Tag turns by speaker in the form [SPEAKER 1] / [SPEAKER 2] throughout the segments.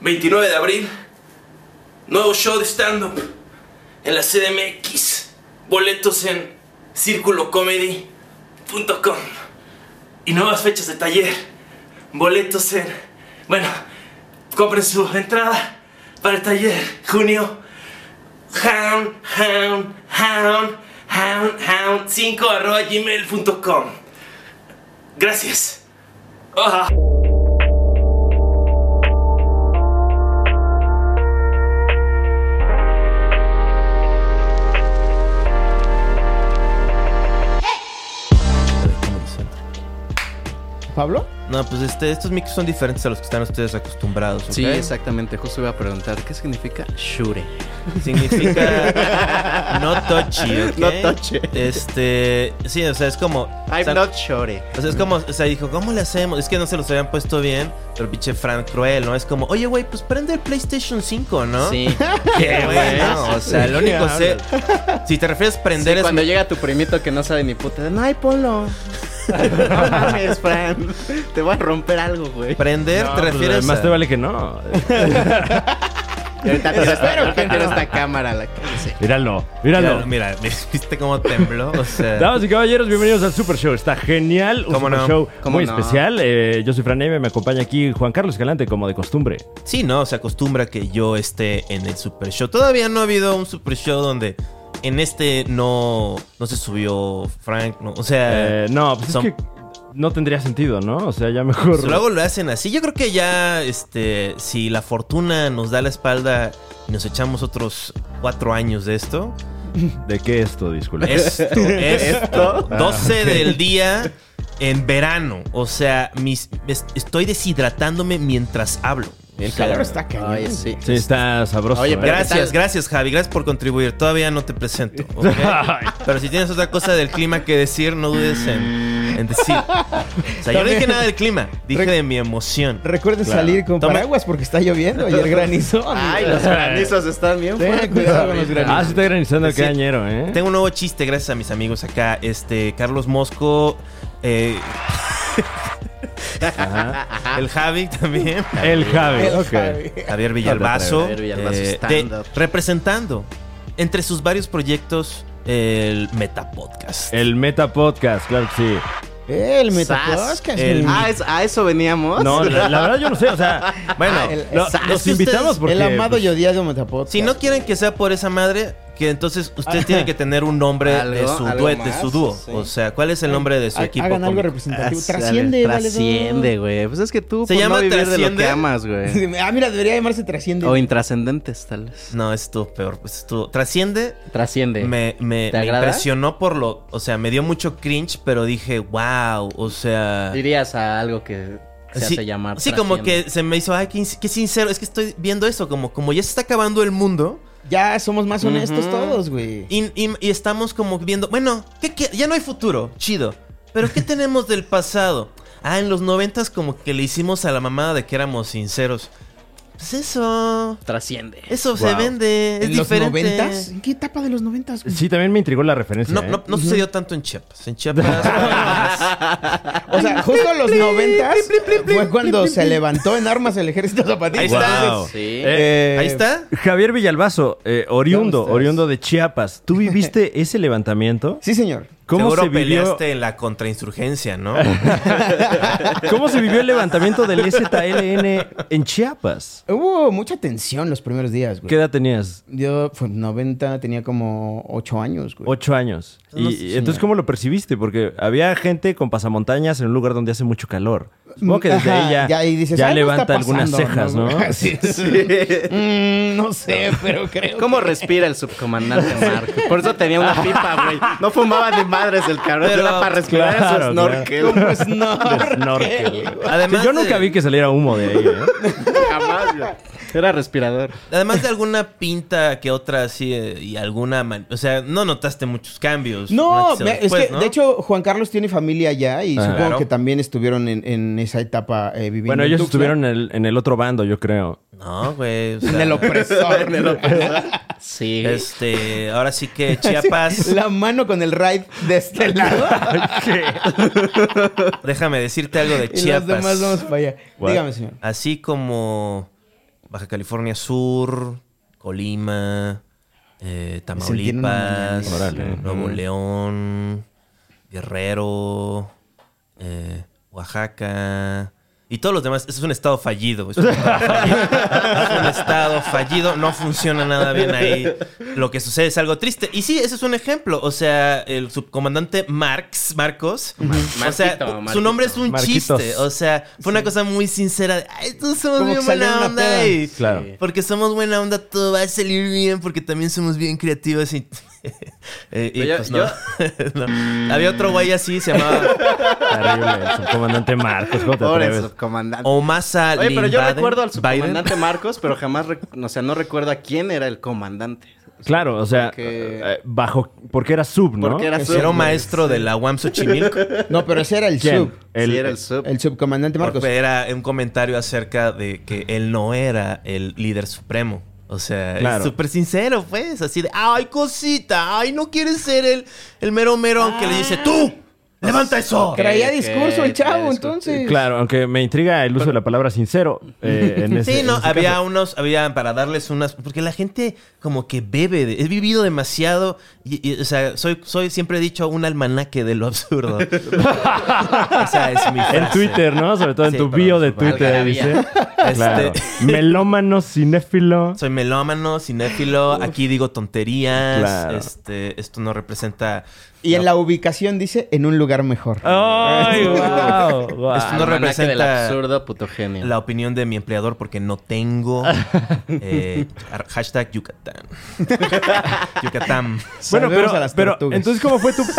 [SPEAKER 1] 29 de abril, nuevo show de stand-up en la CDMX. Boletos en circulocomedy.com. Y nuevas fechas de taller. Boletos en... Bueno, compren su entrada para el taller. Junio. Hound, hound, hound, hound, hound, 5 arroba gmail.com. Gracias. Ah. Ajá.
[SPEAKER 2] ¿Pablo?
[SPEAKER 3] No, pues este, estos micros son diferentes a los que están ustedes acostumbrados. ¿ok?
[SPEAKER 4] Sí, exactamente. Justo iba a preguntar, ¿qué significa Shure?
[SPEAKER 3] Significa no touchy, ¿ok?
[SPEAKER 4] No touchy.
[SPEAKER 3] Este, sí, o sea, es como. o sea,
[SPEAKER 4] Shure.
[SPEAKER 3] o sea, es como, o sea, dijo, ¿cómo le hacemos? Es que no se los habían puesto bien, pero pinche Frank Cruel, ¿no? Es como, oye, güey, pues prende el PlayStation 5, ¿no?
[SPEAKER 4] Sí.
[SPEAKER 3] Qué bueno. O sea, lo
[SPEAKER 2] ¿De qué
[SPEAKER 3] único sé. Si te refieres a
[SPEAKER 4] Sí,
[SPEAKER 3] prender es.
[SPEAKER 4] cuando llega tu primito que no sabe ni puta. No hay polo. No mames, Fran. Te voy a romper algo, güey.
[SPEAKER 3] Prender,
[SPEAKER 5] No,
[SPEAKER 3] te
[SPEAKER 5] pues,
[SPEAKER 3] refieres.
[SPEAKER 5] Más
[SPEAKER 3] a-
[SPEAKER 5] te vale que no.
[SPEAKER 4] Ahorita te- espero que entre esta cámara a la que dice.
[SPEAKER 5] Míralo,
[SPEAKER 3] Mira,
[SPEAKER 5] míralo.
[SPEAKER 3] mira, ¿viste cómo tembló? O sea.
[SPEAKER 5] Damas y caballeros, bienvenidos al Super Show. Está genial. Un
[SPEAKER 3] ¿Cómo
[SPEAKER 5] Super
[SPEAKER 3] no?
[SPEAKER 5] Show
[SPEAKER 4] ¿Cómo
[SPEAKER 5] muy
[SPEAKER 4] no?
[SPEAKER 5] especial. Eh, yo soy Fran Neve, me acompaña aquí Juan Carlos Galante, como de costumbre.
[SPEAKER 3] Sí, no, se acostumbra que yo esté en el super show. Todavía no ha habido un super show donde en este no, no se subió Frank. no, o sea,
[SPEAKER 5] Eh, no, pues
[SPEAKER 3] son-
[SPEAKER 5] es que no tendría sentido, ¿no? O sea, ya mejor.
[SPEAKER 3] pues luego lo hacen así. Yo creo que ya, este, si la fortuna nos da la espalda y nos echamos otros cuatro años de esto.
[SPEAKER 5] ¿De qué esto, disculpa?
[SPEAKER 3] Esto, esto. 12 del día en verano. O sea, mis, es- estoy deshidratándome mientras hablo.
[SPEAKER 2] El
[SPEAKER 4] Sí.
[SPEAKER 2] calor está cañón.
[SPEAKER 4] Oye, sí.
[SPEAKER 5] Sí, está sabroso.
[SPEAKER 4] Oye,
[SPEAKER 5] ¿eh?
[SPEAKER 4] pero- ¿qué
[SPEAKER 3] Gracias,
[SPEAKER 4] tal?
[SPEAKER 3] gracias Javi, gracias por contribuir. Todavía no te presento. ¿ok?
[SPEAKER 5] Ay,
[SPEAKER 3] Pero si tienes otra cosa del clima que decir, no dudes en, en decir. O sea, yo no dije nada del clima, dije de mi emoción.
[SPEAKER 2] Recuerden
[SPEAKER 5] Claro.
[SPEAKER 2] salir con
[SPEAKER 3] Toma-
[SPEAKER 2] paraguas porque está lloviendo y el granizo.
[SPEAKER 4] Ay,
[SPEAKER 2] amigos.
[SPEAKER 4] los granizos están bien
[SPEAKER 2] Tengan
[SPEAKER 4] fuertes
[SPEAKER 2] cuidado con los
[SPEAKER 4] ahorita.
[SPEAKER 5] Ah, se está granizando el
[SPEAKER 3] Sí.
[SPEAKER 5] cañero, ¿eh?
[SPEAKER 3] Tengo un nuevo chiste gracias a mis amigos acá. Este, Carlos Mosco, eh,
[SPEAKER 5] Ajá.
[SPEAKER 4] Ah.
[SPEAKER 3] el Javi también.
[SPEAKER 5] El Javi.
[SPEAKER 2] El
[SPEAKER 5] ok.
[SPEAKER 2] Javi.
[SPEAKER 3] Javier Villalbazo.
[SPEAKER 4] Javier Villalbazo,
[SPEAKER 3] eh,
[SPEAKER 4] stand-up.
[SPEAKER 3] de- representando entre sus varios proyectos el Metapodcast.
[SPEAKER 5] El Meta Podcast, claro que sí.
[SPEAKER 2] Eh, El
[SPEAKER 4] Sas.
[SPEAKER 2] metapodcast.
[SPEAKER 3] El-
[SPEAKER 2] mi-
[SPEAKER 4] Ah, es- ¿a eso veníamos?
[SPEAKER 5] No, la, la verdad yo no sé, o sea,
[SPEAKER 3] Bueno,
[SPEAKER 2] Ah, el-
[SPEAKER 5] lo-
[SPEAKER 2] Sas.
[SPEAKER 5] los invitamos porque
[SPEAKER 2] el amado
[SPEAKER 5] pues,
[SPEAKER 2] y odiado metapodcast.
[SPEAKER 3] si no quieren que sea por esa madre, que entonces ustedes tienen que tener un nombre de
[SPEAKER 4] Algo-
[SPEAKER 3] su
[SPEAKER 4] algo
[SPEAKER 3] duet, de
[SPEAKER 4] más,
[SPEAKER 3] su dúo.
[SPEAKER 4] sí.
[SPEAKER 3] O sea, ¿cuál es el nombre de su
[SPEAKER 2] Ha-
[SPEAKER 3] equipo?
[SPEAKER 2] Hagan algo
[SPEAKER 3] cómico?
[SPEAKER 4] Ah,
[SPEAKER 2] representativo.
[SPEAKER 4] sí, dale,
[SPEAKER 2] Trasciende, valedor.
[SPEAKER 4] Trasciende, güey. Pues es que tú
[SPEAKER 3] Se
[SPEAKER 4] por
[SPEAKER 3] llama
[SPEAKER 4] no vivir de lo
[SPEAKER 3] Trasciende.
[SPEAKER 4] que amas, güey.
[SPEAKER 2] Ah, mira, debería llamarse Trasciende.
[SPEAKER 4] O intrascendentes, tal vez.
[SPEAKER 3] No, es tu peor. Es tu... Trasciende.
[SPEAKER 4] Trasciende.
[SPEAKER 3] Me, me,
[SPEAKER 4] ¿Te
[SPEAKER 3] me
[SPEAKER 4] agrada?
[SPEAKER 3] impresionó por lo. O sea, me dio mucho cringe, pero dije, wow. O sea.
[SPEAKER 4] Dirías a algo que se
[SPEAKER 3] sí,
[SPEAKER 4] hace llamar.
[SPEAKER 3] Sí, como
[SPEAKER 4] trasciende.
[SPEAKER 3] que se me hizo, ay, qué, ins- qué sincero. Es que estoy viendo eso, como, como ya se está acabando el mundo.
[SPEAKER 2] Ya somos más honestos
[SPEAKER 3] Ujú.
[SPEAKER 2] todos, güey.
[SPEAKER 3] Y, y- y estamos como viendo, bueno, ¿qué, qué- ya no hay futuro, chido. Pero ¿qué tenemos del pasado? Ah, en los noventas como que le hicimos a la mamada de que éramos sinceros. Pues eso,
[SPEAKER 4] Trasciende.
[SPEAKER 3] eso se vende, es
[SPEAKER 2] ¿En los
[SPEAKER 3] diferente.
[SPEAKER 2] noventas? ¿En qué etapa de los noventas? güey?
[SPEAKER 5] sí, también me intrigó la referencia.
[SPEAKER 3] No,
[SPEAKER 5] ¿eh?
[SPEAKER 3] no, no sucedió tanto en Chiapas. En Chiapas.
[SPEAKER 2] O sea, justo los noventas
[SPEAKER 3] plim, plim, plim,
[SPEAKER 2] fue cuando se levantó en armas el ejército zapatista.
[SPEAKER 3] Ahí
[SPEAKER 5] está. Wow.
[SPEAKER 4] Sí.
[SPEAKER 5] Eh,
[SPEAKER 3] Ahí está.
[SPEAKER 5] Javier Villalbazo, eh,
[SPEAKER 2] Vean
[SPEAKER 5] oriundo,
[SPEAKER 2] ustedes.
[SPEAKER 5] oriundo de Chiapas. ¿Tú viviste ese levantamiento?
[SPEAKER 2] Sí, señor.
[SPEAKER 5] ¿Cómo
[SPEAKER 3] Seguro
[SPEAKER 5] se, vivió,
[SPEAKER 3] peleaste en la contrainsurgencia, ¿no?
[SPEAKER 5] ¿Cómo se vivió el levantamiento del ZLN en Chiapas?
[SPEAKER 2] Hubo mucha tensión los primeros días, güey.
[SPEAKER 5] ¿Qué edad tenías?
[SPEAKER 2] Yo, fue 90, tenía como 8 años, güey.
[SPEAKER 5] Ocho años. Y,
[SPEAKER 2] No sé,
[SPEAKER 5] y
[SPEAKER 2] señor.
[SPEAKER 5] entonces, ¿cómo lo percibiste? Porque había gente con pasamontañas en un lugar donde hace mucho calor. Supongo que desde
[SPEAKER 2] Ajá,
[SPEAKER 5] ahí ya,
[SPEAKER 2] ya ahí dices,
[SPEAKER 5] ya
[SPEAKER 2] "Algo
[SPEAKER 5] levanta
[SPEAKER 2] está
[SPEAKER 5] algunas
[SPEAKER 2] pasando",
[SPEAKER 5] cejas,
[SPEAKER 2] ¿no?
[SPEAKER 5] ¿no?
[SPEAKER 2] Sí, Mm, no sé, pero creo.
[SPEAKER 4] ¿Cómo respira el subcomandante Marco? Por eso tenía una pipa, güey. No fumaba ni madres el cabrón.
[SPEAKER 3] Pero-
[SPEAKER 4] era para respirar en
[SPEAKER 5] claro,
[SPEAKER 4] su snorkel.
[SPEAKER 2] Como
[SPEAKER 5] Pues,
[SPEAKER 2] snorkel.
[SPEAKER 5] Snorkel.
[SPEAKER 3] Además
[SPEAKER 5] Sí, yo nunca
[SPEAKER 3] de-
[SPEAKER 5] vi que saliera humo de ahí, ¿eh?
[SPEAKER 4] Jamás, güey. Era respirador.
[SPEAKER 3] Además de alguna pinta que otra así eh, y alguna... man- O sea, no notaste muchos cambios.
[SPEAKER 2] No,
[SPEAKER 3] antes o
[SPEAKER 2] me-
[SPEAKER 5] Pues,
[SPEAKER 3] después,
[SPEAKER 2] es que
[SPEAKER 3] ¿no?
[SPEAKER 2] de hecho Juan Carlos tiene familia allá y
[SPEAKER 5] Ah.
[SPEAKER 2] supongo
[SPEAKER 3] Claro.
[SPEAKER 2] que también estuvieron en, en esa etapa eh, viviendo.
[SPEAKER 5] Bueno,
[SPEAKER 2] en
[SPEAKER 5] ellos
[SPEAKER 2] Tuxtla.
[SPEAKER 5] estuvieron en el, en el otro bando, yo creo.
[SPEAKER 3] No, güey. o
[SPEAKER 2] en
[SPEAKER 3] sea,
[SPEAKER 2] el opresor.
[SPEAKER 4] Sí.
[SPEAKER 3] Este, ahora sí que Chiapas,
[SPEAKER 2] La mano con el raid de este lado.
[SPEAKER 3] déjame decirte algo de
[SPEAKER 2] y los
[SPEAKER 3] Chiapas.
[SPEAKER 2] demás vamos para allá.
[SPEAKER 5] What?
[SPEAKER 2] Dígame, señor.
[SPEAKER 3] Así como Baja California Sur, Colima, eh,
[SPEAKER 4] Sentí una
[SPEAKER 3] Tamaulipas,
[SPEAKER 4] mañana.
[SPEAKER 6] Órale.
[SPEAKER 3] Nuevo León, Guerrero, eh, Oaxaca. Y todos los demás, Eso es un estado fallido. Es un estado fallido. Es un estado fallido, no funciona nada bien ahí. Lo que sucede es algo triste. Y sí, ese es un ejemplo. O sea, el subcomandante Marx, Marcos. o sea,
[SPEAKER 4] Marquito,
[SPEAKER 3] su
[SPEAKER 4] Marquito.
[SPEAKER 3] nombre es un
[SPEAKER 6] Marquitos.
[SPEAKER 3] chiste. O sea, fue una cosa muy sincera. de, Ay, todos somos
[SPEAKER 2] Como
[SPEAKER 3] bien
[SPEAKER 2] que salió
[SPEAKER 3] buena
[SPEAKER 2] una
[SPEAKER 3] onda.
[SPEAKER 2] peda.
[SPEAKER 3] Y
[SPEAKER 6] Claro.
[SPEAKER 3] Porque somos buena onda, todo va a salir bien. Porque también somos bien creativos. Y, Eh, y
[SPEAKER 4] Yo-
[SPEAKER 3] pues no. No. Había otro güey así, se llamaba
[SPEAKER 6] Terrible, el subcomandante Marcos. ¿Cómo te
[SPEAKER 4] Pobre
[SPEAKER 6] atreves?
[SPEAKER 4] subcomandante.
[SPEAKER 3] Omasa
[SPEAKER 4] Oye, pero yo
[SPEAKER 3] Lindbaden-
[SPEAKER 4] recuerdo al
[SPEAKER 3] Biden.
[SPEAKER 4] subcomandante Marcos, pero jamás, rec- o sea, no recuerdo a quién era el comandante.
[SPEAKER 6] Claro, o sea,
[SPEAKER 4] Porque-
[SPEAKER 6] eh, bajo. Porque era sub, ¿no?
[SPEAKER 4] Porque era
[SPEAKER 3] Ese Era
[SPEAKER 4] sub.
[SPEAKER 3] un maestro de la UAM Xochimilco.
[SPEAKER 2] No, pero ese era el
[SPEAKER 6] ¿Quién?
[SPEAKER 2] sub.
[SPEAKER 4] Sí, era el sub.
[SPEAKER 2] El subcomandante Marcos.
[SPEAKER 3] Porque era un comentario acerca de que él no era el líder supremo. O sea, es
[SPEAKER 6] Claro.
[SPEAKER 3] súper sincero, pues. Así de, ay, cosita, ay, no quieres ser el, el mero mero, aunque le dice, tú, levanta eso.
[SPEAKER 2] Traía
[SPEAKER 4] Ok,
[SPEAKER 2] discurso
[SPEAKER 4] traía
[SPEAKER 2] el chavo,
[SPEAKER 4] discurso.
[SPEAKER 2] entonces.
[SPEAKER 6] Claro, aunque me intriga el uso de la palabra sincero. eh, en ese-
[SPEAKER 3] Sí, no,
[SPEAKER 6] en ese
[SPEAKER 3] había
[SPEAKER 6] caso.
[SPEAKER 3] unos, había para darles unas, porque la gente como que bebe, de- he vivido demasiado, y, y, o sea, soy, soy, siempre he dicho, un almanaque de lo absurdo. Esa es mi
[SPEAKER 6] En
[SPEAKER 3] frase.
[SPEAKER 6] Twitter, ¿no? Sobre todo en
[SPEAKER 3] Sí,
[SPEAKER 6] tu
[SPEAKER 3] pero
[SPEAKER 6] bio de
[SPEAKER 3] su madre.
[SPEAKER 6] Twitter, ahí dice.
[SPEAKER 3] Este-
[SPEAKER 6] Claro. Melómano, cinéfilo.
[SPEAKER 3] Soy melómano, cinéfilo, aquí digo tonterías,
[SPEAKER 6] Claro.
[SPEAKER 3] este, esto no representa...
[SPEAKER 2] Y en la ubicación dice en un lugar mejor.
[SPEAKER 5] Ah,
[SPEAKER 6] ¡Ay, wow!
[SPEAKER 3] Esto no
[SPEAKER 4] Almanaque Ah, del
[SPEAKER 3] representa
[SPEAKER 4] absurdo puto genio.
[SPEAKER 3] la opinión de mi empleador porque no tengo. eh, ar- hashtag Yucatán. Yucatán.
[SPEAKER 6] Bueno,
[SPEAKER 2] Saludos
[SPEAKER 6] pero,
[SPEAKER 2] a las
[SPEAKER 6] pero
[SPEAKER 2] tortugas.
[SPEAKER 6] entonces, ¿cómo fue tu...?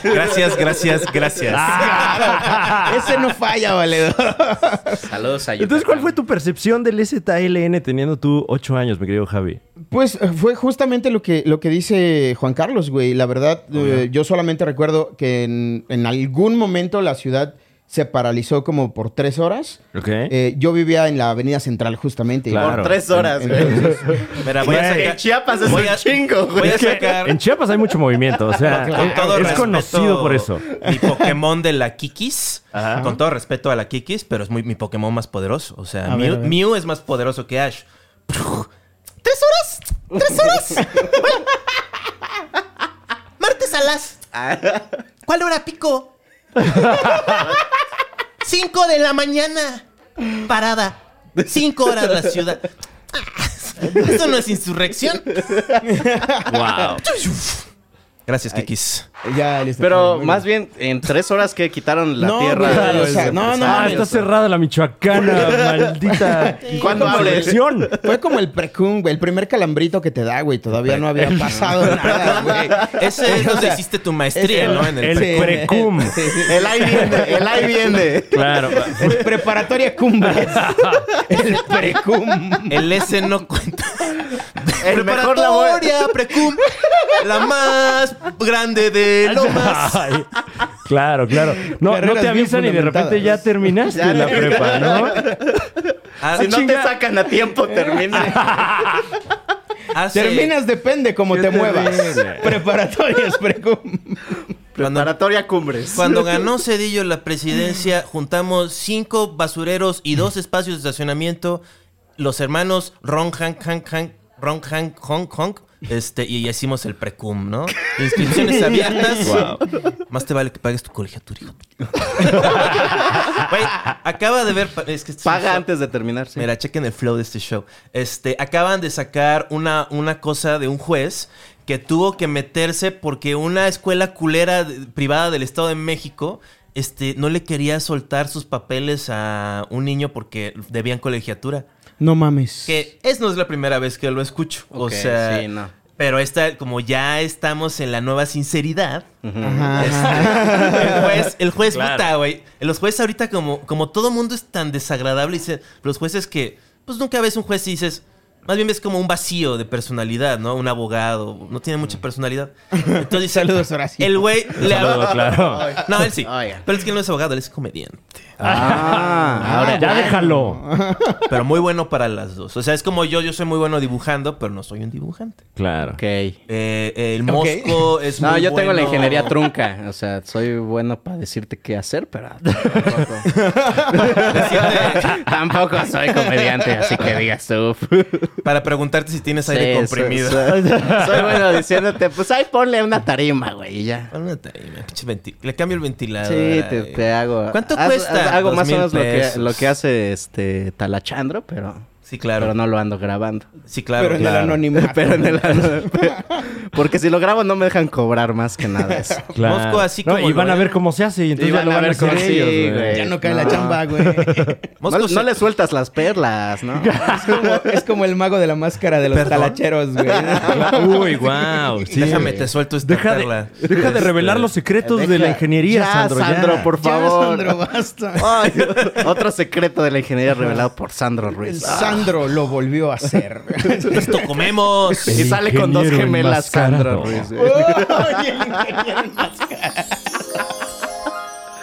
[SPEAKER 3] Gracias, gracias, gracias.
[SPEAKER 6] Ah,
[SPEAKER 2] Ese no falla, valedor.
[SPEAKER 4] Saludos a
[SPEAKER 6] entonces, ¿cuál
[SPEAKER 4] Yucatán.
[SPEAKER 6] fue tu percepción del ZLN teniendo tú ocho años, mi querido Javi?
[SPEAKER 2] Pues eh, fue justamente lo que, lo que dice Juan Carlos, güey. La verdad, eh, yo solamente recuerdo que en, en algún momento la ciudad se paralizó como por tres horas.
[SPEAKER 6] ¿Ok?
[SPEAKER 2] Eh, yo vivía en la Avenida Central, justamente.
[SPEAKER 6] Claro.
[SPEAKER 4] Por tres horas,
[SPEAKER 2] En-
[SPEAKER 4] güey.
[SPEAKER 3] Mira, voy a
[SPEAKER 4] En
[SPEAKER 3] sacar.
[SPEAKER 4] Chiapas es
[SPEAKER 3] voy
[SPEAKER 4] un
[SPEAKER 3] a-
[SPEAKER 4] chingo, güey.
[SPEAKER 3] Voy a
[SPEAKER 6] Es que
[SPEAKER 3] sacar.
[SPEAKER 6] en Chiapas hay mucho movimiento, o sea,
[SPEAKER 3] Con todo
[SPEAKER 6] es
[SPEAKER 3] respeto,
[SPEAKER 6] conocido por eso.
[SPEAKER 3] Mi Pokémon de la Kikis.
[SPEAKER 6] Ajá.
[SPEAKER 3] Con todo respeto a la Kikis, pero es muy, mi Pokémon más poderoso. O sea,
[SPEAKER 2] A
[SPEAKER 3] Mew,
[SPEAKER 2] ver, a ver.
[SPEAKER 3] Mew es más poderoso que Ash. ¡Tres horas! ¡Tres horas! Bueno. Martes a las. ¿Cuál hora pico? Cinco de la mañana. Parada. Cinco horas la ciudad. Eso no es insurrección.
[SPEAKER 6] ¡Wow!
[SPEAKER 3] Gracias, Kikis.
[SPEAKER 2] Ya, listo.
[SPEAKER 4] Pero
[SPEAKER 2] Muy
[SPEAKER 4] más bien, en tres horas que quitaron la
[SPEAKER 2] No,
[SPEAKER 4] tierra. güey,
[SPEAKER 2] güey, o sea, no, no,
[SPEAKER 6] Ah,
[SPEAKER 2] mames.
[SPEAKER 6] está cerrada la Michoacana, maldita.
[SPEAKER 4] ¿Cuándo hables?
[SPEAKER 6] Versión.
[SPEAKER 2] Fue como el precum, güey. El primer calambrito que te da, güey. Todavía no había pasado nada, güey.
[SPEAKER 3] Ah, Ese es
[SPEAKER 2] O
[SPEAKER 3] donde
[SPEAKER 2] sea,
[SPEAKER 3] hiciste tu maestría,
[SPEAKER 2] ese-
[SPEAKER 3] ¿no? En el,
[SPEAKER 6] El
[SPEAKER 2] Sí.
[SPEAKER 6] precum.
[SPEAKER 4] El ahí viene, el ahí viene.
[SPEAKER 6] Claro.
[SPEAKER 2] Es preparatoria cumbres. el precum.
[SPEAKER 3] El S no cuenta.
[SPEAKER 4] El mejor labor.
[SPEAKER 3] Preparatoria precum. La más grande de Lomas.
[SPEAKER 6] Ay, claro, claro. No, no
[SPEAKER 2] Carreras
[SPEAKER 6] te
[SPEAKER 2] bien
[SPEAKER 6] avisan y de repente ya
[SPEAKER 2] fundamentadas.
[SPEAKER 6] terminaste
[SPEAKER 4] Ya,
[SPEAKER 6] la
[SPEAKER 4] ya.
[SPEAKER 6] prepa, ¿no?
[SPEAKER 3] Ah,
[SPEAKER 4] Si no te
[SPEAKER 6] chinga.
[SPEAKER 4] sacan a tiempo, termina.
[SPEAKER 3] hace-
[SPEAKER 2] Terminas depende cómo
[SPEAKER 6] Qué
[SPEAKER 2] te muevas.
[SPEAKER 6] terrible.
[SPEAKER 2] Preparatorias precum.
[SPEAKER 3] Cuando-
[SPEAKER 4] Preparatoria Cumbres.
[SPEAKER 3] Cuando ganó Cedillo la presidencia, juntamos cinco basureros y dos espacios de estacionamiento. Los hermanos Ron Hank Hank Hank Ron Hank Hong Hong. Este, y ya hicimos el precum, ¿no? Inscripciones abiertas. Más te vale que pagues tu colegiatura, hijo. Güey, acaba de ver. pa- Es que
[SPEAKER 4] Paga antes de terminar, sí.
[SPEAKER 3] Mira, chequen el flow de este show. Este, acaban de sacar una, una cosa de un juez que tuvo que meterse porque una escuela culera de- privada del Estado de México este, no le quería soltar sus papeles a un niño porque debían colegiatura.
[SPEAKER 2] No mames.
[SPEAKER 3] Que es no es la primera vez que lo escucho. o
[SPEAKER 4] Ok,
[SPEAKER 3] sea,
[SPEAKER 4] sí, no.
[SPEAKER 3] pero esta, como ya estamos en la nueva sinceridad,
[SPEAKER 2] Ajá.
[SPEAKER 3] este, el juez, el juez
[SPEAKER 6] Claro.
[SPEAKER 3] puta, güey. Los jueces ahorita, como, como todo mundo es tan desagradable, y se- los jueces que, pues nunca ves un juez y dices, más bien ves como un vacío de personalidad, ¿no? Un abogado, no tiene mucha personalidad. Entonces dice,
[SPEAKER 2] Saludos, Horacio.
[SPEAKER 3] el güey le
[SPEAKER 6] Saludos, claro.
[SPEAKER 3] No, él sí.
[SPEAKER 4] Oigan.
[SPEAKER 3] Pero es que él no es abogado, él es comediante.
[SPEAKER 4] Ah,
[SPEAKER 7] Ahora, ya déjalo.
[SPEAKER 3] Pero muy bueno para las dos. O sea, es como yo, yo soy muy bueno dibujando, pero no soy un dibujante.
[SPEAKER 5] Claro.
[SPEAKER 4] ok.
[SPEAKER 3] Eh, el mosco es
[SPEAKER 4] No,
[SPEAKER 3] muy
[SPEAKER 4] yo tengo la
[SPEAKER 3] bueno-
[SPEAKER 4] ingeniería trunca. O sea, soy bueno para decirte qué hacer, pero
[SPEAKER 3] Decirte-
[SPEAKER 4] tampoco soy comediante, así que digas tú.
[SPEAKER 3] Para preguntarte si tienes
[SPEAKER 4] Sí,
[SPEAKER 3] aire
[SPEAKER 4] soy-
[SPEAKER 3] comprimido.
[SPEAKER 4] Soy, soy bueno diciéndote, pues ahí ponle una tarima, güey, y ya.
[SPEAKER 3] Ponle una tarima, pinche venti- Le cambio el ventilador.
[SPEAKER 4] Sí, te,
[SPEAKER 3] eh.
[SPEAKER 4] te hago.
[SPEAKER 3] ¿Cuánto
[SPEAKER 4] haz-
[SPEAKER 3] cuesta?
[SPEAKER 4] haz- hago
[SPEAKER 3] Dos
[SPEAKER 4] más o
[SPEAKER 3] mil
[SPEAKER 4] menos lo que,
[SPEAKER 3] pesos.
[SPEAKER 4] lo que hace este Talachandro, pero,
[SPEAKER 3] Sí, claro.
[SPEAKER 4] pero no lo ando grabando.
[SPEAKER 3] Sí, claro.
[SPEAKER 2] pero en
[SPEAKER 3] claro.
[SPEAKER 2] el anonimato.
[SPEAKER 4] Pero en el Porque si lo grabo no me dejan cobrar más que nada eso.
[SPEAKER 5] Claro.
[SPEAKER 3] Mosco, así
[SPEAKER 5] No,
[SPEAKER 3] como
[SPEAKER 5] y
[SPEAKER 3] lo
[SPEAKER 5] van a
[SPEAKER 3] es.
[SPEAKER 5] ver cómo se hace y entonces
[SPEAKER 4] Y
[SPEAKER 5] ya
[SPEAKER 4] van
[SPEAKER 5] lo
[SPEAKER 4] a
[SPEAKER 5] van a
[SPEAKER 4] ver
[SPEAKER 5] hacer
[SPEAKER 4] cómo- sí,
[SPEAKER 5] ellos, güey.
[SPEAKER 4] güey.
[SPEAKER 2] Ya no cae la
[SPEAKER 4] No.
[SPEAKER 2] chamba, güey.
[SPEAKER 4] No,
[SPEAKER 3] Mosco se-
[SPEAKER 4] no le sueltas las perlas, ¿no?
[SPEAKER 2] Es como, es como el mago de la máscara de los
[SPEAKER 3] Perdón.
[SPEAKER 2] talacheros, güey.
[SPEAKER 5] Uy, wow. Sí.
[SPEAKER 3] Ah, pues, Déjame, te suelto esta
[SPEAKER 5] Deja
[SPEAKER 3] perla.
[SPEAKER 5] de, deja de
[SPEAKER 3] Este,
[SPEAKER 5] revelar los secretos de la
[SPEAKER 4] Deja-
[SPEAKER 5] ingeniería,
[SPEAKER 4] Ya,
[SPEAKER 5] Sandro. ya.
[SPEAKER 4] por
[SPEAKER 2] Ya,
[SPEAKER 4] favor.
[SPEAKER 2] Sandro, basta.
[SPEAKER 4] Ay, otro secreto de la ingeniería revelado por Sandro
[SPEAKER 2] El
[SPEAKER 4] Ruiz.
[SPEAKER 2] Sandro lo volvió a hacer.
[SPEAKER 3] Esto comemos.
[SPEAKER 4] y
[SPEAKER 5] El
[SPEAKER 4] sale con dos
[SPEAKER 5] ingeniero
[SPEAKER 4] gemelas Sandro
[SPEAKER 5] enmascarado.
[SPEAKER 4] Ruiz. güey.
[SPEAKER 2] Oye, el ingeniero en máscara.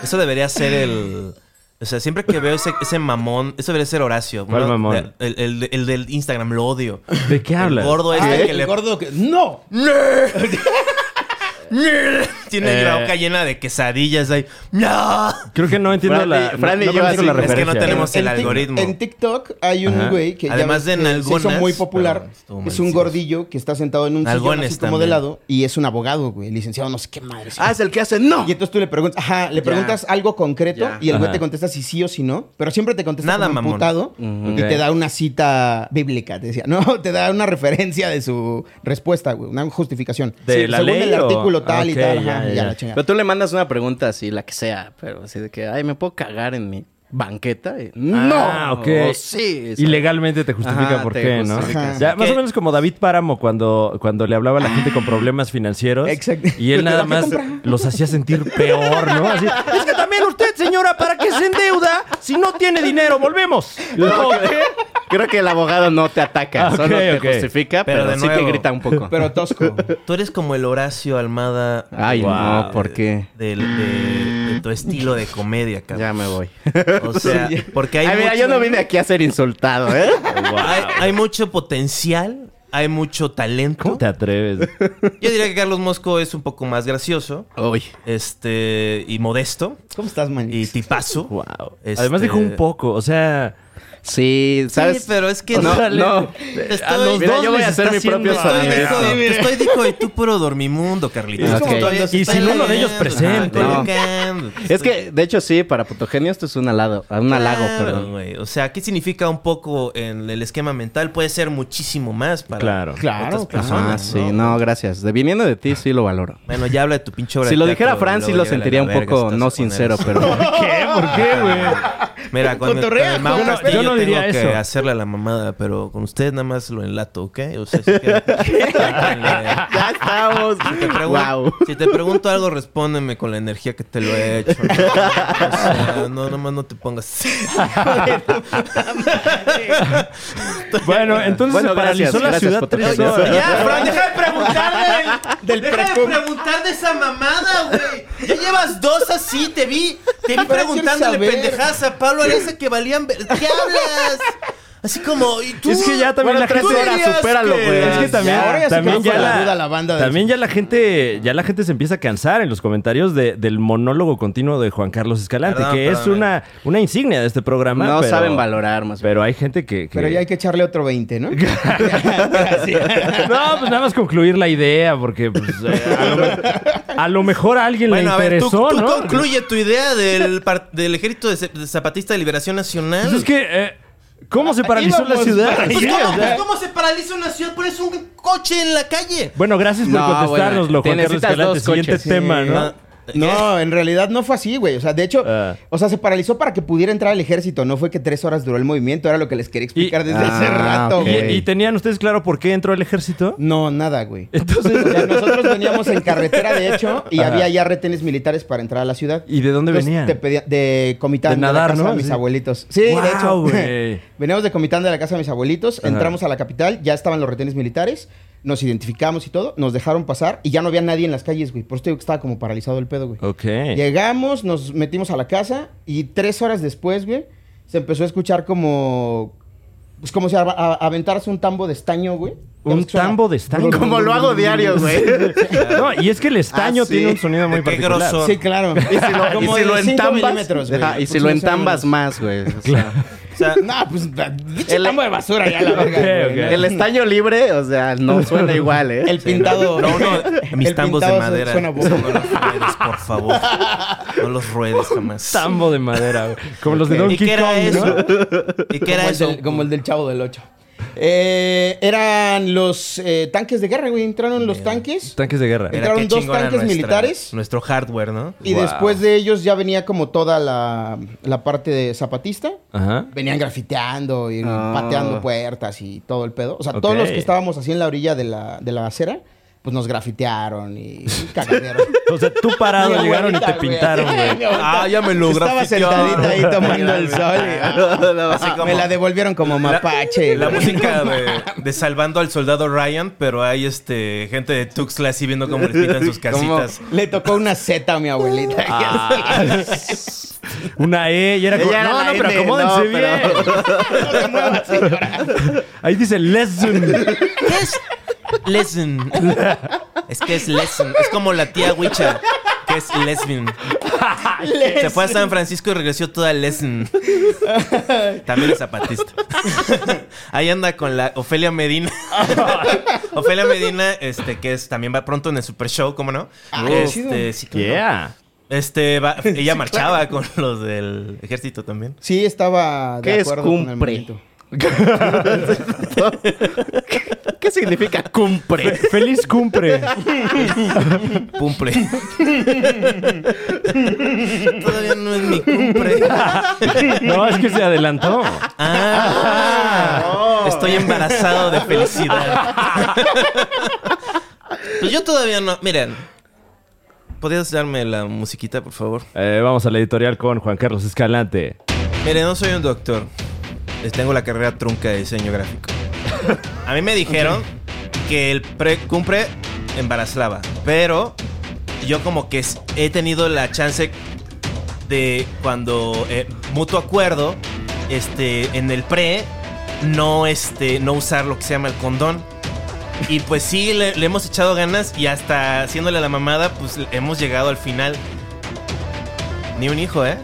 [SPEAKER 3] Eso debería ser el. O sea, siempre que veo ese, ese mamón, eso debería ser Horacio.
[SPEAKER 5] ¿Cuál
[SPEAKER 3] Uno
[SPEAKER 5] mamón?
[SPEAKER 3] de- el, el- el del Instagram, lo odio.
[SPEAKER 5] ¿De qué
[SPEAKER 3] El
[SPEAKER 5] hablas?
[SPEAKER 3] gordo este
[SPEAKER 2] Ay,
[SPEAKER 3] que
[SPEAKER 2] el
[SPEAKER 3] le
[SPEAKER 2] gordo que... ¡No!
[SPEAKER 3] tiene
[SPEAKER 5] Eh.
[SPEAKER 3] la boca llena de quesadillas ahí. ¡No!
[SPEAKER 5] Creo que no entiendo
[SPEAKER 4] Fran y-
[SPEAKER 5] la, no-
[SPEAKER 4] Fran y
[SPEAKER 5] no
[SPEAKER 4] yo
[SPEAKER 5] conozco
[SPEAKER 4] así,
[SPEAKER 5] la
[SPEAKER 4] es que no
[SPEAKER 5] referencia.
[SPEAKER 3] tenemos- el
[SPEAKER 2] Tik-
[SPEAKER 3] algoritmo.
[SPEAKER 2] En TikTok hay un
[SPEAKER 5] Ajá.
[SPEAKER 2] güey que ya
[SPEAKER 3] Además
[SPEAKER 2] ves
[SPEAKER 3] de en
[SPEAKER 2] que se hizo
[SPEAKER 3] algunas,
[SPEAKER 2] muy popular.
[SPEAKER 3] pero estuvo
[SPEAKER 2] es un
[SPEAKER 3] malísimo.
[SPEAKER 2] gordillo que está sentado en un sillón
[SPEAKER 3] Nalgones
[SPEAKER 2] así como de
[SPEAKER 3] también.
[SPEAKER 2] lado y es un abogado, güey, licenciado no sé qué madre.
[SPEAKER 4] Ah, es el que hace no.
[SPEAKER 2] Y entonces tú le preguntas, ajá, le
[SPEAKER 4] Ya.
[SPEAKER 2] preguntas algo concreto
[SPEAKER 4] Ya.
[SPEAKER 2] y el güey
[SPEAKER 5] Ajá.
[SPEAKER 2] te contesta si sí o si no, pero siempre te contesta
[SPEAKER 3] Nada,
[SPEAKER 2] como
[SPEAKER 3] mamón.
[SPEAKER 2] emputado
[SPEAKER 4] Ujú.
[SPEAKER 2] y
[SPEAKER 5] Ok.
[SPEAKER 2] te da una cita bíblica, te decía, no, te da una referencia de su respuesta, güey, una justificación.
[SPEAKER 5] ¿De la
[SPEAKER 2] según
[SPEAKER 5] ley
[SPEAKER 2] el
[SPEAKER 5] o-
[SPEAKER 2] artículo tal y
[SPEAKER 5] ok,
[SPEAKER 2] tal,
[SPEAKER 5] ya,
[SPEAKER 2] ajá,
[SPEAKER 5] ya,
[SPEAKER 2] ya,
[SPEAKER 5] ya.
[SPEAKER 2] la chingada.
[SPEAKER 4] Pero tú le mandas una pregunta así, la que sea, pero así de que, ay, ¿me puedo cagar en mi banqueta? Y, no.
[SPEAKER 5] Ah, ok.
[SPEAKER 4] O sí.
[SPEAKER 5] Y legalmente te justifica
[SPEAKER 4] Ajá,
[SPEAKER 5] por
[SPEAKER 4] te
[SPEAKER 5] qué,
[SPEAKER 4] justifica,
[SPEAKER 5] ¿no?
[SPEAKER 2] sí.
[SPEAKER 5] Ya, más
[SPEAKER 3] Que-
[SPEAKER 5] o menos como David Páramo cuando, cuando le hablaba a la gente con problemas financieros.
[SPEAKER 2] Exacto.
[SPEAKER 5] Y él nada
[SPEAKER 2] ¿Para qué
[SPEAKER 5] más
[SPEAKER 2] comprar?
[SPEAKER 5] los hacía sentir peor, ¿no? Así, es que también usted, señora, ¿para qué se endeuda si no tiene dinero? ¡Volvemos!
[SPEAKER 4] Creo que el abogado no te ataca,
[SPEAKER 5] Ah, ok,
[SPEAKER 4] solo te
[SPEAKER 5] ok.
[SPEAKER 4] justifica,
[SPEAKER 3] Pero
[SPEAKER 4] pero,
[SPEAKER 3] de
[SPEAKER 4] sí te
[SPEAKER 3] nuevo.
[SPEAKER 4] grita un poco.
[SPEAKER 2] Pero tosco.
[SPEAKER 3] Tú eres como el Horacio Almada.
[SPEAKER 4] Ay,
[SPEAKER 5] Wow.
[SPEAKER 4] no, ¿por qué?
[SPEAKER 3] Del, de, de tu estilo de comedia,
[SPEAKER 4] Ya
[SPEAKER 3] cabrón.
[SPEAKER 4] me voy.
[SPEAKER 3] O sea, porque hay
[SPEAKER 4] Ay, mira,
[SPEAKER 3] mucho-
[SPEAKER 4] yo no vine aquí a ser insultado, ¿eh?
[SPEAKER 3] hay, hay mucho potencial, hay mucho talento.
[SPEAKER 5] ¿Cómo te atreves?
[SPEAKER 3] Yo diría que Carlos Mosco es un poco más gracioso,
[SPEAKER 4] Uy.
[SPEAKER 3] este, y modesto,
[SPEAKER 2] ¿Cómo estás, man?
[SPEAKER 3] y tipazo.
[SPEAKER 5] Wow.
[SPEAKER 3] Este-
[SPEAKER 5] Además dijo un poco, o sea...
[SPEAKER 4] Sí, ¿sabes?
[SPEAKER 3] Sí, pero es que
[SPEAKER 4] No,
[SPEAKER 3] no.
[SPEAKER 4] no.
[SPEAKER 3] Estoy,
[SPEAKER 4] A los
[SPEAKER 3] mira,
[SPEAKER 4] dos
[SPEAKER 3] yo voy
[SPEAKER 4] les
[SPEAKER 3] a hacer
[SPEAKER 4] está
[SPEAKER 3] mi propio
[SPEAKER 4] haciendo
[SPEAKER 3] estoy
[SPEAKER 4] esto.
[SPEAKER 3] dijo,
[SPEAKER 2] Sí, mira.
[SPEAKER 3] estoy dijo y tú puro dormimundo, Carlitos.
[SPEAKER 4] Es como
[SPEAKER 3] Estoy-
[SPEAKER 2] cuando se
[SPEAKER 3] estoy
[SPEAKER 5] Y si ninguno de ellos
[SPEAKER 3] leyendo,
[SPEAKER 5] presente.
[SPEAKER 3] estoy
[SPEAKER 4] No.
[SPEAKER 3] leyendo,
[SPEAKER 4] Es
[SPEAKER 3] estoy-
[SPEAKER 4] que, de hecho, sí, para Putogenio esto es un halago, un halago,
[SPEAKER 3] Claro,
[SPEAKER 4] perdón.
[SPEAKER 3] güey. O sea, ¿qué significa un poco en el esquema mental? Puede ser muchísimo más para
[SPEAKER 5] Claro.
[SPEAKER 2] Claro,
[SPEAKER 3] otras
[SPEAKER 2] claro.
[SPEAKER 3] personas.
[SPEAKER 4] Ah, sí, no, gracias. De viniendo de ti, sí lo valoro.
[SPEAKER 3] Bueno, ya habla de tu pinche obra
[SPEAKER 4] Si
[SPEAKER 3] de
[SPEAKER 4] lo
[SPEAKER 3] teatro,
[SPEAKER 4] dijera
[SPEAKER 3] y
[SPEAKER 4] Fran, sí
[SPEAKER 3] luego
[SPEAKER 4] lo
[SPEAKER 3] llégale a la
[SPEAKER 4] sentiría un
[SPEAKER 3] verga si
[SPEAKER 4] poco
[SPEAKER 3] estás
[SPEAKER 4] no
[SPEAKER 3] con
[SPEAKER 4] sincero,
[SPEAKER 3] eso.
[SPEAKER 4] pero...
[SPEAKER 5] ¿Qué? ¿Por qué, güey?
[SPEAKER 3] Mira, con el, con
[SPEAKER 2] Cotorrea,
[SPEAKER 3] el Mau
[SPEAKER 2] cabrón.
[SPEAKER 3] Castillo
[SPEAKER 5] Yo no
[SPEAKER 3] tengo
[SPEAKER 5] diría
[SPEAKER 3] que
[SPEAKER 5] eso.
[SPEAKER 3] hacerle a la mamada, pero con usted nada más lo enlato, ¿ok? O sea, si quiere- pues, Sáquenle.
[SPEAKER 4] Ya estamos.
[SPEAKER 3] Te pregun-
[SPEAKER 4] Wow.
[SPEAKER 3] Si te pregunto algo, respóndeme con la energía que te lo he hecho. ¿no? O sea, no, nomás no te pongas.
[SPEAKER 5] Bueno, entonces
[SPEAKER 4] Bueno,
[SPEAKER 5] se paralizó
[SPEAKER 4] gracias,
[SPEAKER 5] la
[SPEAKER 4] gracias,
[SPEAKER 5] ciudad
[SPEAKER 4] Potocañas.
[SPEAKER 5] tres horas.
[SPEAKER 3] ya, Fran, deja de preguntar del,
[SPEAKER 2] Del
[SPEAKER 3] deja de
[SPEAKER 2] precum.
[SPEAKER 3] preguntar de esa mamada, güey. Ya llevas dos así, te vi, te vi
[SPEAKER 2] Pero quiero
[SPEAKER 3] preguntándole
[SPEAKER 2] saber.
[SPEAKER 3] pendejadas a Pablo Aresa que valían ver- ¿Qué hablas? Así como, ¿y tú?
[SPEAKER 5] Es que ya también la
[SPEAKER 3] tú
[SPEAKER 5] gente-
[SPEAKER 3] dirías
[SPEAKER 4] Ahora, supéralo,
[SPEAKER 3] que-
[SPEAKER 4] güey.
[SPEAKER 5] Es que también,
[SPEAKER 2] ahora ya se
[SPEAKER 5] también ya,
[SPEAKER 2] quedó con la
[SPEAKER 5] la,
[SPEAKER 2] duda la banda de-
[SPEAKER 5] también ya la gente ya la gente se empieza a cansar en los comentarios de- del monólogo continuo de Juan Carlos Escalante,
[SPEAKER 3] Perdón,
[SPEAKER 5] que es
[SPEAKER 3] perdón,
[SPEAKER 5] una, una insignia de este programa.
[SPEAKER 4] No
[SPEAKER 5] pero-
[SPEAKER 4] saben valorar más bien.
[SPEAKER 5] Pero hay gente que... que-
[SPEAKER 2] Pero ya hay que echarle otro 20, ¿no?
[SPEAKER 5] No, pues nada más concluir la idea, porque pues, eh, a, lo me- a lo mejor a alguien le
[SPEAKER 3] Bueno, a ver, tú,
[SPEAKER 5] interesó,
[SPEAKER 3] tú
[SPEAKER 5] ¿no?
[SPEAKER 3] concluye tu idea del, par- del ejército de, de zapatista de liberación nacional.
[SPEAKER 5] Pues es que... eh, ¿Cómo se paralizó la
[SPEAKER 2] Íbamos
[SPEAKER 5] ciudad?
[SPEAKER 2] para
[SPEAKER 3] Pues,
[SPEAKER 5] Sí,
[SPEAKER 3] ¿cómo,
[SPEAKER 5] o sea-
[SPEAKER 3] pues, ¿cómo se paraliza una ciudad? Pones un coche en la calle.
[SPEAKER 5] Bueno, gracias por
[SPEAKER 4] No,
[SPEAKER 5] contestárnoslo,
[SPEAKER 4] bueno, te
[SPEAKER 5] Juan Carlos
[SPEAKER 4] necesitas
[SPEAKER 5] Escalante.
[SPEAKER 4] dos
[SPEAKER 5] Siguiente
[SPEAKER 4] coches.
[SPEAKER 5] tema,
[SPEAKER 2] Sí.
[SPEAKER 5] ¿no?
[SPEAKER 2] No, en realidad no fue así, güey. O sea, de hecho,
[SPEAKER 5] Ah.
[SPEAKER 2] o sea, se paralizó para que pudiera entrar el ejército. No fue que tres horas duró el movimiento. Era lo que les quería explicar
[SPEAKER 5] Y-
[SPEAKER 2] desde
[SPEAKER 4] Ah,
[SPEAKER 2] hace rato,
[SPEAKER 4] ok.
[SPEAKER 5] ¿Y,
[SPEAKER 2] güey.
[SPEAKER 5] y tenían ustedes claro por qué entró el ejército?
[SPEAKER 2] No, nada, güey.
[SPEAKER 5] Entonces,
[SPEAKER 2] O sea, nosotros veníamos en carretera, de hecho, y
[SPEAKER 5] Ajá.
[SPEAKER 2] había ya retenes militares para entrar a la ciudad.
[SPEAKER 5] ¿Y de dónde
[SPEAKER 2] Entonces,
[SPEAKER 5] venían?
[SPEAKER 2] Te pedía- de Comitán.
[SPEAKER 5] De nadar,
[SPEAKER 2] la casa
[SPEAKER 5] ¿no?
[SPEAKER 2] De mis
[SPEAKER 5] Sí.
[SPEAKER 2] abuelitos. Sí,
[SPEAKER 5] Guau,
[SPEAKER 2] de hecho.
[SPEAKER 5] güey.
[SPEAKER 2] Veníamos de Comitán de la casa de mis abuelitos,
[SPEAKER 5] Ajá.
[SPEAKER 2] entramos a la capital, ya estaban los retenes militares. nos identificamos y todo, nos dejaron pasar y ya no había nadie en las calles, güey. Por eso te digo que estaba como paralizado el pedo, güey.
[SPEAKER 5] Ok.
[SPEAKER 2] Llegamos, nos metimos a la casa y tres horas después, güey, se empezó a escuchar como. Pues como si a, a- aventarse un tambo de estaño, güey. Ya ves
[SPEAKER 5] Un
[SPEAKER 2] que suena-
[SPEAKER 5] tambo de estaño.
[SPEAKER 4] Como lo hago diario, güey.
[SPEAKER 5] No, y es que el estaño
[SPEAKER 4] Ah, sí.
[SPEAKER 5] tiene un sonido muy
[SPEAKER 3] Qué
[SPEAKER 5] particular.
[SPEAKER 3] grosor.
[SPEAKER 2] Sí, claro.
[SPEAKER 4] Y si lo, y
[SPEAKER 2] Como
[SPEAKER 4] si
[SPEAKER 2] de
[SPEAKER 4] lo
[SPEAKER 2] cinco
[SPEAKER 4] entambas.
[SPEAKER 2] milímetros, güey. Pues
[SPEAKER 4] Ajá, y si lo
[SPEAKER 2] Aproximadamente.
[SPEAKER 4] entambas más, güey. O sea,
[SPEAKER 3] O sea,
[SPEAKER 2] No, pues da- pinche tambo de basura ya la verga.
[SPEAKER 5] Ok,
[SPEAKER 2] güey,
[SPEAKER 5] ok.
[SPEAKER 2] ¿no?
[SPEAKER 4] El estaño libre, o sea, no suena igual, ¿eh?
[SPEAKER 2] El pintado.
[SPEAKER 3] no, no, mis
[SPEAKER 2] el
[SPEAKER 3] tambos de
[SPEAKER 2] pintado su-
[SPEAKER 3] madera.
[SPEAKER 2] suena
[SPEAKER 3] No
[SPEAKER 2] bobo.
[SPEAKER 3] los ruedes, por favor. No los ruedes jamás.
[SPEAKER 5] Tambo de madera, güey. Como los de
[SPEAKER 2] Ok.
[SPEAKER 5] Donkey
[SPEAKER 3] ¿Y qué era
[SPEAKER 5] Kong,
[SPEAKER 3] eso?
[SPEAKER 5] ¿no?
[SPEAKER 3] ¿Y qué era
[SPEAKER 2] como,
[SPEAKER 3] eso?
[SPEAKER 2] El del, como el del Chavo del 8. Eh, eran los eh, tanques de guerra, güey. Entraron los tanques.
[SPEAKER 5] Tanques de guerra.
[SPEAKER 3] Mira
[SPEAKER 2] entraron
[SPEAKER 3] qué
[SPEAKER 2] dos
[SPEAKER 3] chingona
[SPEAKER 2] tanques militares.
[SPEAKER 3] Nuestro hardware, ¿no?
[SPEAKER 2] Y
[SPEAKER 5] Wow.
[SPEAKER 2] después de ellos ya venía como toda la, la parte de zapatista.
[SPEAKER 5] Ajá.
[SPEAKER 2] Venían grafiteando y
[SPEAKER 4] Ah.
[SPEAKER 2] pateando puertas y todo el pedo. O sea, todos
[SPEAKER 5] Ok.
[SPEAKER 2] los que estábamos así en la orilla de la, de la acera, pues nos grafitearon y y cagadero.
[SPEAKER 5] O sea, tú parado
[SPEAKER 2] Mi
[SPEAKER 5] llegaron y te
[SPEAKER 2] abuelita,
[SPEAKER 5] pintaron,
[SPEAKER 2] güey.
[SPEAKER 5] güey.
[SPEAKER 2] Mi abuelita.
[SPEAKER 3] Ah, ya me lo
[SPEAKER 2] Estaba
[SPEAKER 3] grafitearon.
[SPEAKER 2] sentadita ahí tomando el sol.
[SPEAKER 3] Así
[SPEAKER 2] y-
[SPEAKER 3] como-
[SPEAKER 2] Me la devolvieron como mapache.
[SPEAKER 3] La
[SPEAKER 2] güey.
[SPEAKER 3] música de, de Salvando al Soldado Ryan, pero hay este gente de Tuxtla así viendo cómo les pintan sus casitas. Ah.
[SPEAKER 2] Le tocó una Z a mi abuelita.
[SPEAKER 5] Una E y era como.
[SPEAKER 4] Ella era
[SPEAKER 5] No,
[SPEAKER 4] la
[SPEAKER 5] no, pero
[SPEAKER 4] N,
[SPEAKER 5] acomódense
[SPEAKER 4] no, pero-
[SPEAKER 5] bien.
[SPEAKER 2] No te muevas, señora.
[SPEAKER 5] Ahí dice lesson.
[SPEAKER 3] ¿Qué es? Lesson. Es que es lesson. Es como la tía Wicha, que es lesbian. Se fue a San Francisco y regresó toda lesson. También es zapatista. Ahí anda con la Ofelia Medina. Ofelia Medina, este, que es también va pronto en el Super Show, ¿cómo no?
[SPEAKER 2] Ah,
[SPEAKER 3] este,
[SPEAKER 2] chido.
[SPEAKER 3] sí, claro.
[SPEAKER 5] Yeah.
[SPEAKER 3] Este, va- ella marchaba con los del ejército también.
[SPEAKER 2] Sí, estaba de
[SPEAKER 4] ¿Qué es
[SPEAKER 2] acuerdo con el
[SPEAKER 4] cumpre?
[SPEAKER 2] momento.
[SPEAKER 4] ¿Qué significa cumple?
[SPEAKER 5] Feliz cumple.
[SPEAKER 3] Cumple. Todavía no es mi cumple.
[SPEAKER 5] No, es que se adelantó.
[SPEAKER 3] Ah, Estoy embarazado de felicidad. pues yo todavía no. Miren. ¿Podrías darme la musiquita, por favor?
[SPEAKER 5] Eh, vamos a la editorial con Juan Carlos Escalante.
[SPEAKER 3] Mire, no soy un doctor. Les Tengo la carrera trunca de diseño gráfico. A mí me dijeron que el pre-cumple embarazaba, pero yo como que s- he tenido la chance de cuando eh, mutuo acuerdo, este, en el pre, no, este, no usar lo que se llama el condón. Y pues sí, le, le hemos echado ganas y hasta haciéndole la mamada, pues hemos llegado al final. Ni un hijo, ¿eh?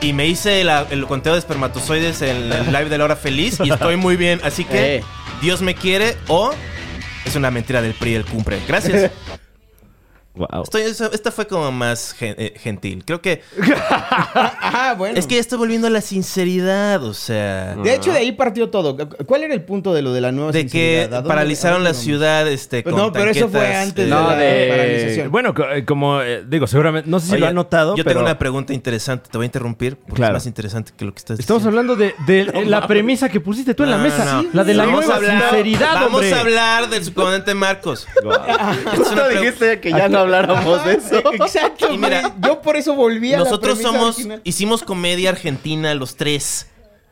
[SPEAKER 3] Y me hice la- el conteo de espermatozoides en el live de la hora feliz y estoy muy bien. Así que
[SPEAKER 4] Eh.
[SPEAKER 3] Dios me quiere o es una mentira del PRI del cumple. Gracias.
[SPEAKER 5] Wow.
[SPEAKER 3] Estoy- eso- esta fue como más gen- eh, gentil. Creo que
[SPEAKER 2] Ah, bueno.
[SPEAKER 3] es que ya estoy volviendo a la sinceridad, o sea...
[SPEAKER 2] De hecho, de ahí partió todo. ¿Cuál era el punto de lo de la nueva
[SPEAKER 3] De que
[SPEAKER 2] sinceridad? ¿A dónde- a
[SPEAKER 3] paralizaron
[SPEAKER 2] dónde
[SPEAKER 3] la
[SPEAKER 2] vamos?
[SPEAKER 3] ciudad, este,
[SPEAKER 5] Pues
[SPEAKER 3] con
[SPEAKER 2] No, pero eso fue
[SPEAKER 3] tanquetas,
[SPEAKER 2] antes
[SPEAKER 3] eh,
[SPEAKER 2] de
[SPEAKER 4] No,
[SPEAKER 2] la
[SPEAKER 4] de-
[SPEAKER 2] paralización.
[SPEAKER 5] Bueno, co- eh, como eh, digo, seguramente, no sé si
[SPEAKER 3] Oye,
[SPEAKER 5] lo han notado,
[SPEAKER 3] Yo
[SPEAKER 5] pero
[SPEAKER 3] tengo una pregunta interesante, te voy a interrumpir porque
[SPEAKER 5] Claro.
[SPEAKER 3] es más interesante que lo que estás
[SPEAKER 5] estamos
[SPEAKER 3] diciendo.
[SPEAKER 5] hablando de, de la premisa que pusiste tú en la
[SPEAKER 3] No,
[SPEAKER 5] mesa,
[SPEAKER 3] no, no.
[SPEAKER 5] la de la
[SPEAKER 3] Vamos
[SPEAKER 5] nueva
[SPEAKER 3] a hablar-
[SPEAKER 5] sinceridad,
[SPEAKER 3] Vamos
[SPEAKER 5] hombre.
[SPEAKER 3] a hablar del subcomandante Marcos. Esta es una
[SPEAKER 4] Justo
[SPEAKER 3] pregu-
[SPEAKER 4] dijiste que ya no habláramos de eso.
[SPEAKER 2] Exacto.
[SPEAKER 3] Y mira,
[SPEAKER 2] güey. yo por eso volví a la
[SPEAKER 3] Nosotros
[SPEAKER 2] premisa
[SPEAKER 3] somos,
[SPEAKER 2] original.
[SPEAKER 3] hicimos comedia argentina los tres.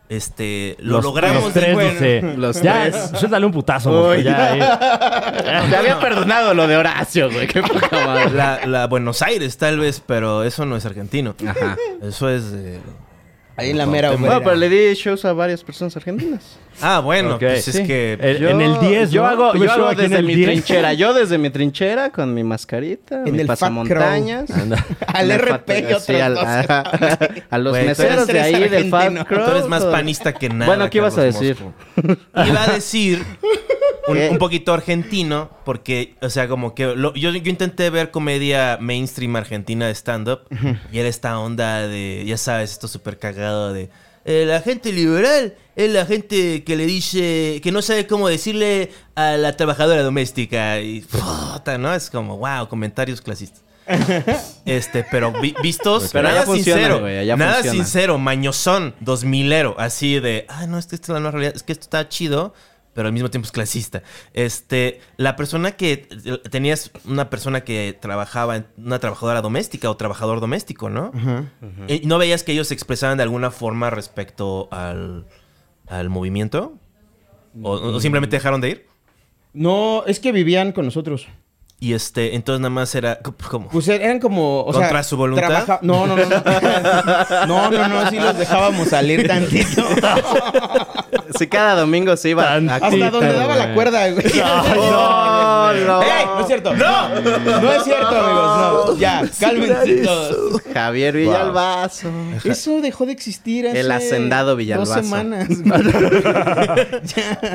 [SPEAKER 3] Este, lo
[SPEAKER 5] Los-
[SPEAKER 3] logramos.
[SPEAKER 5] los tres,
[SPEAKER 3] Bueno,
[SPEAKER 5] dice.
[SPEAKER 4] Los
[SPEAKER 5] ya,
[SPEAKER 4] tres.
[SPEAKER 5] suéltale un putazo, Mosco,
[SPEAKER 4] Uy.
[SPEAKER 5] ya, eh.
[SPEAKER 4] Te había perdonado lo de Horacio, güey. Qué poca madre.
[SPEAKER 3] la, la Buenos Aires tal vez, pero eso no es argentino.
[SPEAKER 4] Ajá.
[SPEAKER 3] Eso es... eh,
[SPEAKER 2] Ahí en la mera
[SPEAKER 4] Bueno,
[SPEAKER 2] humedad.
[SPEAKER 4] pero le di shows a varias personas argentinas.
[SPEAKER 3] Ah, bueno,
[SPEAKER 5] Ok.
[SPEAKER 3] pues es
[SPEAKER 5] Sí.
[SPEAKER 3] que...
[SPEAKER 5] El- en el 10,
[SPEAKER 4] Yo
[SPEAKER 5] ¿no?
[SPEAKER 4] hago,
[SPEAKER 5] Tuve
[SPEAKER 4] yo
[SPEAKER 5] show
[SPEAKER 4] hago
[SPEAKER 5] aquí en
[SPEAKER 4] desde
[SPEAKER 5] el
[SPEAKER 4] mi
[SPEAKER 5] 10.
[SPEAKER 4] trinchera. Yo desde mi trinchera con mi mascarita,
[SPEAKER 2] En
[SPEAKER 4] mi
[SPEAKER 2] el Fat
[SPEAKER 4] pasamontañas.
[SPEAKER 5] Ah,
[SPEAKER 2] Crow.
[SPEAKER 4] Anda.
[SPEAKER 2] Al
[SPEAKER 4] Mi
[SPEAKER 2] RP y
[SPEAKER 4] pat- sí,
[SPEAKER 2] otras
[SPEAKER 4] al-
[SPEAKER 2] cosas.
[SPEAKER 4] ajá. A los
[SPEAKER 3] Güey, tú
[SPEAKER 4] meseros
[SPEAKER 2] eres-
[SPEAKER 4] de ahí
[SPEAKER 2] eres
[SPEAKER 4] del
[SPEAKER 2] argentino.
[SPEAKER 4] Fat Crow. pues,
[SPEAKER 3] Tú eres más panista que nada.
[SPEAKER 4] Bueno, ¿qué ibas a
[SPEAKER 3] Carlos
[SPEAKER 4] decir?
[SPEAKER 3] Mosco. Iba a decir un,
[SPEAKER 4] ¿Qué?
[SPEAKER 3] un poquito argentino, porque, o sea, como que lo- yo, yo intenté ver comedia mainstream argentina de stand-up, y era esta onda de, ya sabes, esto súper cagado de. El agente liberal es la gente que le dice, que no sabe cómo decirle a la trabajadora doméstica. Y, puta, ¿no? Es como, wow, comentarios clasistas. Este, pero vi- vistos,
[SPEAKER 4] Pero
[SPEAKER 3] nada
[SPEAKER 4] allá funciona,
[SPEAKER 3] sincero.
[SPEAKER 4] güey, allá
[SPEAKER 3] nada
[SPEAKER 4] funciona.
[SPEAKER 3] sincero, mañosón, dos milero, así de, ah, no, es que esta es la nueva realidad, es que esto está chido, pero al mismo tiempo es clasista. Este, la persona que tenías, una persona que trabajaba, en- una trabajadora doméstica o trabajador doméstico, ¿no? Eh, ¿No veías que ellos se expresaban de alguna forma respecto al, al movimiento? ¿O, o simplemente dejaron de ir?
[SPEAKER 2] No, es que vivían con nosotros.
[SPEAKER 3] Y este, entonces nada más era. ¿Cómo?
[SPEAKER 2] Pues er- eran como. O sea,
[SPEAKER 3] ¿Contra su voluntad?
[SPEAKER 2] trabaja- No, no, no. No, no, no, no, sí los dejábamos salir tantito.
[SPEAKER 4] Sí, cada domingo se iba.
[SPEAKER 5] Tan-
[SPEAKER 4] a-
[SPEAKER 2] Hasta donde daba la cuerda, güey.
[SPEAKER 4] ¡Oh, no!
[SPEAKER 2] ¡Ey! No es cierto. ¡No! No es cierto, amigos. No. Ya, cálmense todos.
[SPEAKER 4] Javier Villalbazo.
[SPEAKER 2] Eso dejó de existir hace
[SPEAKER 4] El hacendado
[SPEAKER 2] dos
[SPEAKER 4] Villalbazo.
[SPEAKER 2] semanas.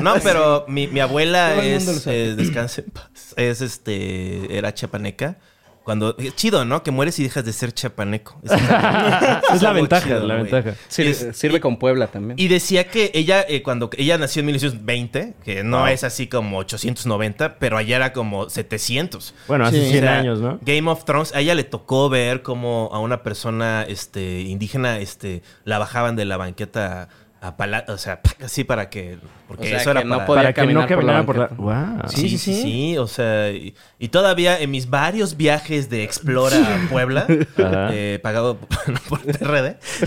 [SPEAKER 3] No, pero mi, mi abuela
[SPEAKER 2] Todo el mundo lo
[SPEAKER 3] es.
[SPEAKER 2] sabe.
[SPEAKER 3] eh, descanse en paz. Es este. Era chapaneca. Cuando. es Chido, ¿no? Que mueres y dejas de ser chapaneco. Es,
[SPEAKER 5] Es la
[SPEAKER 3] algo
[SPEAKER 5] ventaja, la
[SPEAKER 3] güey.
[SPEAKER 5] ventaja.
[SPEAKER 4] Sir-
[SPEAKER 2] eh,
[SPEAKER 3] Es-
[SPEAKER 4] sirve con Puebla también.
[SPEAKER 3] Y decía que ella, eh, cuando ella nació en 1920, que no es así como 890, pero allá era como 700.
[SPEAKER 5] Bueno, hace
[SPEAKER 2] Sí.
[SPEAKER 5] 100
[SPEAKER 3] O sea,
[SPEAKER 5] años, ¿no?
[SPEAKER 3] Game of Thrones, a ella le tocó ver cómo a una persona este, indígena este, la bajaban de la banqueta a, a pala- o sea, ¡pac! así para que. Porque
[SPEAKER 4] O sea,
[SPEAKER 3] eso era
[SPEAKER 4] que no
[SPEAKER 3] para-
[SPEAKER 4] podía
[SPEAKER 5] Para que no
[SPEAKER 4] caminar por
[SPEAKER 5] caminara
[SPEAKER 4] la
[SPEAKER 5] por la... Wow.
[SPEAKER 3] Sí, sí, sí, o sea, y, y todavía en mis varios viajes de Explora a Puebla,
[SPEAKER 5] Ajá.
[SPEAKER 3] eh, pagado por TRD,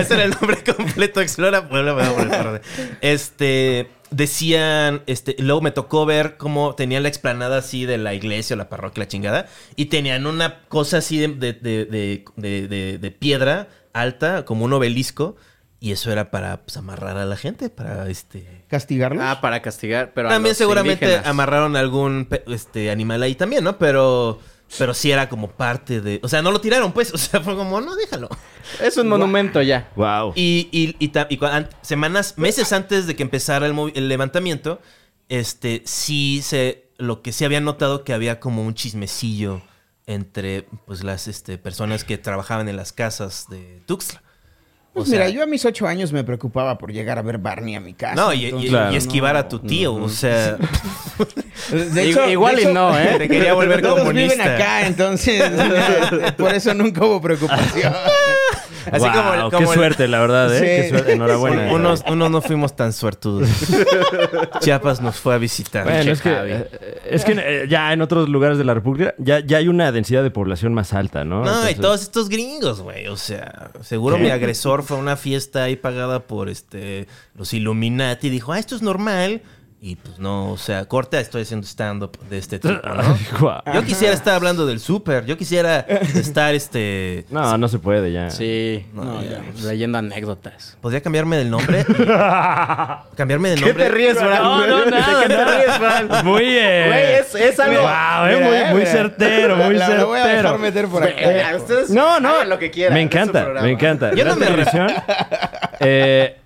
[SPEAKER 3] ese era el nombre completo, Explora Puebla, pagado por el TRD. Este, decían, este, luego me tocó ver cómo tenían la explanada así de la iglesia o la parroquia, la chingada, y tenían una cosa así de, de- de- de- de- de- de piedra alta, como un obelisco, y eso era para pues, amarrar a la gente, para este...
[SPEAKER 2] ¿Castigarlos?
[SPEAKER 4] Ah, para castigar, pero a
[SPEAKER 3] También
[SPEAKER 4] los
[SPEAKER 3] seguramente
[SPEAKER 4] indígenas.
[SPEAKER 3] amarraron algún pe- este, animal ahí también, ¿no? Pero, pero sí era como parte de... O sea, no lo tiraron, pues. O sea, fue como, no, déjalo.
[SPEAKER 4] Es un monumento ya.
[SPEAKER 5] Wow.
[SPEAKER 3] Y, y, y ta- y cua- an- semanas, meses antes de que empezara el, movi- el levantamiento, este, sí se... Lo que sí había notado que había como un chismecillo entre, pues, las este, personas que trabajaban en las casas de Tuxtla. O
[SPEAKER 2] Pues
[SPEAKER 3] sea,
[SPEAKER 2] mira, yo a mis ocho años me preocupaba por llegar a ver Barney a mi casa.
[SPEAKER 3] No, y, y-
[SPEAKER 2] entonces-
[SPEAKER 5] Claro.
[SPEAKER 3] y esquivar a tu tío, o sea...
[SPEAKER 2] De
[SPEAKER 4] I-
[SPEAKER 2] hecho,
[SPEAKER 4] igual
[SPEAKER 2] de
[SPEAKER 4] y
[SPEAKER 2] hecho,
[SPEAKER 4] no, ¿eh?
[SPEAKER 3] Te quería volver
[SPEAKER 2] todos
[SPEAKER 3] comunista.
[SPEAKER 2] viven acá, entonces por eso nunca hubo preocupación.
[SPEAKER 3] Así
[SPEAKER 5] Wow,
[SPEAKER 3] como el-
[SPEAKER 5] qué
[SPEAKER 3] como el-
[SPEAKER 5] suerte, la verdad, ¿eh?
[SPEAKER 2] Sí.
[SPEAKER 5] Qué suerte, enhorabuena.
[SPEAKER 3] Unos, unos no fuimos tan suertudos. Chiapas nos fue a visitar.
[SPEAKER 5] Bueno, es que,
[SPEAKER 4] Javi.
[SPEAKER 5] eh, es que eh, ya en otros lugares de la República ya, ya hay una densidad de población más alta, ¿no?
[SPEAKER 3] no, y
[SPEAKER 5] Entonces-
[SPEAKER 3] todos estos gringos, güey. O sea, seguro mi agresor fue a una fiesta ahí pagada por este los Illuminati y dijo, ah, esto es normal. Y pues no, o sea, corta, estoy haciendo stand-up de este tipo, ¿no?
[SPEAKER 5] Guau.
[SPEAKER 3] Yo quisiera estar hablando del súper. Yo quisiera estar, este...
[SPEAKER 5] No, no se puede ya.
[SPEAKER 4] Sí.
[SPEAKER 3] No, ya.
[SPEAKER 4] Leyendo anécdotas.
[SPEAKER 3] ¿Podría cambiarme del nombre? ¿Cambiarme de
[SPEAKER 4] ¿Qué
[SPEAKER 3] nombre?
[SPEAKER 4] te ríes, Fran?
[SPEAKER 5] No, no, nada,
[SPEAKER 4] ¿De qué te
[SPEAKER 5] nada.
[SPEAKER 4] ríes, Fran?
[SPEAKER 5] Muy eh,
[SPEAKER 4] Güey, es, es algo...
[SPEAKER 5] guau, eh,
[SPEAKER 2] Mira,
[SPEAKER 5] muy,
[SPEAKER 2] eh,
[SPEAKER 5] muy
[SPEAKER 2] mira.
[SPEAKER 5] certero, muy
[SPEAKER 2] La- la
[SPEAKER 5] certero.
[SPEAKER 2] voy a dejar meter por acá.
[SPEAKER 4] Eh, a ustedes
[SPEAKER 5] No, no.
[SPEAKER 4] hagan lo que quieran.
[SPEAKER 5] Me
[SPEAKER 4] es su
[SPEAKER 5] encanta,
[SPEAKER 4] programa.
[SPEAKER 5] me encanta.
[SPEAKER 3] Yo no
[SPEAKER 5] Gran
[SPEAKER 3] me re-
[SPEAKER 5] televisión. Eh,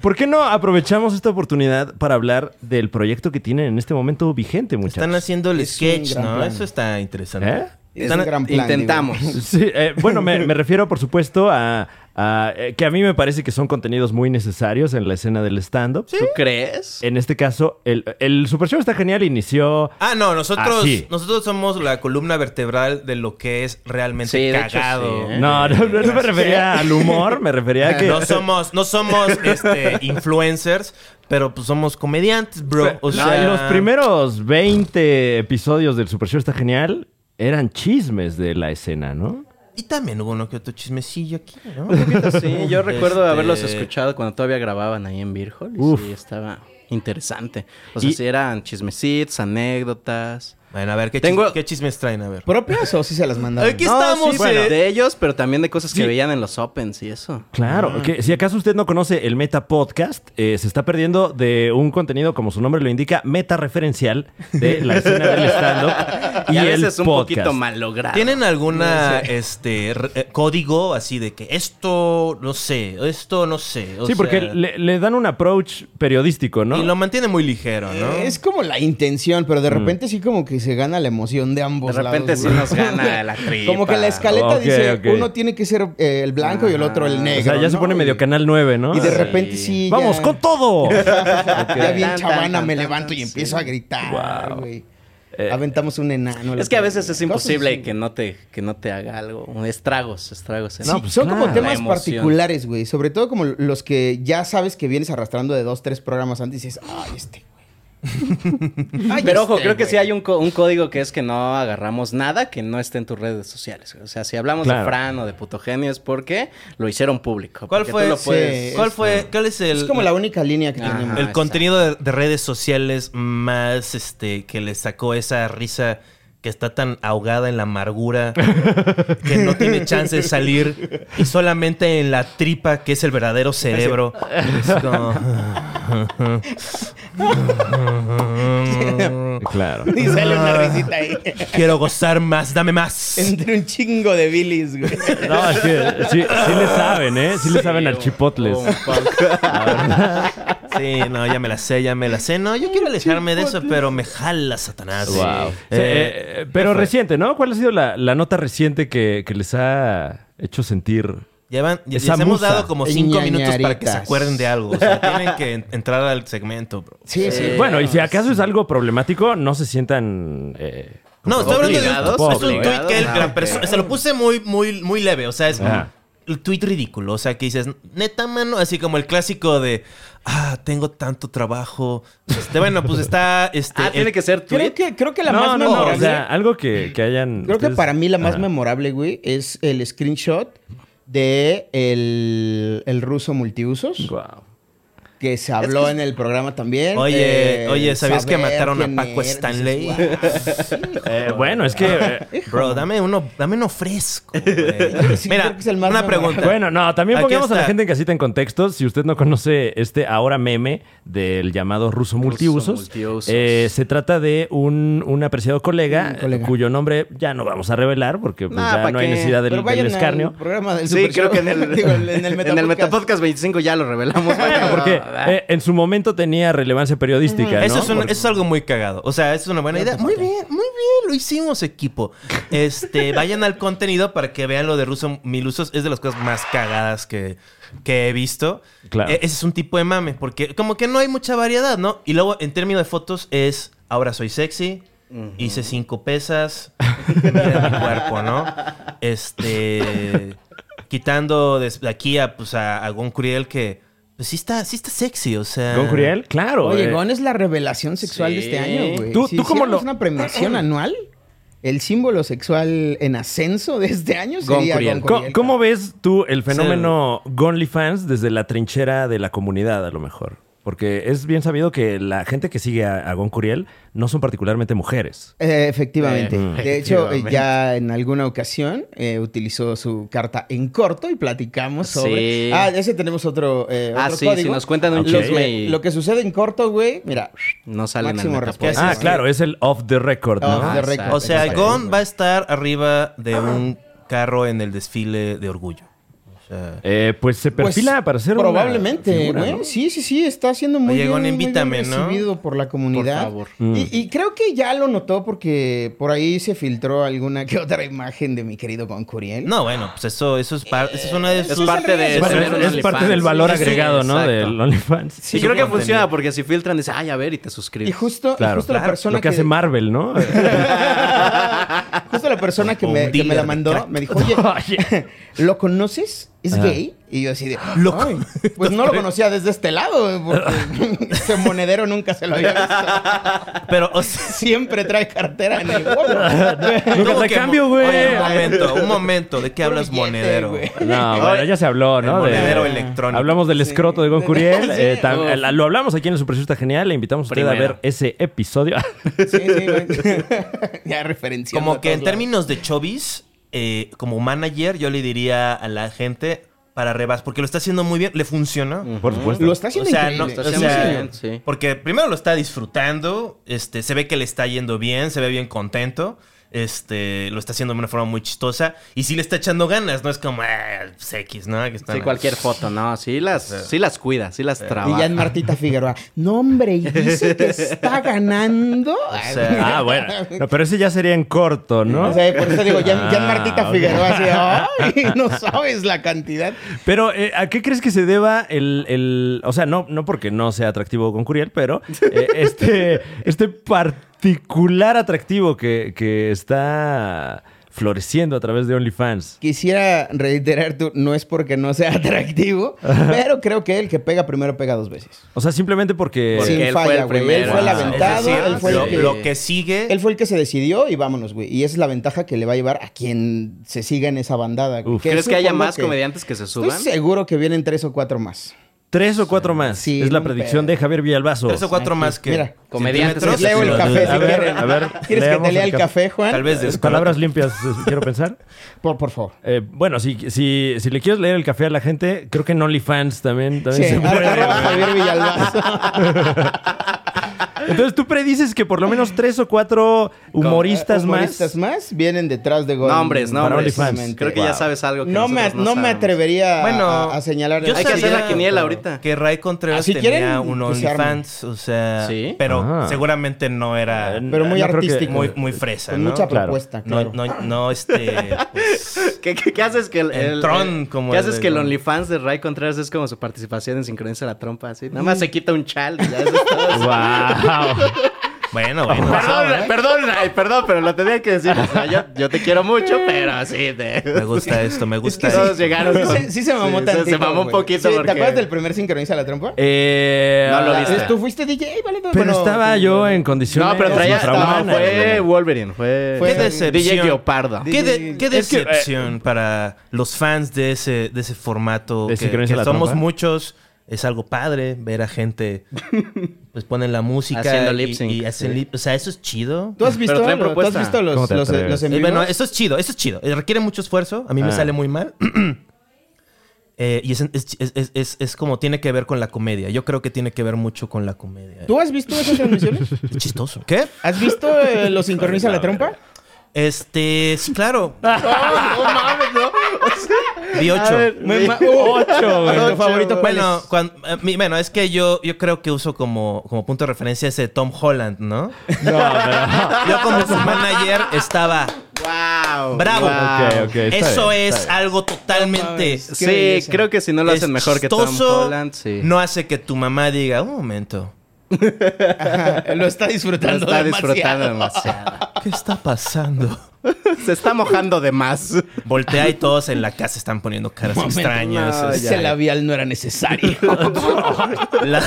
[SPEAKER 5] ¿Por qué no aprovechamos esta oportunidad para hablar del proyecto que tienen en este momento vigente, muchachos?
[SPEAKER 3] Están haciendo el
[SPEAKER 2] Es un
[SPEAKER 3] sketch,
[SPEAKER 2] gran
[SPEAKER 3] ¿no?
[SPEAKER 2] plan.
[SPEAKER 3] Eso está interesante.
[SPEAKER 5] ¿Eh?
[SPEAKER 2] Es un gran plan,
[SPEAKER 4] Intentamos.
[SPEAKER 2] digo.
[SPEAKER 5] Sí, eh, bueno, me, me refiero, por supuesto, a, a, eh, que a mí me parece que son contenidos muy necesarios en la escena del stand-up.
[SPEAKER 4] ¿Tú crees?
[SPEAKER 5] En este caso, el, el Super Show está genial, inició...
[SPEAKER 3] Ah, no, nosotros,
[SPEAKER 5] Así.
[SPEAKER 3] nosotros somos la columna vertebral de lo que es realmente
[SPEAKER 4] Sí, de hecho,
[SPEAKER 3] cagado.
[SPEAKER 4] sí, ¿eh?
[SPEAKER 5] No, no, no, no me refería al humor, me refería a que...
[SPEAKER 3] No somos, no somos este, influencers, pero pues somos comediantes, bro.
[SPEAKER 5] No,
[SPEAKER 3] O sea,
[SPEAKER 5] los primeros 20 episodios del Super Show está genial eran chismes de la escena, ¿no?
[SPEAKER 3] Y también hubo uno que otro chismecillo aquí, ¿no?
[SPEAKER 4] Eh, Sí, yo recuerdo
[SPEAKER 3] Este-
[SPEAKER 4] haberlos escuchado cuando todavía grababan ahí en Virgol. Y
[SPEAKER 5] Uf.
[SPEAKER 4] sí, estaba interesante. O sea,
[SPEAKER 5] Y-
[SPEAKER 4] sí eran chismecitos, anécdotas.
[SPEAKER 3] Bueno, a ver, ¿qué,
[SPEAKER 4] Tengo-
[SPEAKER 3] chis- qué chismes traen? A ver.
[SPEAKER 2] ¿Propias o sí se las mandaron?
[SPEAKER 3] Aquí
[SPEAKER 4] No,
[SPEAKER 3] estamos,
[SPEAKER 4] sí,
[SPEAKER 3] eh.
[SPEAKER 4] bueno, de ellos, pero también de cosas
[SPEAKER 5] Sí.
[SPEAKER 4] que veían en los Opens y eso.
[SPEAKER 5] Claro, que si acaso usted no conoce el Meta Podcast, eh, se está perdiendo de un contenido, como su nombre lo indica, meta referencial de la escena del stand-up y,
[SPEAKER 4] Y, a
[SPEAKER 5] el
[SPEAKER 4] veces un
[SPEAKER 5] podcast.
[SPEAKER 4] poquito malogrado.
[SPEAKER 3] ¿Tienen alguna este re- eh, código así de que esto no sé, esto no sé? O
[SPEAKER 5] Sí, porque
[SPEAKER 3] sea,
[SPEAKER 5] le, le dan un approach periodístico, ¿no?
[SPEAKER 3] y lo mantiene muy ligero, ¿no?
[SPEAKER 2] Eh, Es como la intención, pero de
[SPEAKER 5] Mm.
[SPEAKER 2] repente sí como que se gana la emoción de
[SPEAKER 4] De
[SPEAKER 2] ambos
[SPEAKER 4] repente
[SPEAKER 2] lados,
[SPEAKER 4] sí
[SPEAKER 2] güey.
[SPEAKER 4] nos gana la tripa.
[SPEAKER 2] Como que la escaleta
[SPEAKER 5] Ok,
[SPEAKER 2] dice,
[SPEAKER 5] ok.
[SPEAKER 2] uno tiene que ser eh, el blanco y el otro
[SPEAKER 4] Ah.
[SPEAKER 2] el negro.
[SPEAKER 5] o sea, ya se
[SPEAKER 2] ¿no?
[SPEAKER 5] pone medio Canal 9, ¿no?
[SPEAKER 2] Y de
[SPEAKER 5] Sí.
[SPEAKER 2] repente sí.
[SPEAKER 5] ¡Vamos
[SPEAKER 2] ya-
[SPEAKER 5] con todo!
[SPEAKER 4] Ok.
[SPEAKER 2] Ya bien
[SPEAKER 4] Tan, tan,
[SPEAKER 2] chavana
[SPEAKER 4] tan,
[SPEAKER 2] me
[SPEAKER 4] tan,
[SPEAKER 2] levanto y
[SPEAKER 4] sí.
[SPEAKER 2] empiezo a gritar,
[SPEAKER 5] Wow.
[SPEAKER 2] güey.
[SPEAKER 5] Eh,
[SPEAKER 2] Aventamos un enano.
[SPEAKER 4] Es que a veces es
[SPEAKER 2] Cosas
[SPEAKER 4] imposible
[SPEAKER 2] así.
[SPEAKER 4] que no te, que no te haga algo. Estragos, estragos. en
[SPEAKER 2] Sí,
[SPEAKER 4] el-
[SPEAKER 5] pues
[SPEAKER 2] son
[SPEAKER 5] claro.
[SPEAKER 2] como temas
[SPEAKER 4] La emoción.
[SPEAKER 2] particulares, güey. Sobre todo como los que ya sabes que vienes arrastrando de dos, tres programas antes y dices, ay, este, güey.
[SPEAKER 4] Pero ojo, creo que sí hay un, co- un código que es que no agarramos nada que no esté en tus redes sociales. O sea, si hablamos de
[SPEAKER 5] Claro.
[SPEAKER 4] Fran o de Puto Genio es porque lo hicieron público.
[SPEAKER 3] ¿Cuál
[SPEAKER 4] porque
[SPEAKER 3] fue?
[SPEAKER 4] tú lo puedes-
[SPEAKER 2] Sí.
[SPEAKER 3] ¿Cuál fue? ¿Cuál es el
[SPEAKER 2] Es como la única línea que
[SPEAKER 4] Ajá.
[SPEAKER 2] tenemos.
[SPEAKER 3] el
[SPEAKER 4] Ah,
[SPEAKER 3] contenido de, de redes sociales más este que le sacó esa risa que está tan ahogada en la amargura que no tiene chance de salir y solamente en la tripa que es el verdadero cerebro es como-
[SPEAKER 5] Claro.
[SPEAKER 2] Y sale una
[SPEAKER 4] Ah.
[SPEAKER 2] risita ahí.
[SPEAKER 3] quiero gozar más dame más
[SPEAKER 2] Entre un chingo de bilis, güey.
[SPEAKER 5] No, es que sí, sí le saben, ¿eh? Sí le saben al chipotles. Ah,
[SPEAKER 4] Un poco.
[SPEAKER 3] sí no ya me la sé ya me la sé no yo quiero alejarme de eso pero me jala satanás
[SPEAKER 5] Wow.
[SPEAKER 3] Sí.
[SPEAKER 5] Sí,
[SPEAKER 3] Eh,
[SPEAKER 5] eh, eh, pero reciente, ¿no? ¿Cuál ha sido la, la nota reciente que, que les ha hecho sentir?
[SPEAKER 3] Llevan, ya-
[SPEAKER 5] Esa
[SPEAKER 3] les hemos
[SPEAKER 5] musa.
[SPEAKER 3] dado como cinco minutos para que se
[SPEAKER 2] Ñañaritas.
[SPEAKER 3] acuerden de algo. O sea, tienen que en- entrar al segmento, bro.
[SPEAKER 2] Sí, sí.
[SPEAKER 5] Eh, bueno, y si acaso es algo problemático, no se sientan... eh,
[SPEAKER 3] No, estoy hablando de un-
[SPEAKER 4] ¿Obligados?
[SPEAKER 3] es un tweet
[SPEAKER 4] ¿Obligados?
[SPEAKER 3] que el-
[SPEAKER 4] Ah,
[SPEAKER 3] la
[SPEAKER 4] ok.
[SPEAKER 3] persona- se lo puse muy, muy, muy leve. O sea, es como
[SPEAKER 5] Ajá.
[SPEAKER 3] el tweet ridículo. O sea, que dices, neta, mano, así como el clásico de ah, tengo tanto trabajo. Este, bueno, pues está este.
[SPEAKER 4] Ah,
[SPEAKER 3] el-
[SPEAKER 4] tiene que ser tweet.
[SPEAKER 2] Creo que, creo que la
[SPEAKER 5] no,
[SPEAKER 2] más
[SPEAKER 5] no, no.
[SPEAKER 2] memorable.
[SPEAKER 5] O sea, algo que, que hayan...
[SPEAKER 2] creo que
[SPEAKER 5] ustedes- Ah,
[SPEAKER 2] para mí la más
[SPEAKER 5] Ajá.
[SPEAKER 2] memorable, güey, es el screenshot de el, el ruso multiusos.
[SPEAKER 5] Guau.
[SPEAKER 2] Que se habló en el programa también.
[SPEAKER 3] Oye,
[SPEAKER 2] Eh,
[SPEAKER 3] oye, ¿sabías que
[SPEAKER 2] saber
[SPEAKER 3] mataron a
[SPEAKER 2] quién
[SPEAKER 3] Paco
[SPEAKER 2] eres?
[SPEAKER 3] Stanley?
[SPEAKER 2] Dices, "Guau". Pues
[SPEAKER 5] Eh, bueno, es que... eh,
[SPEAKER 3] Bro, dame uno, dame uno fresco. güey.
[SPEAKER 2] Sí, creo
[SPEAKER 3] Mira,
[SPEAKER 2] que es el más
[SPEAKER 3] una
[SPEAKER 2] memorable.
[SPEAKER 3] pregunta.
[SPEAKER 5] Bueno, no, también
[SPEAKER 3] Aquí
[SPEAKER 5] pongamos a la
[SPEAKER 3] está.
[SPEAKER 5] gente en casita en contexto. Si usted no conoce este ahora meme del llamado ruso multiusos,
[SPEAKER 4] multiusos.
[SPEAKER 5] eh, se trata de un, un apreciado colega,
[SPEAKER 2] Un colega.
[SPEAKER 5] eh, cuyo nombre ya no vamos a revelar porque pues,
[SPEAKER 4] Nah,
[SPEAKER 3] Ah,
[SPEAKER 5] ya
[SPEAKER 4] ¿pa'
[SPEAKER 5] no hay
[SPEAKER 4] qué?
[SPEAKER 5] necesidad del,
[SPEAKER 2] Pero
[SPEAKER 5] del
[SPEAKER 2] vayan
[SPEAKER 5] escarnio.
[SPEAKER 2] al programa del
[SPEAKER 4] Sí,
[SPEAKER 2] Super
[SPEAKER 4] creo
[SPEAKER 2] Show.
[SPEAKER 4] que en el,
[SPEAKER 2] Digo, en el
[SPEAKER 4] en el Metapodcast 25 ya lo revelamos.
[SPEAKER 5] Bueno, porque eh, en su momento tenía relevancia periodística.
[SPEAKER 3] ah, Eso,
[SPEAKER 5] ¿no?
[SPEAKER 3] es un-
[SPEAKER 5] Porque-
[SPEAKER 3] eso es algo muy cagado. O sea, es una buena idea. Muy bien, muy bien. Lo hicimos, equipo. Este, vayan al contenido para que vean lo de Ruso Mil Usos. Es de las cosas más cagadas que, que he visto.
[SPEAKER 5] Claro.
[SPEAKER 3] E- ese es un tipo de mame, porque como que no hay mucha variedad, ¿no? Y luego, en términos de fotos, es ahora soy sexy. Hice cinco pesas. Mira mi cuerpo, ¿no? Este. Quitando des- de aquí a, pues, a, a Gon Curiel, que. Pues sí está, sí está sexy, o sea.
[SPEAKER 5] ¿Con Curiel? Claro.
[SPEAKER 2] Oye,
[SPEAKER 5] eh.
[SPEAKER 2] Gon es la revelación sexual de este
[SPEAKER 4] Sí.
[SPEAKER 2] año, güey.
[SPEAKER 5] ¿Tú-
[SPEAKER 2] Si
[SPEAKER 5] tú cómo
[SPEAKER 2] hiciéramos
[SPEAKER 5] lo-
[SPEAKER 2] una premiación anual? El símbolo sexual en ascenso de este año
[SPEAKER 4] Gon
[SPEAKER 2] sería
[SPEAKER 4] Curiel.
[SPEAKER 2] Gon
[SPEAKER 5] Co-
[SPEAKER 2] Curiel.
[SPEAKER 5] ¿Cómo ves tú el fenómeno GonlyFans desde la trinchera de la comunidad, a lo mejor? Porque es bien sabido que la gente que sigue a, a Gon Curiel no son particularmente mujeres.
[SPEAKER 2] Eh, efectivamente.
[SPEAKER 4] Eh,
[SPEAKER 2] De hecho, eh,
[SPEAKER 4] efectivamente.
[SPEAKER 2] ya en alguna ocasión eh, utilizó su carta en corto y platicamos sobre.
[SPEAKER 4] Sí.
[SPEAKER 2] Ah, ese tenemos otro, eh,
[SPEAKER 4] Ah,
[SPEAKER 2] otro
[SPEAKER 4] sí,
[SPEAKER 2] código.
[SPEAKER 4] si nos cuentan un
[SPEAKER 5] Ok.
[SPEAKER 2] Lo
[SPEAKER 4] chisme
[SPEAKER 2] que,
[SPEAKER 4] y
[SPEAKER 2] lo que sucede en corto, güey, mira,
[SPEAKER 4] no salen en
[SPEAKER 2] máximo
[SPEAKER 4] el
[SPEAKER 2] respeto.
[SPEAKER 4] Metapodcast.
[SPEAKER 2] Ah,
[SPEAKER 5] Ah,
[SPEAKER 2] sí.
[SPEAKER 5] claro, es el off the record, ¿no?
[SPEAKER 2] off the
[SPEAKER 4] Ah,
[SPEAKER 2] record.
[SPEAKER 4] exacto.
[SPEAKER 3] O sea,
[SPEAKER 2] Exacto.
[SPEAKER 3] Gon va a estar arriba de un carro en el desfile de orgullo. O sea,
[SPEAKER 5] Eh, pues se
[SPEAKER 2] Pues,
[SPEAKER 5] perfila para ser una
[SPEAKER 2] Probablemente,
[SPEAKER 5] figura,
[SPEAKER 2] güey.
[SPEAKER 5] ¿no?
[SPEAKER 2] Sí, sí, sí. Está siendo muy,
[SPEAKER 3] Oye,
[SPEAKER 2] bien,
[SPEAKER 3] Gon,
[SPEAKER 2] muy bien
[SPEAKER 3] invítame, ¿no?
[SPEAKER 2] recibido por la comunidad.
[SPEAKER 4] favor.
[SPEAKER 2] Y, y creo que ya lo notó porque por ahí se filtró alguna que otra imagen de mi querido Gon Curiel.
[SPEAKER 3] no, bueno, pues eso, eso es parte, eso es una de
[SPEAKER 4] Es
[SPEAKER 3] sus
[SPEAKER 4] parte de
[SPEAKER 5] Bueno,
[SPEAKER 4] tener
[SPEAKER 5] es-
[SPEAKER 4] un
[SPEAKER 5] es, parte
[SPEAKER 4] OnlyFans.
[SPEAKER 5] del valor
[SPEAKER 4] Sí, sí,
[SPEAKER 5] agregado, ¿no?
[SPEAKER 4] exacto.
[SPEAKER 5] Del OnlyFans.
[SPEAKER 4] Y creo que
[SPEAKER 3] contenido.
[SPEAKER 4] funciona porque si filtran, dice, ay, a ver, y te suscribes.
[SPEAKER 2] Y justo, y
[SPEAKER 5] Claro,
[SPEAKER 2] justo la
[SPEAKER 5] claro.
[SPEAKER 2] persona
[SPEAKER 5] lo que, hace Marvel, ¿no?
[SPEAKER 2] Justo la persona que
[SPEAKER 3] O
[SPEAKER 2] me,
[SPEAKER 3] un
[SPEAKER 2] que me
[SPEAKER 3] dealer
[SPEAKER 2] la
[SPEAKER 3] de
[SPEAKER 2] mandó
[SPEAKER 3] crack.
[SPEAKER 2] me dijo, oye, ¿lo conoces? ¿Es
[SPEAKER 5] Ajá.
[SPEAKER 2] gay? Y yo así de,
[SPEAKER 3] Lo
[SPEAKER 2] "Ay, pues no lo conocía desde este lado, porque ese monedero nunca se lo había visto.
[SPEAKER 5] Eh.
[SPEAKER 3] Pero, o sea,
[SPEAKER 2] Siempre trae cartera en el huevo.
[SPEAKER 5] Nunca
[SPEAKER 3] ¿cómo
[SPEAKER 5] te
[SPEAKER 3] que
[SPEAKER 5] cambio,
[SPEAKER 3] mo- Oye,
[SPEAKER 5] güey.
[SPEAKER 3] un momento, un momento, ¿de qué hablas
[SPEAKER 2] Billete,
[SPEAKER 3] monedero?
[SPEAKER 2] güey.
[SPEAKER 5] No, bueno, ya se habló,
[SPEAKER 3] El
[SPEAKER 5] ¿no? De-
[SPEAKER 3] monedero electrónico.
[SPEAKER 5] Hablamos del escroto de Gon Curiel.
[SPEAKER 2] Sí.
[SPEAKER 5] eh, tam- la- lo hablamos aquí en el Super Show Está Genial. Le invitamos a usted a
[SPEAKER 4] Primero.
[SPEAKER 5] ver ese episodio.
[SPEAKER 2] Sí, sí, güey. ya referencia.
[SPEAKER 3] Como que en términos de chovis, eh, como manager, yo le diría a la gente para rebas, porque lo está haciendo muy bien, le funciona.
[SPEAKER 5] por supuesto.
[SPEAKER 2] Lo está haciendo
[SPEAKER 3] O sea,
[SPEAKER 2] increíble.
[SPEAKER 3] no,
[SPEAKER 4] Está
[SPEAKER 3] o
[SPEAKER 4] haciendo
[SPEAKER 3] sea,
[SPEAKER 4] bien, sí.
[SPEAKER 3] porque primero lo está disfrutando, este, se ve que le está yendo bien, se ve bien contento, este, lo está haciendo de una forma muy chistosa y sí le está echando ganas, no es como ah, pues, X, ¿no? Que están-
[SPEAKER 4] Sí, cualquier foto, no, sí las, sí las cuida, sí las
[SPEAKER 2] Y
[SPEAKER 4] trabaja.
[SPEAKER 2] ya en Martita Figueroa. No, hombre, y dice que está ganando.
[SPEAKER 3] sea,
[SPEAKER 5] Ah, bueno. No, pero ese ya sería en corto, ¿no?
[SPEAKER 2] O sea, por eso digo, ya, ya en
[SPEAKER 5] Ah,
[SPEAKER 2] Martita
[SPEAKER 5] ok.
[SPEAKER 2] Figueroa así, ay, no sabes la cantidad.
[SPEAKER 5] Pero, eh, ¿a qué crees que se deba el, el- O sea, no, no porque no sea atractivo con Curiel, pero eh, este, este particular atractivo que, que está floreciendo a través de OnlyFans.
[SPEAKER 2] Quisiera reiterar, tú, no es porque no sea atractivo, pero creo que el que pega primero pega dos veces.
[SPEAKER 5] O sea, simplemente porque...
[SPEAKER 2] Sí.
[SPEAKER 4] Porque él fue
[SPEAKER 2] falla,
[SPEAKER 4] el
[SPEAKER 2] güey. Él
[SPEAKER 4] primero.
[SPEAKER 2] fue el
[SPEAKER 4] Ah, es
[SPEAKER 2] aventado,
[SPEAKER 4] decir,
[SPEAKER 2] él fue el
[SPEAKER 3] lo,
[SPEAKER 2] que-
[SPEAKER 3] lo que sigue.
[SPEAKER 2] Él fue el que se decidió y vámonos, güey. Y esa es la ventaja que le va a llevar a quien se siga en esa bandada. güey.
[SPEAKER 5] Uf.
[SPEAKER 4] ¿Crees que haya
[SPEAKER 2] supongo
[SPEAKER 4] más comediantes que se
[SPEAKER 2] Estoy
[SPEAKER 4] suban?
[SPEAKER 2] seguro que vienen tres o cuatro más.
[SPEAKER 5] Tres o cuatro más.
[SPEAKER 2] Sí,
[SPEAKER 5] es la
[SPEAKER 2] no,
[SPEAKER 5] predicción
[SPEAKER 2] pero-
[SPEAKER 5] de Javier Villalbazo.
[SPEAKER 3] Tres o cuatro más que.
[SPEAKER 2] Mira,
[SPEAKER 4] comediantes
[SPEAKER 2] Les
[SPEAKER 4] Tres,
[SPEAKER 2] leo el
[SPEAKER 4] sí,
[SPEAKER 2] café
[SPEAKER 5] sí.
[SPEAKER 2] si
[SPEAKER 5] A ver,
[SPEAKER 2] quieren.
[SPEAKER 5] a ver,
[SPEAKER 2] ¿Quieres que
[SPEAKER 5] leemos
[SPEAKER 2] te lea
[SPEAKER 5] el
[SPEAKER 2] el café, Juan?
[SPEAKER 3] Tal vez
[SPEAKER 5] Eh,
[SPEAKER 3] después.
[SPEAKER 5] Palabras limpias, es- quiero pensar.
[SPEAKER 2] Por, por favor.
[SPEAKER 5] Eh, bueno, si, si, si le quieres leer el café a la gente, creo que en OnlyFans también,
[SPEAKER 2] Sí,
[SPEAKER 5] también se
[SPEAKER 2] ar-
[SPEAKER 5] puede.
[SPEAKER 2] arroba
[SPEAKER 5] güey.
[SPEAKER 2] Javier Villalbazo.
[SPEAKER 5] Entonces tú predices que por lo menos tres o cuatro humoristas,
[SPEAKER 2] eh, Humoristas
[SPEAKER 5] más.
[SPEAKER 2] más vienen detrás de Gol.
[SPEAKER 4] Nombres, nombres.
[SPEAKER 5] OnlyFans.
[SPEAKER 4] Creo que ya
[SPEAKER 2] Wow.
[SPEAKER 4] sabes algo que
[SPEAKER 2] No me,
[SPEAKER 4] nosotros
[SPEAKER 2] no me
[SPEAKER 4] sabemos.
[SPEAKER 2] atrevería a-
[SPEAKER 3] Bueno,
[SPEAKER 2] a, a señalar.
[SPEAKER 3] yo
[SPEAKER 4] Hay que
[SPEAKER 3] sabía
[SPEAKER 4] hacer la quiniela ahorita.
[SPEAKER 3] Que Ray Contreras
[SPEAKER 2] Ah, si
[SPEAKER 3] tenía
[SPEAKER 2] quieren,
[SPEAKER 3] un
[SPEAKER 2] que se arme.
[SPEAKER 3] OnlyFans, o sea,
[SPEAKER 4] ¿Sí?
[SPEAKER 3] pero
[SPEAKER 5] Ah.
[SPEAKER 3] seguramente no era
[SPEAKER 2] Pero muy
[SPEAKER 5] No creo que-
[SPEAKER 2] artístico.
[SPEAKER 3] muy, muy fresa,
[SPEAKER 2] Ah, con
[SPEAKER 3] ¿no?
[SPEAKER 2] mucha
[SPEAKER 5] Claro.
[SPEAKER 2] propuesta,
[SPEAKER 3] no,
[SPEAKER 2] claro.
[SPEAKER 3] no, no, este, pues,
[SPEAKER 4] ¿Qué, qué, qué haces que el,
[SPEAKER 3] El
[SPEAKER 4] el-
[SPEAKER 3] Tron,
[SPEAKER 4] el-
[SPEAKER 3] como
[SPEAKER 4] ¿Qué
[SPEAKER 3] el
[SPEAKER 4] haces
[SPEAKER 3] de-
[SPEAKER 4] que el OnlyFans de Ray Contreras es como su participación en Sincroniza la Trompa? Así, nada más se quita un chal y ya eso es todo.
[SPEAKER 5] Wow.
[SPEAKER 3] bueno, bueno,
[SPEAKER 4] Perdón, eh. Ray, perdón, Ray, perdón, pero lo tenía que decir. O sea, yo, yo te quiero mucho, pero sí,
[SPEAKER 3] me
[SPEAKER 4] te...
[SPEAKER 3] gusta esto, me gusta
[SPEAKER 4] todos
[SPEAKER 3] esto.
[SPEAKER 4] llegaron.
[SPEAKER 2] Sí,
[SPEAKER 4] con-
[SPEAKER 2] se- sí se mamó
[SPEAKER 4] sí,
[SPEAKER 2] tantito,
[SPEAKER 4] Se mamó un
[SPEAKER 2] güey.
[SPEAKER 4] poquito
[SPEAKER 2] Sí,
[SPEAKER 4] porque...
[SPEAKER 2] ¿Te acuerdas del primer sincroniza la trompa?
[SPEAKER 5] Eh,
[SPEAKER 4] No lo
[SPEAKER 5] ah,
[SPEAKER 2] La-
[SPEAKER 4] viste.
[SPEAKER 2] Tú fuiste DJ, vale. no,
[SPEAKER 5] Pero
[SPEAKER 2] bueno,
[SPEAKER 5] estaba
[SPEAKER 2] tú-
[SPEAKER 5] yo en condiciones
[SPEAKER 4] No, pero traía... No,
[SPEAKER 5] infrahumanas,
[SPEAKER 4] fue
[SPEAKER 5] güey.
[SPEAKER 4] Wolverine, fue...
[SPEAKER 2] Fue-
[SPEAKER 3] Qué decepción.
[SPEAKER 4] DJ Guiopardo.
[SPEAKER 3] Qué, de- qué
[SPEAKER 5] Es que, eh,
[SPEAKER 3] decepción para los fans de ese, de ese formato.
[SPEAKER 5] ¿De
[SPEAKER 3] que-
[SPEAKER 5] Sincroniza
[SPEAKER 3] que
[SPEAKER 5] la
[SPEAKER 3] somos
[SPEAKER 5] Trompa?
[SPEAKER 3] muchos. Es algo padre ver a gente. Pues ponen la música.
[SPEAKER 4] Haciendo
[SPEAKER 3] y-
[SPEAKER 4] lip sync,
[SPEAKER 3] Y, hacen
[SPEAKER 4] sí.
[SPEAKER 3] lip. O sea, eso es chido.
[SPEAKER 2] ¿Tú has visto,
[SPEAKER 4] Pero trae
[SPEAKER 2] lo- ¿tú has
[SPEAKER 4] propuesta.
[SPEAKER 2] visto los,
[SPEAKER 5] ¿Cómo
[SPEAKER 2] los,
[SPEAKER 5] te
[SPEAKER 2] los
[SPEAKER 5] atreves?
[SPEAKER 2] en
[SPEAKER 3] Eh,
[SPEAKER 2] vivos?
[SPEAKER 3] bueno, eso es chido, eso es chido. Eh, Requiere mucho esfuerzo. A mí me
[SPEAKER 5] Ah.
[SPEAKER 3] sale muy mal. Eh, y es, es- es- es- es- es como tiene que ver con la comedia. Yo creo que tiene que ver mucho con la comedia.
[SPEAKER 2] ¿Tú has visto esas transmisiones?
[SPEAKER 3] Es chistoso. ¿Qué?
[SPEAKER 2] ¿Has visto eh, los sincroniza la trompa?
[SPEAKER 3] Este, sí, claro.
[SPEAKER 4] Ah, No mames, no. O sea,
[SPEAKER 3] Vi ocho.
[SPEAKER 4] a ver,
[SPEAKER 2] Me
[SPEAKER 4] vi-
[SPEAKER 2] ma- ¡Oh! ¿Tu favorito cuál
[SPEAKER 3] Bueno,
[SPEAKER 2] es?
[SPEAKER 3] cuan- eh, mi- bueno, es que yo, yo creo que uso como, como punto de referencia ese Tom Holland, ¿no? Yo como su manager estaba
[SPEAKER 4] Wow.
[SPEAKER 3] bravo.
[SPEAKER 4] wow.
[SPEAKER 5] Ok, ok, está
[SPEAKER 3] Eso
[SPEAKER 5] bien,
[SPEAKER 3] es
[SPEAKER 5] está
[SPEAKER 3] algo totalmente...
[SPEAKER 2] mames. Qué
[SPEAKER 4] Sí,
[SPEAKER 2] belleza.
[SPEAKER 4] creo que si no lo hacen
[SPEAKER 3] es
[SPEAKER 4] mejor que Tom
[SPEAKER 3] chistoso,
[SPEAKER 4] Holland, sí.
[SPEAKER 3] No hace que tu mamá diga, un momento,
[SPEAKER 2] Ajá, Lo está
[SPEAKER 4] Lo
[SPEAKER 2] disfrutando
[SPEAKER 4] está
[SPEAKER 2] demasiado.
[SPEAKER 4] disfrutando demasiado.
[SPEAKER 3] ¿qué está pasando?
[SPEAKER 4] Se está mojando de más.
[SPEAKER 3] Voltea y todos en la casa están poniendo caras
[SPEAKER 2] Momento,
[SPEAKER 3] extrañas.
[SPEAKER 2] no,
[SPEAKER 3] o sea,
[SPEAKER 2] ese labial no era necesario.
[SPEAKER 3] la-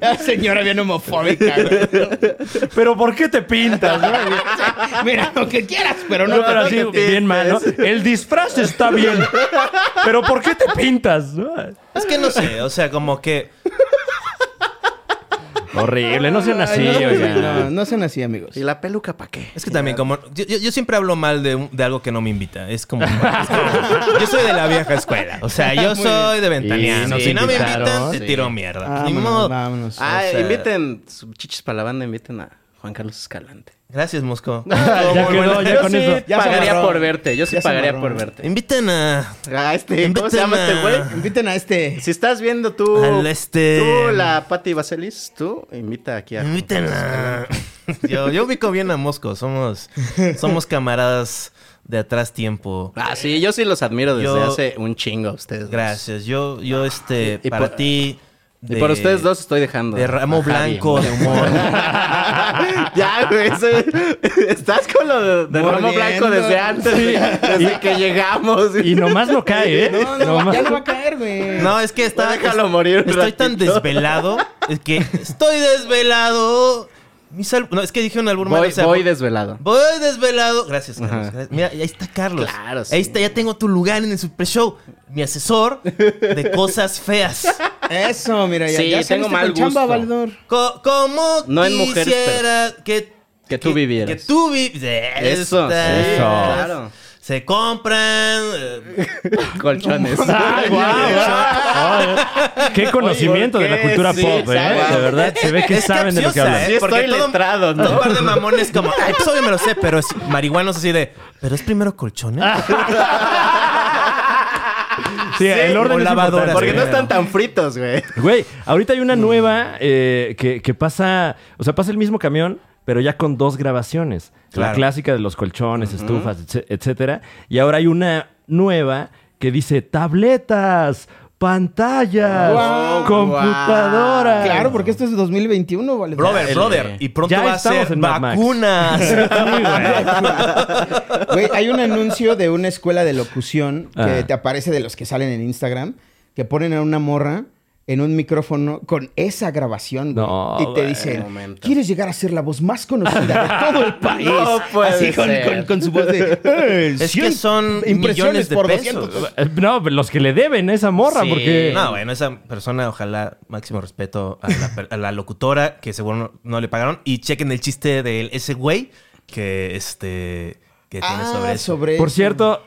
[SPEAKER 2] La señora bien homofóbica. güey.
[SPEAKER 5] Pero ¿por qué te pintas? no?
[SPEAKER 2] Mira, lo que quieras, pero no,
[SPEAKER 5] No, pero
[SPEAKER 2] te
[SPEAKER 5] así,
[SPEAKER 2] toques.
[SPEAKER 5] bien mal, ¿no? El disfraz está bien. Pero ¿por qué te pintas? no?
[SPEAKER 3] es que no sé, o sea, como que...
[SPEAKER 5] Horrible, no sean así,
[SPEAKER 2] Ay, no,
[SPEAKER 5] oigan.
[SPEAKER 2] no, no sean así, amigos.
[SPEAKER 4] ¿Y la peluca para qué?
[SPEAKER 3] Es que también como... Yo, yo- yo siempre hablo mal de, un- de algo que no me invita. Es como... es como- yo soy de la vieja escuela. O sea, yo
[SPEAKER 2] Muy bien.
[SPEAKER 3] soy de
[SPEAKER 5] Y
[SPEAKER 3] ventaneando.
[SPEAKER 5] nos
[SPEAKER 3] si no me
[SPEAKER 5] invitaron.
[SPEAKER 3] invitan, te
[SPEAKER 4] Sí.
[SPEAKER 3] tiro mierda. Pues, ni
[SPEAKER 2] Vámonos,
[SPEAKER 3] modo.
[SPEAKER 2] vámonos.
[SPEAKER 4] Ah,
[SPEAKER 3] O sea-
[SPEAKER 4] inviten, chichis para la banda, inviten a Juan Carlos Escalante.
[SPEAKER 3] Gracias, Mosco.
[SPEAKER 5] Ya quedó, ya con eso.
[SPEAKER 2] Ya se
[SPEAKER 4] pagaría
[SPEAKER 2] amarró.
[SPEAKER 4] por verte, yo sí
[SPEAKER 2] Ya se
[SPEAKER 4] pagaría
[SPEAKER 2] amarró.
[SPEAKER 4] por verte.
[SPEAKER 3] Inviten a...
[SPEAKER 4] Ah, este, ¿cómo se llama
[SPEAKER 3] Inviten
[SPEAKER 4] este
[SPEAKER 3] a-
[SPEAKER 4] güey?
[SPEAKER 2] Inviten a este.
[SPEAKER 4] Si estás viendo tú,
[SPEAKER 3] Al este- Mm.
[SPEAKER 4] tú la Patti Vaselis, tú invita aquí a...
[SPEAKER 3] Inviten a... Yo, yo ubico bien a Mosco. Somos, somos camaradas de atrás tiempo.
[SPEAKER 4] Ah, sí, yo sí los admiro desde
[SPEAKER 3] Yo-
[SPEAKER 4] hace un chingo a ustedes. dos.
[SPEAKER 3] Gracias. Yo, yo este,
[SPEAKER 4] Y
[SPEAKER 3] para
[SPEAKER 4] por-
[SPEAKER 3] ti...
[SPEAKER 4] Y
[SPEAKER 3] de-
[SPEAKER 4] por ustedes dos estoy dejando.
[SPEAKER 3] De ramo
[SPEAKER 4] a Javi.
[SPEAKER 3] blanco de humor.
[SPEAKER 4] ya, güey. eso- estás con lo de, de ramo
[SPEAKER 2] Moliendo.
[SPEAKER 4] blanco desde antes, desde que llegamos.
[SPEAKER 5] Y nomás no cae, ¿eh?
[SPEAKER 2] No, no,
[SPEAKER 5] Nomás-
[SPEAKER 2] ya no va a caer, güey.
[SPEAKER 3] No, es que está.
[SPEAKER 4] déjalo morir un
[SPEAKER 3] Estoy tan
[SPEAKER 4] ratito.
[SPEAKER 3] desvelado. Es que estoy desvelado. Mi sal- No, es que dije un albur mal,
[SPEAKER 4] voy,
[SPEAKER 3] o sea,
[SPEAKER 4] voy desvelado.
[SPEAKER 3] voy desvelado. Gracias, Carlos.
[SPEAKER 4] Ajá.
[SPEAKER 3] Gracias. Mira, ahí está Carlos.
[SPEAKER 4] Claro, sí.
[SPEAKER 3] Ahí está, ya tengo tu lugar en el Super Show. Mi asesor de cosas feas.
[SPEAKER 2] Eso, mira, ya,
[SPEAKER 4] Sí,
[SPEAKER 2] ya saliste
[SPEAKER 4] tengo mal
[SPEAKER 2] con chamba,
[SPEAKER 4] gusto.
[SPEAKER 2] Valdor.
[SPEAKER 3] Co- como
[SPEAKER 4] No en mujeres,
[SPEAKER 3] quisiera que,
[SPEAKER 4] Que tú vivieras.
[SPEAKER 3] Que tú vivieras.
[SPEAKER 4] Eso, sí, claro.
[SPEAKER 3] Se compran. eh,
[SPEAKER 4] Colchones.
[SPEAKER 5] Ay, guau. Ay, eh. Qué conocimiento
[SPEAKER 4] Oye,
[SPEAKER 5] de la
[SPEAKER 4] ¿por qué?
[SPEAKER 5] cultura
[SPEAKER 4] Sí,
[SPEAKER 5] pop, ¿eh?
[SPEAKER 4] exacto.
[SPEAKER 5] De verdad, se ve que
[SPEAKER 3] Es
[SPEAKER 5] saben de lo que
[SPEAKER 3] capciosa,
[SPEAKER 5] hablan.
[SPEAKER 3] ¿eh?
[SPEAKER 4] Sí
[SPEAKER 3] Porque
[SPEAKER 4] estoy
[SPEAKER 3] todo-
[SPEAKER 4] letrado,
[SPEAKER 3] Un
[SPEAKER 4] ¿no?
[SPEAKER 3] par de mamones como, ay, pues obvio me lo sé, pero es marihuanos así de, pero es primero colchones.
[SPEAKER 5] Sí, el orden
[SPEAKER 3] ¿eh? o
[SPEAKER 5] es
[SPEAKER 3] lavadoras,
[SPEAKER 5] importante.
[SPEAKER 4] Porque no están tan fritos, güey.
[SPEAKER 5] Güey, ahorita hay una nueva eh, que, que pasa, o sea, pasa el mismo camión, pero ya con dos grabaciones. La
[SPEAKER 3] Claro.
[SPEAKER 5] clásica de los colchones, estufas, etc- etcétera. Y ahora hay una nueva que dice tabletas. pantallas,
[SPEAKER 2] Wow.
[SPEAKER 5] computadoras.
[SPEAKER 2] Claro, porque esto es 2021, vale.
[SPEAKER 3] Brother,
[SPEAKER 4] Dale.
[SPEAKER 3] brother. Y pronto
[SPEAKER 5] Ya
[SPEAKER 3] va a
[SPEAKER 5] estamos
[SPEAKER 3] ser
[SPEAKER 5] en Mad Max.
[SPEAKER 3] vacunas.
[SPEAKER 2] Güey, hay un anuncio de una escuela de locución que
[SPEAKER 5] Ah.
[SPEAKER 2] te aparece de los que salen en Instagram, que ponen a una morra en un micrófono con esa grabación, güey.
[SPEAKER 5] No,
[SPEAKER 2] y te
[SPEAKER 5] güey.
[SPEAKER 2] dicen,
[SPEAKER 4] Momento.
[SPEAKER 2] ¿quieres llegar a ser la voz más conocida de todo el país?
[SPEAKER 4] No puede
[SPEAKER 2] Así con,
[SPEAKER 4] ser.
[SPEAKER 2] con- con su voz de... "Eh,
[SPEAKER 3] Es que
[SPEAKER 2] 100
[SPEAKER 3] son millones de pesos".
[SPEAKER 5] Eh, No, pues, los que le deben a esa morra,
[SPEAKER 4] Sí.
[SPEAKER 5] porque.
[SPEAKER 3] No, bueno, esa persona, ojalá, máximo respeto a la, per- a la locutora, que seguro no, no le pagaron. Y chequen el chiste de ese güey que este que tiene
[SPEAKER 2] Ah,
[SPEAKER 3] sobre
[SPEAKER 2] sobre,
[SPEAKER 3] eso.
[SPEAKER 5] Por
[SPEAKER 2] eso.
[SPEAKER 5] cierto,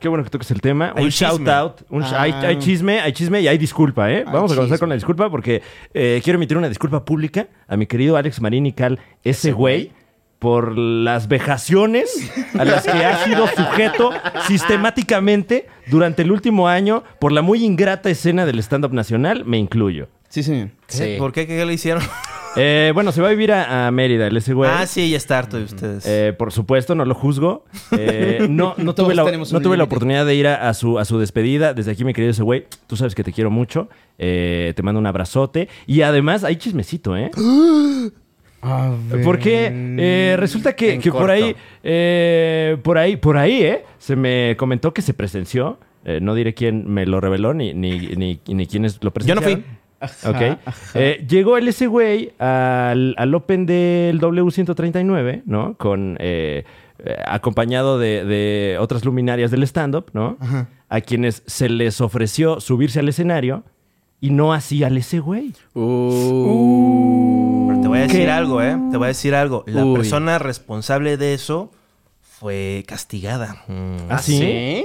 [SPEAKER 5] qué bueno que toques el tema.
[SPEAKER 3] Hay
[SPEAKER 5] un
[SPEAKER 3] chisme.
[SPEAKER 5] shout out. un sh- hay,
[SPEAKER 2] Ah.
[SPEAKER 5] hay chisme, hay chisme y hay disculpa, ¿eh? Vamos a comenzar
[SPEAKER 2] chisme.
[SPEAKER 5] con la disculpa porque eh, quiero emitir una disculpa pública a mi querido Alex Marín y Cal, ese güey, por las vejaciones a las que ha sido sujeto sistemáticamente durante el último año por la muy ingrata escena del stand-up nacional, me incluyo.
[SPEAKER 2] Sí, señor.
[SPEAKER 4] Sí.
[SPEAKER 3] ¿Por qué? ¿Qué le hicieron?
[SPEAKER 5] Eh, bueno, se va a vivir a, a Mérida, el ese güey.
[SPEAKER 3] ah, sí, ya está harto de ustedes.
[SPEAKER 5] Eh, por supuesto, no lo juzgo. Eh, no no
[SPEAKER 2] Todos
[SPEAKER 5] tuve, la,
[SPEAKER 2] tenemos
[SPEAKER 5] no
[SPEAKER 2] un
[SPEAKER 5] tuve la
[SPEAKER 2] límite.
[SPEAKER 5] oportunidad de ir a, a su, a su despedida. Desde aquí, mi querido ese güey, tú sabes que te quiero mucho. Eh, te mando un abrazote. Y además, hay chismecito, ¿eh? Porque eh, resulta que,
[SPEAKER 4] Mm, En
[SPEAKER 5] que por
[SPEAKER 4] corto.
[SPEAKER 5] ahí, eh, por ahí, por ahí, ¿eh? Se me comentó que se presenció. Eh, no diré quién me lo reveló ni, ni, ni, ni quiénes lo
[SPEAKER 3] Yo no
[SPEAKER 5] presenciaron.
[SPEAKER 3] fui.
[SPEAKER 5] Ok. Eh, llegó el ese güey al, al Open del W139, ¿no? Con. eh, eh, acompañado de, de otras luminarias del stand-up, ¿no? A quienes se les ofreció subirse al escenario y no así al ese güey.
[SPEAKER 3] Uh.
[SPEAKER 4] Uh,
[SPEAKER 3] Pero te voy a decir
[SPEAKER 5] ¿Qué?
[SPEAKER 3] algo, ¿eh? Te voy a decir algo. La
[SPEAKER 4] Uy.
[SPEAKER 3] persona responsable de eso fue castigada. Mm.
[SPEAKER 5] ¿Ah, sí?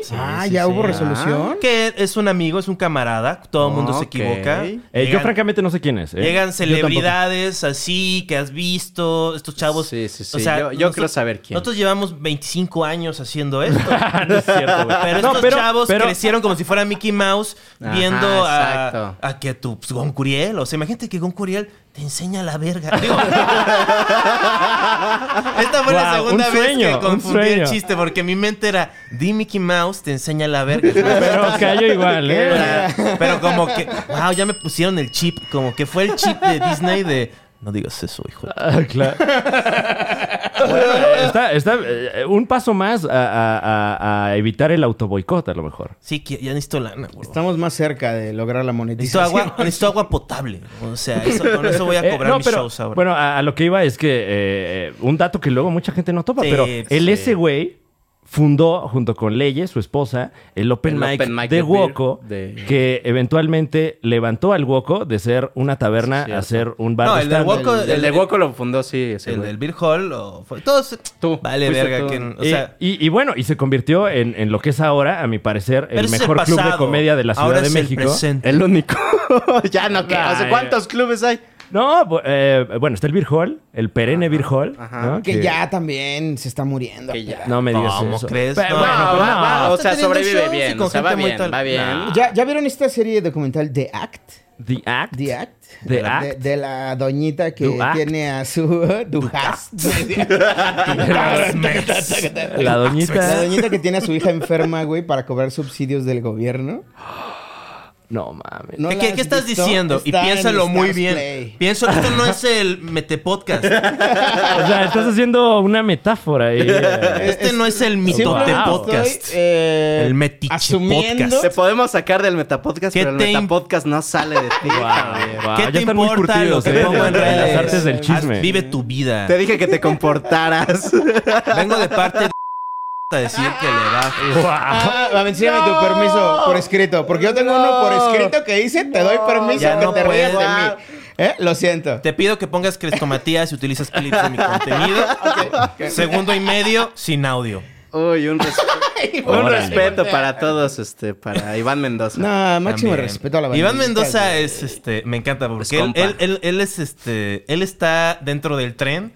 [SPEAKER 4] sí?
[SPEAKER 2] Ah,
[SPEAKER 4] sí,
[SPEAKER 2] ya
[SPEAKER 4] sí.
[SPEAKER 2] hubo resolución.
[SPEAKER 3] Que es un amigo, es un camarada. Todo el mundo se
[SPEAKER 4] Ok.
[SPEAKER 3] equivoca.
[SPEAKER 5] Eh, yo
[SPEAKER 3] Llegan-
[SPEAKER 5] francamente no sé quién es. ¿eh?
[SPEAKER 3] Llegan
[SPEAKER 5] Yo
[SPEAKER 3] celebridades así que has visto, estos chavos.
[SPEAKER 4] Sí, sí, sí. Yo- yo quiero saber quién.
[SPEAKER 3] Nosotros llevamos 25 años haciendo esto.
[SPEAKER 5] tampoco. Ah, no es cierto, güey.
[SPEAKER 3] Pero
[SPEAKER 5] No,
[SPEAKER 3] estos chavos
[SPEAKER 5] pero-
[SPEAKER 3] crecieron como si fuera Mickey Mouse
[SPEAKER 4] Ajá,
[SPEAKER 3] viendo a,
[SPEAKER 4] exacto.
[SPEAKER 3] a que tu pues, Goncuriel, o sea, imagínate que Goncuriel te enseña la verga. Digo, esta fue la
[SPEAKER 5] Guau, un
[SPEAKER 3] segunda vez
[SPEAKER 5] sueño,
[SPEAKER 3] que
[SPEAKER 5] un
[SPEAKER 3] confundí el
[SPEAKER 5] sueño.
[SPEAKER 3] chiste porque mi mente era, di Mickey Mouse te enseña la verga.
[SPEAKER 5] Pero cayó igual, ¿eh?
[SPEAKER 3] Pero como que, wow, ya me pusieron el chip, como que fue el chip de Disney de, no digas eso, hijo.
[SPEAKER 5] Ah, claro. Bueno, eh, está, está, eh, un paso más a, a- a- a evitar el autoboicot, a lo mejor.
[SPEAKER 3] Sí, que ya necesito lana, güey.
[SPEAKER 2] Estamos más cerca de lograr la
[SPEAKER 3] Necesito
[SPEAKER 2] monetización.
[SPEAKER 3] agua, necesito agua potable. O sea, eso- con eso voy a
[SPEAKER 5] Eh,
[SPEAKER 3] cobrar
[SPEAKER 5] no,
[SPEAKER 3] mis
[SPEAKER 5] pero,
[SPEAKER 3] shows ahora.
[SPEAKER 5] Bueno, a, a lo que iba es que eh, eh, un dato que luego mucha gente no topa,
[SPEAKER 3] Sí,
[SPEAKER 5] pero
[SPEAKER 3] pues,
[SPEAKER 5] el
[SPEAKER 3] sí.
[SPEAKER 5] ese güey fundó junto con Leyes, su esposa, el Open,
[SPEAKER 4] El
[SPEAKER 5] mic,
[SPEAKER 4] open mic
[SPEAKER 5] de
[SPEAKER 4] de Beer,
[SPEAKER 5] Woco,
[SPEAKER 4] de-
[SPEAKER 5] que eventualmente levantó al Woco de ser una taberna a
[SPEAKER 4] Cierto.
[SPEAKER 5] ser un bar.
[SPEAKER 3] No,
[SPEAKER 5] de
[SPEAKER 3] el del
[SPEAKER 5] stand-up.
[SPEAKER 3] Woco-
[SPEAKER 4] El, el de Woco lo fundó, sí. ese
[SPEAKER 3] el
[SPEAKER 4] güey.
[SPEAKER 3] del Bill Hall o fue- todos
[SPEAKER 4] Tú,
[SPEAKER 3] vale
[SPEAKER 4] fuiste
[SPEAKER 3] verga
[SPEAKER 4] tú.
[SPEAKER 3] quién- o
[SPEAKER 5] Y-
[SPEAKER 3] sea
[SPEAKER 5] Eh, y, y bueno, y se convirtió en, en lo que es ahora, a mi parecer,
[SPEAKER 3] pero
[SPEAKER 5] el
[SPEAKER 3] ese es
[SPEAKER 5] mejor club de
[SPEAKER 3] pasado.
[SPEAKER 5] comedia de la Ciudad
[SPEAKER 3] Ahora
[SPEAKER 5] de
[SPEAKER 3] es el
[SPEAKER 5] México.
[SPEAKER 3] presente.
[SPEAKER 4] El único. ya no creo. O sea,
[SPEAKER 5] Ay.
[SPEAKER 4] ¿Cuántos clubes hay?
[SPEAKER 5] No, bu- eh, bueno, está el Beer Hall, el perenne Beer Hall. ¿no?
[SPEAKER 2] Que ya también se está muriendo.
[SPEAKER 4] Que ya.
[SPEAKER 5] No me digas
[SPEAKER 3] ¿Cómo
[SPEAKER 5] eso.
[SPEAKER 3] crees?
[SPEAKER 5] Pe-
[SPEAKER 3] No,
[SPEAKER 5] bueno,
[SPEAKER 4] Ah,
[SPEAKER 5] pues
[SPEAKER 4] va,
[SPEAKER 5] no.
[SPEAKER 4] va, o
[SPEAKER 3] Está
[SPEAKER 4] sea,
[SPEAKER 3] teniendo
[SPEAKER 4] sobrevive
[SPEAKER 3] shows y
[SPEAKER 4] bien.
[SPEAKER 3] con
[SPEAKER 4] O sea, va
[SPEAKER 3] gente muy
[SPEAKER 4] bien,
[SPEAKER 3] tal.
[SPEAKER 4] va bien.
[SPEAKER 5] No.
[SPEAKER 2] ¿Ya, ya vieron esta serie documental The Act?
[SPEAKER 5] The Act.
[SPEAKER 2] The Act.
[SPEAKER 5] The
[SPEAKER 2] de, la-
[SPEAKER 5] Act.
[SPEAKER 2] De, de la doñita que
[SPEAKER 5] Do Act.
[SPEAKER 2] tiene a su Dujas.
[SPEAKER 5] La
[SPEAKER 2] Ah, La
[SPEAKER 5] doñita.
[SPEAKER 2] doñita que tiene a su hija enferma, güey, para cobrar subsidios del gobierno.
[SPEAKER 5] No mames.
[SPEAKER 2] ¿No
[SPEAKER 3] ¿Qué-
[SPEAKER 2] la
[SPEAKER 3] ¿Qué,
[SPEAKER 2] has
[SPEAKER 3] qué estás
[SPEAKER 2] visto?
[SPEAKER 3] diciendo? Y
[SPEAKER 2] Está en
[SPEAKER 3] piénsalo muy
[SPEAKER 2] Stars
[SPEAKER 3] bien.
[SPEAKER 2] Play.
[SPEAKER 3] Pienso, esto no es el metepodcast.
[SPEAKER 5] O sea, estás haciendo una metáfora ahí. eh.
[SPEAKER 3] Este no es el
[SPEAKER 2] Simplemente
[SPEAKER 3] mitote
[SPEAKER 5] Wow.
[SPEAKER 3] podcast.
[SPEAKER 2] estoy, eh,
[SPEAKER 3] El metiche
[SPEAKER 2] asumiendo-
[SPEAKER 3] podcast.
[SPEAKER 4] Te podemos sacar del Metapodcast,
[SPEAKER 3] ¿Qué
[SPEAKER 4] pero el
[SPEAKER 3] te im-
[SPEAKER 4] Metapodcast no sale de ti.
[SPEAKER 5] Wow, wow.
[SPEAKER 3] ¿Qué
[SPEAKER 5] Ya
[SPEAKER 3] te
[SPEAKER 5] están muy
[SPEAKER 3] importa lo
[SPEAKER 5] curtidos,
[SPEAKER 3] que
[SPEAKER 5] eh,
[SPEAKER 3] pongo en
[SPEAKER 5] de- de
[SPEAKER 3] redes?
[SPEAKER 5] Las artes del
[SPEAKER 3] Haz-
[SPEAKER 5] chisme.
[SPEAKER 3] vive tu vida.
[SPEAKER 4] Te dije que te comportaras.
[SPEAKER 3] Vengo de parte de a decir que le bajes.
[SPEAKER 5] Wow.
[SPEAKER 2] Ah, a ver, enséñame tu permiso por escrito. Porque yo tengo uno por escrito que hice, te doy permiso
[SPEAKER 3] Ya
[SPEAKER 2] que
[SPEAKER 3] no
[SPEAKER 2] te rías de
[SPEAKER 3] puedo.
[SPEAKER 2] mí. ¿Eh? Lo siento.
[SPEAKER 3] Te pido que pongas crestomatías y utilizas clips de mi contenido. Segundo y medio sin audio.
[SPEAKER 4] Uy, un, respe- un
[SPEAKER 5] Órale.
[SPEAKER 4] respeto para todos, este, para Iván Mendoza.
[SPEAKER 2] No, máximo
[SPEAKER 3] También.
[SPEAKER 2] respeto a la
[SPEAKER 3] Iván
[SPEAKER 2] bandita,
[SPEAKER 3] Mendoza
[SPEAKER 2] güey.
[SPEAKER 3] es este. Me encanta porque
[SPEAKER 4] Es
[SPEAKER 3] él,
[SPEAKER 4] compa.
[SPEAKER 3] él- él- él es este. Él está dentro del tren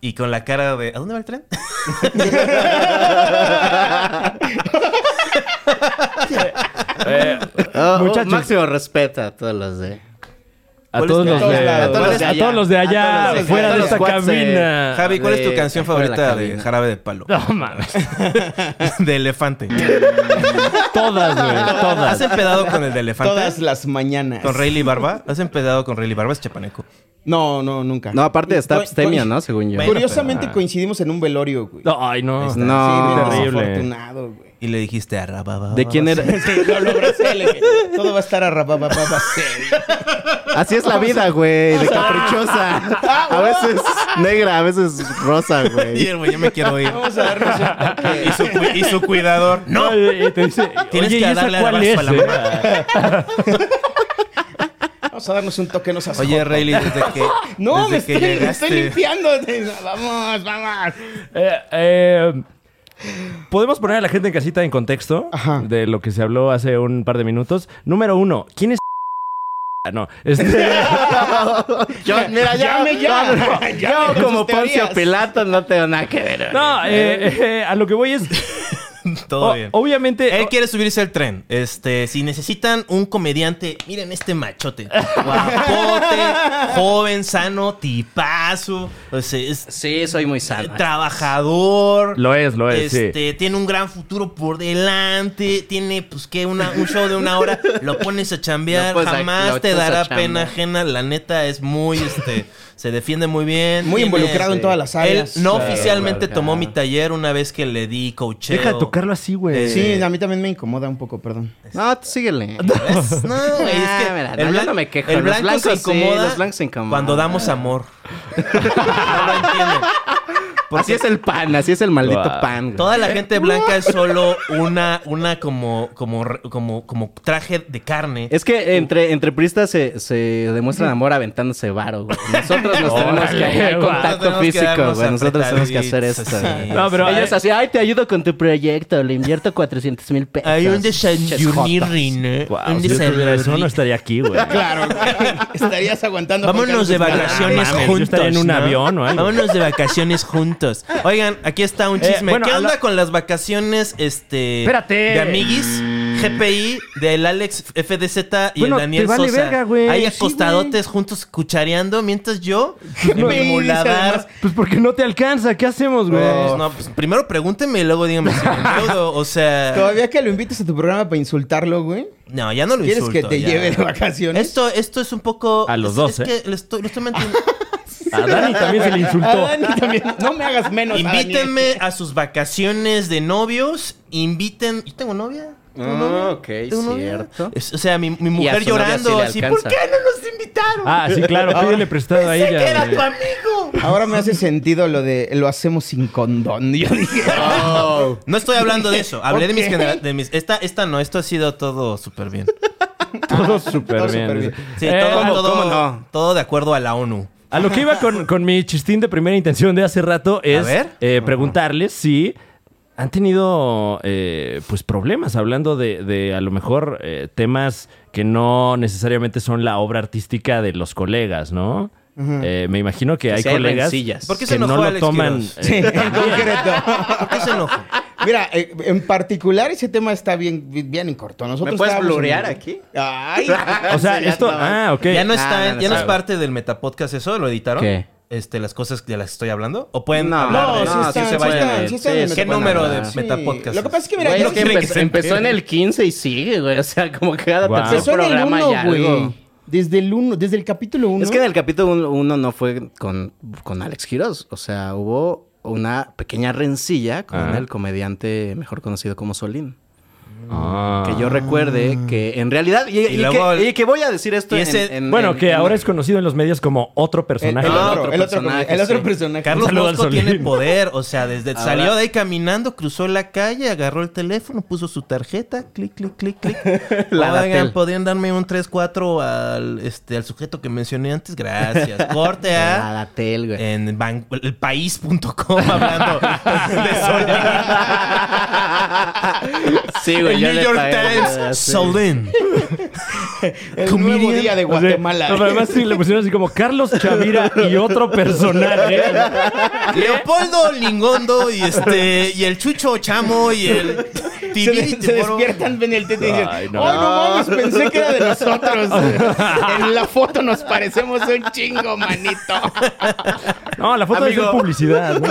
[SPEAKER 3] y con la cara de. ¿A dónde va el tren?
[SPEAKER 5] Eh,
[SPEAKER 4] Oh, oh,
[SPEAKER 5] Muchachos. eh.
[SPEAKER 2] Oh,
[SPEAKER 4] Oh, máximo respeto a todos los de.
[SPEAKER 5] A
[SPEAKER 3] ¿Cuál
[SPEAKER 5] todos,
[SPEAKER 3] es-
[SPEAKER 5] los
[SPEAKER 2] todos
[SPEAKER 5] de,
[SPEAKER 2] lados.
[SPEAKER 5] a, todos,
[SPEAKER 4] de
[SPEAKER 5] a
[SPEAKER 4] allá.
[SPEAKER 5] todos los de
[SPEAKER 4] A
[SPEAKER 5] allá,
[SPEAKER 4] todos los de-
[SPEAKER 5] fuera
[SPEAKER 4] a
[SPEAKER 5] de
[SPEAKER 4] todos
[SPEAKER 5] esta
[SPEAKER 4] los cuates, eh,
[SPEAKER 5] cabina.
[SPEAKER 3] Javi, ¿cuál es tu
[SPEAKER 4] de-
[SPEAKER 3] canción
[SPEAKER 4] fuera de la
[SPEAKER 3] favorita de
[SPEAKER 4] cabina.
[SPEAKER 3] Jarabe de Palo?
[SPEAKER 5] No mames.
[SPEAKER 3] de elefante.
[SPEAKER 5] Todas, güey.
[SPEAKER 3] ¿Has
[SPEAKER 5] Todas.
[SPEAKER 3] empedado con el de elefante?
[SPEAKER 2] Todas las mañanas.
[SPEAKER 3] ¿Con Rayleigh Barba? ¿Has empedado con Rayleigh Barba? Es chapaneco.
[SPEAKER 2] No, no, nunca.
[SPEAKER 4] No, aparte está
[SPEAKER 2] Co-
[SPEAKER 4] abstemia,
[SPEAKER 2] co-
[SPEAKER 4] ¿no? Según yo.
[SPEAKER 3] Bueno,
[SPEAKER 2] Curiosamente
[SPEAKER 5] pero-
[SPEAKER 2] coincidimos en un velorio, güey.
[SPEAKER 5] No, ay, no.
[SPEAKER 4] está.
[SPEAKER 2] Sí,
[SPEAKER 4] No,
[SPEAKER 2] bien
[SPEAKER 5] terrible.
[SPEAKER 2] desafortunado, güey.
[SPEAKER 3] Y le dijiste arrababa.
[SPEAKER 4] ¿De quién era?
[SPEAKER 2] No lo abracé, le dije, Todo va a estar a rababababase".
[SPEAKER 4] Así es la vida, güey, de caprichosa. A veces negra, a veces rosa,
[SPEAKER 3] Y
[SPEAKER 4] güey.
[SPEAKER 3] el güey, yo me quiero ir.
[SPEAKER 2] Vamos a darnos un
[SPEAKER 3] Y su, cu- y su cuidador.
[SPEAKER 5] No, y te dice,
[SPEAKER 3] Tienes
[SPEAKER 5] oye,
[SPEAKER 3] que
[SPEAKER 5] ¿y esa
[SPEAKER 3] darle
[SPEAKER 5] cuál
[SPEAKER 3] abrazo
[SPEAKER 5] es?
[SPEAKER 3] a la
[SPEAKER 5] eh?
[SPEAKER 2] Vamos a darnos un toque, no seas
[SPEAKER 3] Oye,
[SPEAKER 2] joto.
[SPEAKER 3] Rayleigh, desde que.
[SPEAKER 2] No,
[SPEAKER 3] desde
[SPEAKER 2] me estoy, me estoy
[SPEAKER 3] llegaste-
[SPEAKER 2] limpiando. Vamos, vamos.
[SPEAKER 5] Eh, eh, Podemos poner a la gente en casita en contexto
[SPEAKER 2] Ajá.
[SPEAKER 5] de lo que se habló hace un par de minutos. Número uno, ¿quién es? Ah, No, este,
[SPEAKER 4] Yo, mira, yo,
[SPEAKER 2] Llame ya.
[SPEAKER 4] no,
[SPEAKER 2] Llame con
[SPEAKER 4] yo
[SPEAKER 2] sus
[SPEAKER 4] como
[SPEAKER 2] teorías.
[SPEAKER 4] Poncio Pilato no tengo nada que ver.
[SPEAKER 5] no, eh, eh, a lo que voy es,
[SPEAKER 3] Todo
[SPEAKER 2] Oh,
[SPEAKER 5] o-
[SPEAKER 3] bien.
[SPEAKER 5] obviamente,
[SPEAKER 3] Él quiere subirse al tren. Este, si necesitan un comediante, miren este machote. Guapote, joven, sano, tipazo. O sea, es
[SPEAKER 4] Sí, soy muy
[SPEAKER 2] Ah,
[SPEAKER 4] sano.
[SPEAKER 3] trabajador.
[SPEAKER 5] lo es, lo
[SPEAKER 4] Pues
[SPEAKER 5] es, sí.
[SPEAKER 3] Este, tiene un gran futuro por delante, tiene pues que una, un show de una hora, lo pones a chambear,
[SPEAKER 4] Lo pones a-
[SPEAKER 3] jamás
[SPEAKER 4] lo
[SPEAKER 3] te
[SPEAKER 4] echas a
[SPEAKER 3] dará
[SPEAKER 4] chambear.
[SPEAKER 3] pena ajena, la neta es muy este, se defiende muy bien.
[SPEAKER 2] Muy
[SPEAKER 3] tiene- este,
[SPEAKER 2] involucrado en
[SPEAKER 4] sí.
[SPEAKER 2] todas las
[SPEAKER 3] Él
[SPEAKER 2] áreas.
[SPEAKER 3] no
[SPEAKER 4] Claro,
[SPEAKER 3] oficialmente
[SPEAKER 4] claro,
[SPEAKER 3] tomó mi
[SPEAKER 4] claro.
[SPEAKER 3] taller una vez que le di coaching.
[SPEAKER 5] Deja de tocarlo así, güey.
[SPEAKER 2] Sí, a mí también me incomoda un poco, perdón.
[SPEAKER 4] No, tú síguele.
[SPEAKER 3] ¿Ves? No, güey, es que
[SPEAKER 4] Ah, mira,
[SPEAKER 3] el
[SPEAKER 4] no, yo
[SPEAKER 3] blan-
[SPEAKER 4] no me quejo.
[SPEAKER 3] el
[SPEAKER 4] Los
[SPEAKER 3] blanco se
[SPEAKER 4] blancos sí,
[SPEAKER 3] incomoda
[SPEAKER 4] los blancos se incomodan.
[SPEAKER 3] Cuando damos amor. no lo entiendo.
[SPEAKER 4] Así es el pan, así es el maldito
[SPEAKER 5] Guau.
[SPEAKER 4] pan. güey.
[SPEAKER 3] Toda la gente blanca es solo una, una como, como, re- como, como traje de carne.
[SPEAKER 4] Es que entre, entre pristas se, se demuestran amor aventándose varo, güey. Nosotros nos tenemos que
[SPEAKER 5] Órale,
[SPEAKER 4] hacer
[SPEAKER 5] guau.
[SPEAKER 4] contacto
[SPEAKER 3] Tenemos que
[SPEAKER 4] físico,
[SPEAKER 3] darnos
[SPEAKER 4] güey. Nosotros tenemos que hacer
[SPEAKER 3] apretaditos,
[SPEAKER 4] esto.
[SPEAKER 3] así.
[SPEAKER 4] güey.
[SPEAKER 5] No, pero
[SPEAKER 4] Ellos
[SPEAKER 5] eh,
[SPEAKER 4] así, ay, te ayudo con tu proyecto, le invierto 400 mil pesos.
[SPEAKER 3] Hay un desayunirrin,
[SPEAKER 4] Chesjotas.
[SPEAKER 3] ¿eh?
[SPEAKER 5] guau,
[SPEAKER 3] Un
[SPEAKER 5] si yo tuviera eso, no
[SPEAKER 3] desayunirrin.
[SPEAKER 5] estaría aquí, güey.
[SPEAKER 2] Claro, estarías aguantando. con
[SPEAKER 3] Vámonos
[SPEAKER 2] Carlos
[SPEAKER 3] de
[SPEAKER 2] Guzmán.
[SPEAKER 3] vacaciones
[SPEAKER 5] Ah, mames, yo
[SPEAKER 3] juntos.
[SPEAKER 5] estaría en un
[SPEAKER 3] ¿no?
[SPEAKER 5] avión o algo.
[SPEAKER 3] Vámonos de vacaciones juntos. Oigan, aquí está un
[SPEAKER 5] Eh,
[SPEAKER 3] chisme.
[SPEAKER 5] bueno,
[SPEAKER 3] ¿Qué
[SPEAKER 5] habla-
[SPEAKER 3] onda con las vacaciones este,
[SPEAKER 5] Espérate.
[SPEAKER 3] de amiguis? GPI, del Alex FDZ y
[SPEAKER 5] Bueno,
[SPEAKER 3] el Daniel
[SPEAKER 5] te vale
[SPEAKER 3] Sosa.
[SPEAKER 5] verga, güey.
[SPEAKER 3] Hay
[SPEAKER 5] Sí,
[SPEAKER 3] acostadotes juntos cuchareando, mientras yo, en
[SPEAKER 2] No,
[SPEAKER 3] mi
[SPEAKER 2] y dice además,
[SPEAKER 3] muladar.
[SPEAKER 5] Pues porque no te alcanza, ¿qué hacemos, güey?
[SPEAKER 3] Pues no, pues primero pregúnteme y luego dígame si me endeudo, O sea,
[SPEAKER 2] Todavía que lo invites a tu programa para insultarlo, güey.
[SPEAKER 3] no, ya no lo
[SPEAKER 2] ¿Quieres
[SPEAKER 3] insulto.
[SPEAKER 2] que te
[SPEAKER 3] ya.
[SPEAKER 2] lleve de vacaciones?
[SPEAKER 3] Esto, esto es un poco.
[SPEAKER 5] A los
[SPEAKER 3] es-
[SPEAKER 5] dos,
[SPEAKER 3] es
[SPEAKER 5] ¿eh?
[SPEAKER 3] que lo estoy, lo estoy manteniendo.
[SPEAKER 5] A Dani también se le
[SPEAKER 2] A
[SPEAKER 5] insultó.
[SPEAKER 2] Dani también. No me hagas menos. a Dani.
[SPEAKER 3] Invítenme a sus vacaciones de novios. Inviten. Yo tengo novia. ¿Tengo
[SPEAKER 4] Ah,
[SPEAKER 3] novia?
[SPEAKER 4] ok,
[SPEAKER 3] ¿Tengo novia?
[SPEAKER 4] cierto.
[SPEAKER 3] Es- o sea, mi, mi
[SPEAKER 4] Y a
[SPEAKER 3] mujer
[SPEAKER 4] su novia sí
[SPEAKER 3] llorando
[SPEAKER 4] le
[SPEAKER 3] así. ¿Por
[SPEAKER 4] alcanza".
[SPEAKER 3] qué no nos invitaron?
[SPEAKER 5] Ah, sí, claro, pídele prestado a
[SPEAKER 3] Pensé que
[SPEAKER 5] ella.
[SPEAKER 3] era tu
[SPEAKER 5] güey.
[SPEAKER 3] amigo.
[SPEAKER 2] Ahora me hace sentido lo de lo hacemos sin condón. Yo dije,
[SPEAKER 3] No estoy hablando de eso. Hablé de mis
[SPEAKER 2] Ok.
[SPEAKER 3] genera- de mis- Esta, esta no, esto ha sido todo súper bien.
[SPEAKER 5] Todo súper
[SPEAKER 2] todo
[SPEAKER 5] bien.
[SPEAKER 2] súper bien.
[SPEAKER 3] Sí,
[SPEAKER 5] Eh,
[SPEAKER 3] todo,
[SPEAKER 5] a, lo,
[SPEAKER 3] todo,
[SPEAKER 4] cómo no?
[SPEAKER 3] todo de acuerdo a la ONU.
[SPEAKER 5] a lo que iba con, con mi chistín de primera intención de hace rato es
[SPEAKER 3] ver.
[SPEAKER 5] eh, preguntarles si han tenido eh, pues problemas hablando de, de, a lo mejor eh, temas que no necesariamente son la obra artística de los colegas, ¿no? Eh, me imagino que hay
[SPEAKER 4] Sí, hay
[SPEAKER 5] colegas
[SPEAKER 4] rencillas.
[SPEAKER 3] ¿Por qué se
[SPEAKER 5] que
[SPEAKER 3] enojó
[SPEAKER 5] no lo
[SPEAKER 3] Alex
[SPEAKER 5] toman.
[SPEAKER 3] Quiroz?
[SPEAKER 5] eh,
[SPEAKER 2] en concreto.
[SPEAKER 3] ¿Por qué se enojó?
[SPEAKER 2] Mira, eh, en particular ese tema está bien, bien en corto. Nosotros
[SPEAKER 4] ¿Me puedes
[SPEAKER 2] estábamos en-
[SPEAKER 4] blurear aquí?
[SPEAKER 2] Ay,
[SPEAKER 5] o sea, esto. Ah, ok.
[SPEAKER 3] Ya no está,
[SPEAKER 4] Ah,
[SPEAKER 3] en-
[SPEAKER 4] no, no
[SPEAKER 3] ya no es
[SPEAKER 4] sabe.
[SPEAKER 3] parte del metapodcast eso, lo editaron.
[SPEAKER 4] ¿Qué?
[SPEAKER 3] Este, las cosas de las que estoy hablando. ¿O pueden
[SPEAKER 4] No,
[SPEAKER 3] hablar de
[SPEAKER 2] no,
[SPEAKER 4] no,
[SPEAKER 2] sí
[SPEAKER 4] sí
[SPEAKER 2] están,
[SPEAKER 4] se
[SPEAKER 2] sí
[SPEAKER 4] vayan
[SPEAKER 2] están,
[SPEAKER 4] de-
[SPEAKER 2] sí están
[SPEAKER 4] sí,
[SPEAKER 2] en
[SPEAKER 4] se
[SPEAKER 3] ¿Qué
[SPEAKER 2] Metapodcast.
[SPEAKER 3] número de
[SPEAKER 4] Sí.
[SPEAKER 3] metapodcast?
[SPEAKER 2] Lo que pasa es que, mira,
[SPEAKER 4] Güey,
[SPEAKER 2] yo
[SPEAKER 4] es que
[SPEAKER 2] creo
[SPEAKER 3] quiere
[SPEAKER 4] empe-
[SPEAKER 3] que se
[SPEAKER 4] empezó en
[SPEAKER 3] entere.
[SPEAKER 4] el 15 y sigue, güey. O sea, como que cada
[SPEAKER 5] Guau.
[SPEAKER 4] tercer
[SPEAKER 2] Empezó en el
[SPEAKER 4] Ah, programa
[SPEAKER 2] 1,
[SPEAKER 4] ya
[SPEAKER 2] güey.
[SPEAKER 4] algo.
[SPEAKER 2] Desde el 1, desde el capítulo 1.
[SPEAKER 4] Es que en el capítulo 1 no fue con, con Alex Quiroz. O sea, hubo una pequeña rencilla con
[SPEAKER 5] Ah.
[SPEAKER 4] el comediante mejor conocido como Solín.
[SPEAKER 5] Ah.
[SPEAKER 4] Que yo recuerde que en realidad... Y, y
[SPEAKER 3] luego-
[SPEAKER 4] que, y que voy a decir esto
[SPEAKER 3] y
[SPEAKER 4] en-
[SPEAKER 3] ese-
[SPEAKER 4] en-
[SPEAKER 5] Bueno,
[SPEAKER 4] en-
[SPEAKER 5] que
[SPEAKER 4] en-
[SPEAKER 5] ahora es conocido en los medios como otro personaje.
[SPEAKER 2] el,
[SPEAKER 4] Ah,
[SPEAKER 2] otro,
[SPEAKER 4] otro
[SPEAKER 2] el otro,
[SPEAKER 4] personaje,
[SPEAKER 2] el otro
[SPEAKER 4] sí.
[SPEAKER 2] personaje.
[SPEAKER 3] Carlos
[SPEAKER 5] Un saludo al
[SPEAKER 3] Bosco
[SPEAKER 5] Solín.
[SPEAKER 3] tiene poder, o sea, desde
[SPEAKER 4] Ahora-
[SPEAKER 3] salió de ahí caminando, cruzó la calle, agarró el teléfono, puso su tarjeta, clic, clic, clic, clic. Oigan,
[SPEAKER 4] La Datel.
[SPEAKER 3] podrían darme un 3-4 al, este, al sujeto que mencioné antes, gracias. Corte
[SPEAKER 4] Ah,
[SPEAKER 3] a
[SPEAKER 4] la tel, güey.
[SPEAKER 3] en ban- elpaís.com hablando de Solín.
[SPEAKER 4] Sí, güey.
[SPEAKER 3] El
[SPEAKER 4] yo
[SPEAKER 3] New
[SPEAKER 4] le
[SPEAKER 3] York
[SPEAKER 4] pagué, güey,
[SPEAKER 3] Times,
[SPEAKER 4] sí.
[SPEAKER 3] Solín.
[SPEAKER 2] El nuevo día de
[SPEAKER 5] O sea,
[SPEAKER 2] Guatemala.
[SPEAKER 5] no, pero además sí le pusieron así como Carlos Chavira y otro personaje.
[SPEAKER 3] Leopoldo Lingondo y este y el Chucho Chamo y el
[SPEAKER 2] Se,
[SPEAKER 3] TV
[SPEAKER 2] de-
[SPEAKER 3] y
[SPEAKER 2] se
[SPEAKER 3] tomorrow-
[SPEAKER 2] despiertan, ven el tete y dicen,
[SPEAKER 5] Ay,
[SPEAKER 2] ¡ay,
[SPEAKER 5] no.
[SPEAKER 2] no, mames! Pensé que era de nosotros. en la foto nos parecemos un chingo, manito.
[SPEAKER 5] No, la foto
[SPEAKER 3] Amigo.
[SPEAKER 5] es publicidad. ¿no?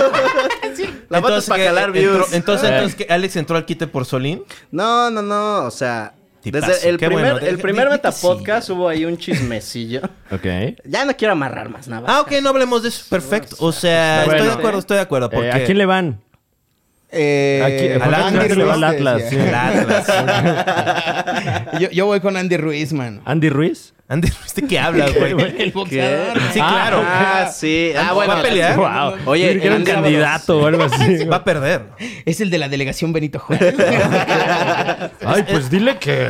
[SPEAKER 4] La foto
[SPEAKER 3] Entonces,
[SPEAKER 4] es para
[SPEAKER 3] ¿qué?
[SPEAKER 4] calar
[SPEAKER 3] Entró-
[SPEAKER 4] views.
[SPEAKER 3] entonces,
[SPEAKER 5] Eh.
[SPEAKER 3] entonces que Alex entró al quite por Solín.
[SPEAKER 4] No, no, no. O sea,
[SPEAKER 3] Tipazo,
[SPEAKER 4] desde el
[SPEAKER 3] qué
[SPEAKER 4] primer,
[SPEAKER 3] bueno,
[SPEAKER 4] el
[SPEAKER 3] di-
[SPEAKER 4] primer
[SPEAKER 3] di- di que sí.
[SPEAKER 4] metapodcast hubo ahí un chismecillo.
[SPEAKER 5] Ok.
[SPEAKER 4] ya no quiero amarrar más nada.
[SPEAKER 3] Ah, ok, no hablemos de eso. Perfecto. O sea,
[SPEAKER 5] Bueno.
[SPEAKER 3] estoy de acuerdo, estoy de acuerdo. Porque
[SPEAKER 5] Eh, ¿A quién le van?
[SPEAKER 2] Eh,
[SPEAKER 5] Aquí-
[SPEAKER 2] con
[SPEAKER 3] al
[SPEAKER 2] Andy
[SPEAKER 3] Atlas,
[SPEAKER 2] Ruiz,
[SPEAKER 5] al
[SPEAKER 2] te
[SPEAKER 5] Atlas,
[SPEAKER 2] decía.
[SPEAKER 5] sí.
[SPEAKER 3] El Atlas.
[SPEAKER 2] Yo, yo voy con Andy Ruiz, man.
[SPEAKER 5] ¿Andy Ruiz?
[SPEAKER 3] Andy, ¿viste que habla, güey?
[SPEAKER 2] El boxeador.
[SPEAKER 3] Sí, claro.
[SPEAKER 4] Ah, sí. Ah, bueno.
[SPEAKER 3] ¿Va a pelear?
[SPEAKER 5] Wow.
[SPEAKER 4] Oye,
[SPEAKER 5] Yo creo que era un
[SPEAKER 4] Andy-
[SPEAKER 5] candidato o algo así.
[SPEAKER 3] Va a perder.
[SPEAKER 2] Es el de la delegación Benito Juárez.
[SPEAKER 5] Ay, pues dile que.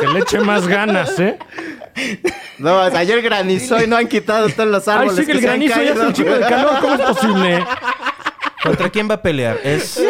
[SPEAKER 5] Que le eche más ganas, ¿eh?
[SPEAKER 4] No, ayer granizó y no han quitado todos los
[SPEAKER 5] Ay,
[SPEAKER 4] árboles.
[SPEAKER 5] sí, que el
[SPEAKER 4] se han
[SPEAKER 5] granizo ya hace
[SPEAKER 4] caído.
[SPEAKER 5] un chingo de calor. ¿Cómo es posible?
[SPEAKER 3] ¿Contra quién va a pelear? Es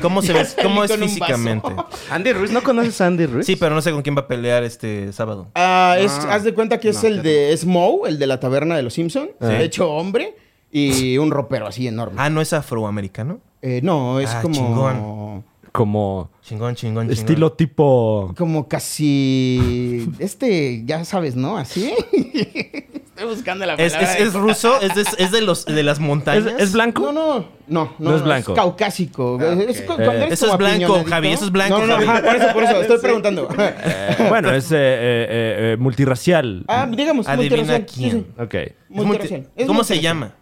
[SPEAKER 3] cómo se ve,
[SPEAKER 2] salí
[SPEAKER 3] cómo es
[SPEAKER 2] con un vaso.
[SPEAKER 3] físicamente.
[SPEAKER 4] Andy Ruiz, ¿no conoces a Andy Ruiz?
[SPEAKER 3] Sí, pero no sé con quién va a pelear este sábado.
[SPEAKER 2] Ah, es- haz de cuenta que es el de es Moe, el de la taberna de los Simpsons. Hecho hombre y un ropero así enorme.
[SPEAKER 3] Ah, no es afroamericano.
[SPEAKER 2] Eh, no, es
[SPEAKER 3] Ah,
[SPEAKER 2] como.
[SPEAKER 3] chingón.
[SPEAKER 5] Como
[SPEAKER 3] Chingón, chingón, chingón.
[SPEAKER 5] estilo tipo.
[SPEAKER 2] Como casi. Este, ya sabes, ¿no? Así. Estoy buscando la
[SPEAKER 3] ¿Es, es, es ruso? ¿Es de, es de los, de las
[SPEAKER 5] ¿Es,
[SPEAKER 3] montañas?
[SPEAKER 5] es blanco?
[SPEAKER 2] No, no, no, no,
[SPEAKER 5] No es blanco.
[SPEAKER 2] caucásico.
[SPEAKER 4] Ah,
[SPEAKER 2] Es cu- cuando eres
[SPEAKER 3] Eh, Eso
[SPEAKER 2] como
[SPEAKER 3] es blanco,
[SPEAKER 2] apiñonadito.
[SPEAKER 3] Javi, eso es blanco,
[SPEAKER 2] No, no, no,
[SPEAKER 3] Javi.
[SPEAKER 2] ajá, por eso, por eso, estoy preguntando.
[SPEAKER 5] Eh, bueno, es eh, eh, eh, eh, multirracial.
[SPEAKER 2] ah, digamos,
[SPEAKER 3] Adivina
[SPEAKER 2] multirracial, sí,
[SPEAKER 3] quién.
[SPEAKER 2] sí,
[SPEAKER 5] Ok.
[SPEAKER 3] Es multi-
[SPEAKER 2] multirracial. Es
[SPEAKER 3] ¿Cómo se
[SPEAKER 2] multirracial.
[SPEAKER 3] llama?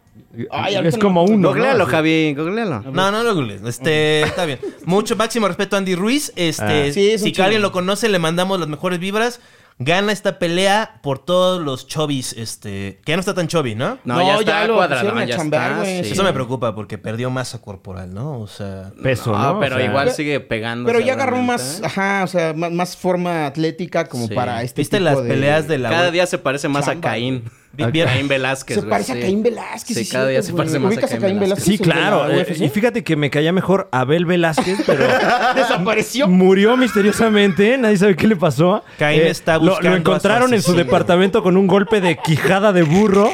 [SPEAKER 2] Ay,
[SPEAKER 5] es
[SPEAKER 2] ahorita
[SPEAKER 5] como
[SPEAKER 2] no-
[SPEAKER 5] uno.
[SPEAKER 4] Googlealo,
[SPEAKER 5] ¿no?
[SPEAKER 4] Javi, googlealo.
[SPEAKER 3] No, no lo googlees. Este, está bien. Mucho máximo respeto a Andy Ruiz. Este,
[SPEAKER 5] Ah.
[SPEAKER 2] Sí, es un
[SPEAKER 3] si
[SPEAKER 2] chido.
[SPEAKER 3] alguien lo conoce, le mandamos las mejores vibras. Gana esta pelea por todos los chovis, este, que ya no está tan chubby, ¿no?
[SPEAKER 4] No,
[SPEAKER 2] No,
[SPEAKER 4] ya está
[SPEAKER 2] ya lo
[SPEAKER 4] cuadrado,
[SPEAKER 2] pusieron a
[SPEAKER 4] ya
[SPEAKER 2] chambear,
[SPEAKER 4] está.
[SPEAKER 2] güey.
[SPEAKER 4] sí.
[SPEAKER 3] Eso me preocupa porque perdió masa corporal, ¿no? O sea,
[SPEAKER 5] Peso,
[SPEAKER 4] Ah,
[SPEAKER 5] ¿no? O
[SPEAKER 4] pero
[SPEAKER 5] sea,
[SPEAKER 4] igual sigue pegando.
[SPEAKER 2] Pero ya agarró
[SPEAKER 4] seguramente,
[SPEAKER 2] más,
[SPEAKER 4] ¿eh?
[SPEAKER 2] ajá, o sea, más, más forma atlética como
[SPEAKER 4] Sí.
[SPEAKER 2] para este
[SPEAKER 3] ¿viste
[SPEAKER 2] tipo
[SPEAKER 3] las
[SPEAKER 2] de-
[SPEAKER 3] peleas de la
[SPEAKER 4] Cada día se parece más a
[SPEAKER 2] Chamba.
[SPEAKER 4] Caín.
[SPEAKER 3] Vi-
[SPEAKER 4] A
[SPEAKER 3] vi-
[SPEAKER 4] Caín Velázquez,
[SPEAKER 2] Se
[SPEAKER 4] güey,
[SPEAKER 2] parece
[SPEAKER 4] sí.
[SPEAKER 2] a Caín Velázquez.
[SPEAKER 4] Sí,
[SPEAKER 2] es
[SPEAKER 4] cada día se
[SPEAKER 2] cierto,
[SPEAKER 4] parece más
[SPEAKER 2] güey.
[SPEAKER 4] a
[SPEAKER 2] ¿Ubicas
[SPEAKER 4] Caín Velázquez.
[SPEAKER 5] Sí,
[SPEAKER 2] el de la
[SPEAKER 5] claro. eh,
[SPEAKER 2] UFC?
[SPEAKER 5] y fíjate que me caía mejor Abel Velázquez, pero
[SPEAKER 2] desapareció.
[SPEAKER 5] murió misteriosamente. Nadie sabe qué le pasó. Eh,
[SPEAKER 3] Caín está
[SPEAKER 5] lo- Lo,
[SPEAKER 3] buscando a su
[SPEAKER 5] encontraron en su
[SPEAKER 3] asesino.
[SPEAKER 5] departamento con un golpe de quijada de burro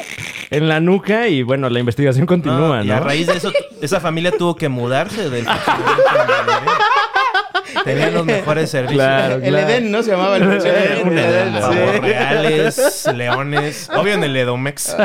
[SPEAKER 5] en la nuca y bueno, la investigación continúa,
[SPEAKER 3] y
[SPEAKER 5] ¿no?
[SPEAKER 3] a raíz de eso, esa familia tuvo que mudarse del Tenían los mejores servicios.
[SPEAKER 5] Claro,
[SPEAKER 2] El Edén, ¿no? Se llamaba el
[SPEAKER 4] El Edén, el Edén,
[SPEAKER 3] Por
[SPEAKER 4] sí.
[SPEAKER 3] favor, Reales, leones. Obvio en el Edomex.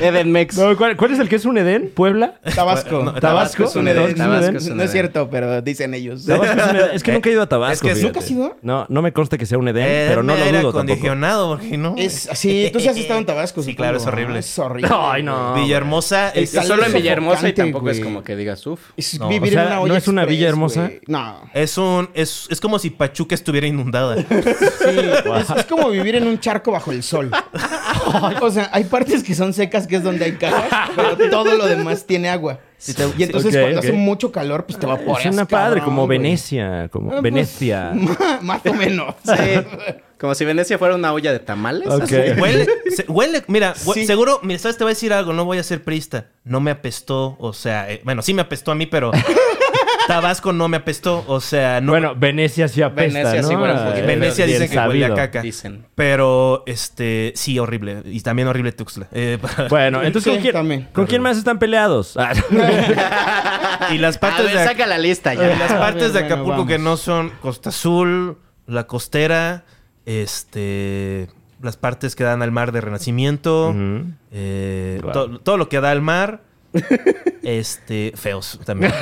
[SPEAKER 4] Eden Mex.
[SPEAKER 5] No, ¿cuál, cuál es el que es un Edén? ¿Puebla?
[SPEAKER 2] Tabasco.
[SPEAKER 3] No,
[SPEAKER 5] ¿Tabasco?
[SPEAKER 4] es un Edén, Tabasco es un
[SPEAKER 2] No es
[SPEAKER 4] Edén.
[SPEAKER 2] cierto, pero dicen ellos.
[SPEAKER 5] Tabasco es un Edén. Es
[SPEAKER 3] Eh,
[SPEAKER 5] que nunca he ido a Tabasco.
[SPEAKER 3] Es que-
[SPEAKER 5] fíjate.
[SPEAKER 3] ¿Nunca
[SPEAKER 2] has ido?
[SPEAKER 5] No, no me consta que sea un Edén,
[SPEAKER 3] Eh,
[SPEAKER 5] pero no lo
[SPEAKER 3] era
[SPEAKER 5] dudo tampoco.
[SPEAKER 3] acondicionado, porque no.
[SPEAKER 2] Es así. Tú sí has estado en Tabasco.
[SPEAKER 3] Sí,
[SPEAKER 2] supongo,
[SPEAKER 3] claro, es
[SPEAKER 2] ¿no?
[SPEAKER 3] horrible.
[SPEAKER 2] Es horrible.
[SPEAKER 5] Ay, no.
[SPEAKER 3] Villahermosa
[SPEAKER 2] El
[SPEAKER 3] es-
[SPEAKER 2] sal-
[SPEAKER 4] Solo en
[SPEAKER 2] Sofocante,
[SPEAKER 4] Villahermosa y tampoco es
[SPEAKER 2] güey.
[SPEAKER 4] como que digas, uff.
[SPEAKER 2] Es
[SPEAKER 3] No,
[SPEAKER 2] vivir
[SPEAKER 5] o sea,
[SPEAKER 2] en una
[SPEAKER 5] ¿no
[SPEAKER 2] olla
[SPEAKER 5] es una
[SPEAKER 2] express,
[SPEAKER 5] villa hermosa?
[SPEAKER 2] güey. No.
[SPEAKER 3] es un. Es, es como si Pachuca estuviera inundada.
[SPEAKER 2] Es, es como vivir en un charco bajo el sol. o sea, hay partes que son secas, que es donde hay casas, pero todo lo demás tiene agua. y entonces
[SPEAKER 5] Ok,
[SPEAKER 2] cuando
[SPEAKER 5] ok.
[SPEAKER 2] hace mucho calor, pues te va
[SPEAKER 5] Es una padre, como Venecia,
[SPEAKER 3] Ah,
[SPEAKER 5] como
[SPEAKER 2] pues,
[SPEAKER 5] Venecia.
[SPEAKER 2] Más o menos.
[SPEAKER 4] Como si Venecia fuera una olla de tamales.
[SPEAKER 5] Ok.
[SPEAKER 4] así.
[SPEAKER 3] Huele, se- huele, mira, hue-
[SPEAKER 2] Sí.
[SPEAKER 3] seguro, mira, sabes, te voy a decir algo, no voy a ser prista. No me apestó, o sea, eh, bueno, sí me apestó a mí, pero Tabasco no me apestó, o sea, no.
[SPEAKER 5] Bueno, Venecia sí apesta,
[SPEAKER 4] Venecia sí
[SPEAKER 5] ¿no?
[SPEAKER 4] huele un poquito.
[SPEAKER 5] Eh,
[SPEAKER 3] Venecia
[SPEAKER 5] bien
[SPEAKER 3] dicen que huele a
[SPEAKER 5] sabido.
[SPEAKER 3] caca.
[SPEAKER 4] Dicen.
[SPEAKER 3] Pero, este, sí, horrible. Y también horrible Tuxtla. Eh, para-
[SPEAKER 5] Bueno, entonces, ¿con
[SPEAKER 2] Sí,
[SPEAKER 5] quién,
[SPEAKER 2] también.
[SPEAKER 5] ¿con quién más están peleados? Ah,
[SPEAKER 3] y las
[SPEAKER 4] A
[SPEAKER 3] partes
[SPEAKER 4] ver,
[SPEAKER 3] de
[SPEAKER 4] saca la lista
[SPEAKER 3] Y las
[SPEAKER 4] ya.
[SPEAKER 3] partes de
[SPEAKER 2] bueno,
[SPEAKER 3] Acapulco
[SPEAKER 2] vamos.
[SPEAKER 3] que no son Costa Azul, la costera, este, las partes que dan al mar de Renacimiento,
[SPEAKER 5] Ujú.
[SPEAKER 3] eh,
[SPEAKER 5] Wow.
[SPEAKER 3] to- todo lo que da al mar, este, feos también.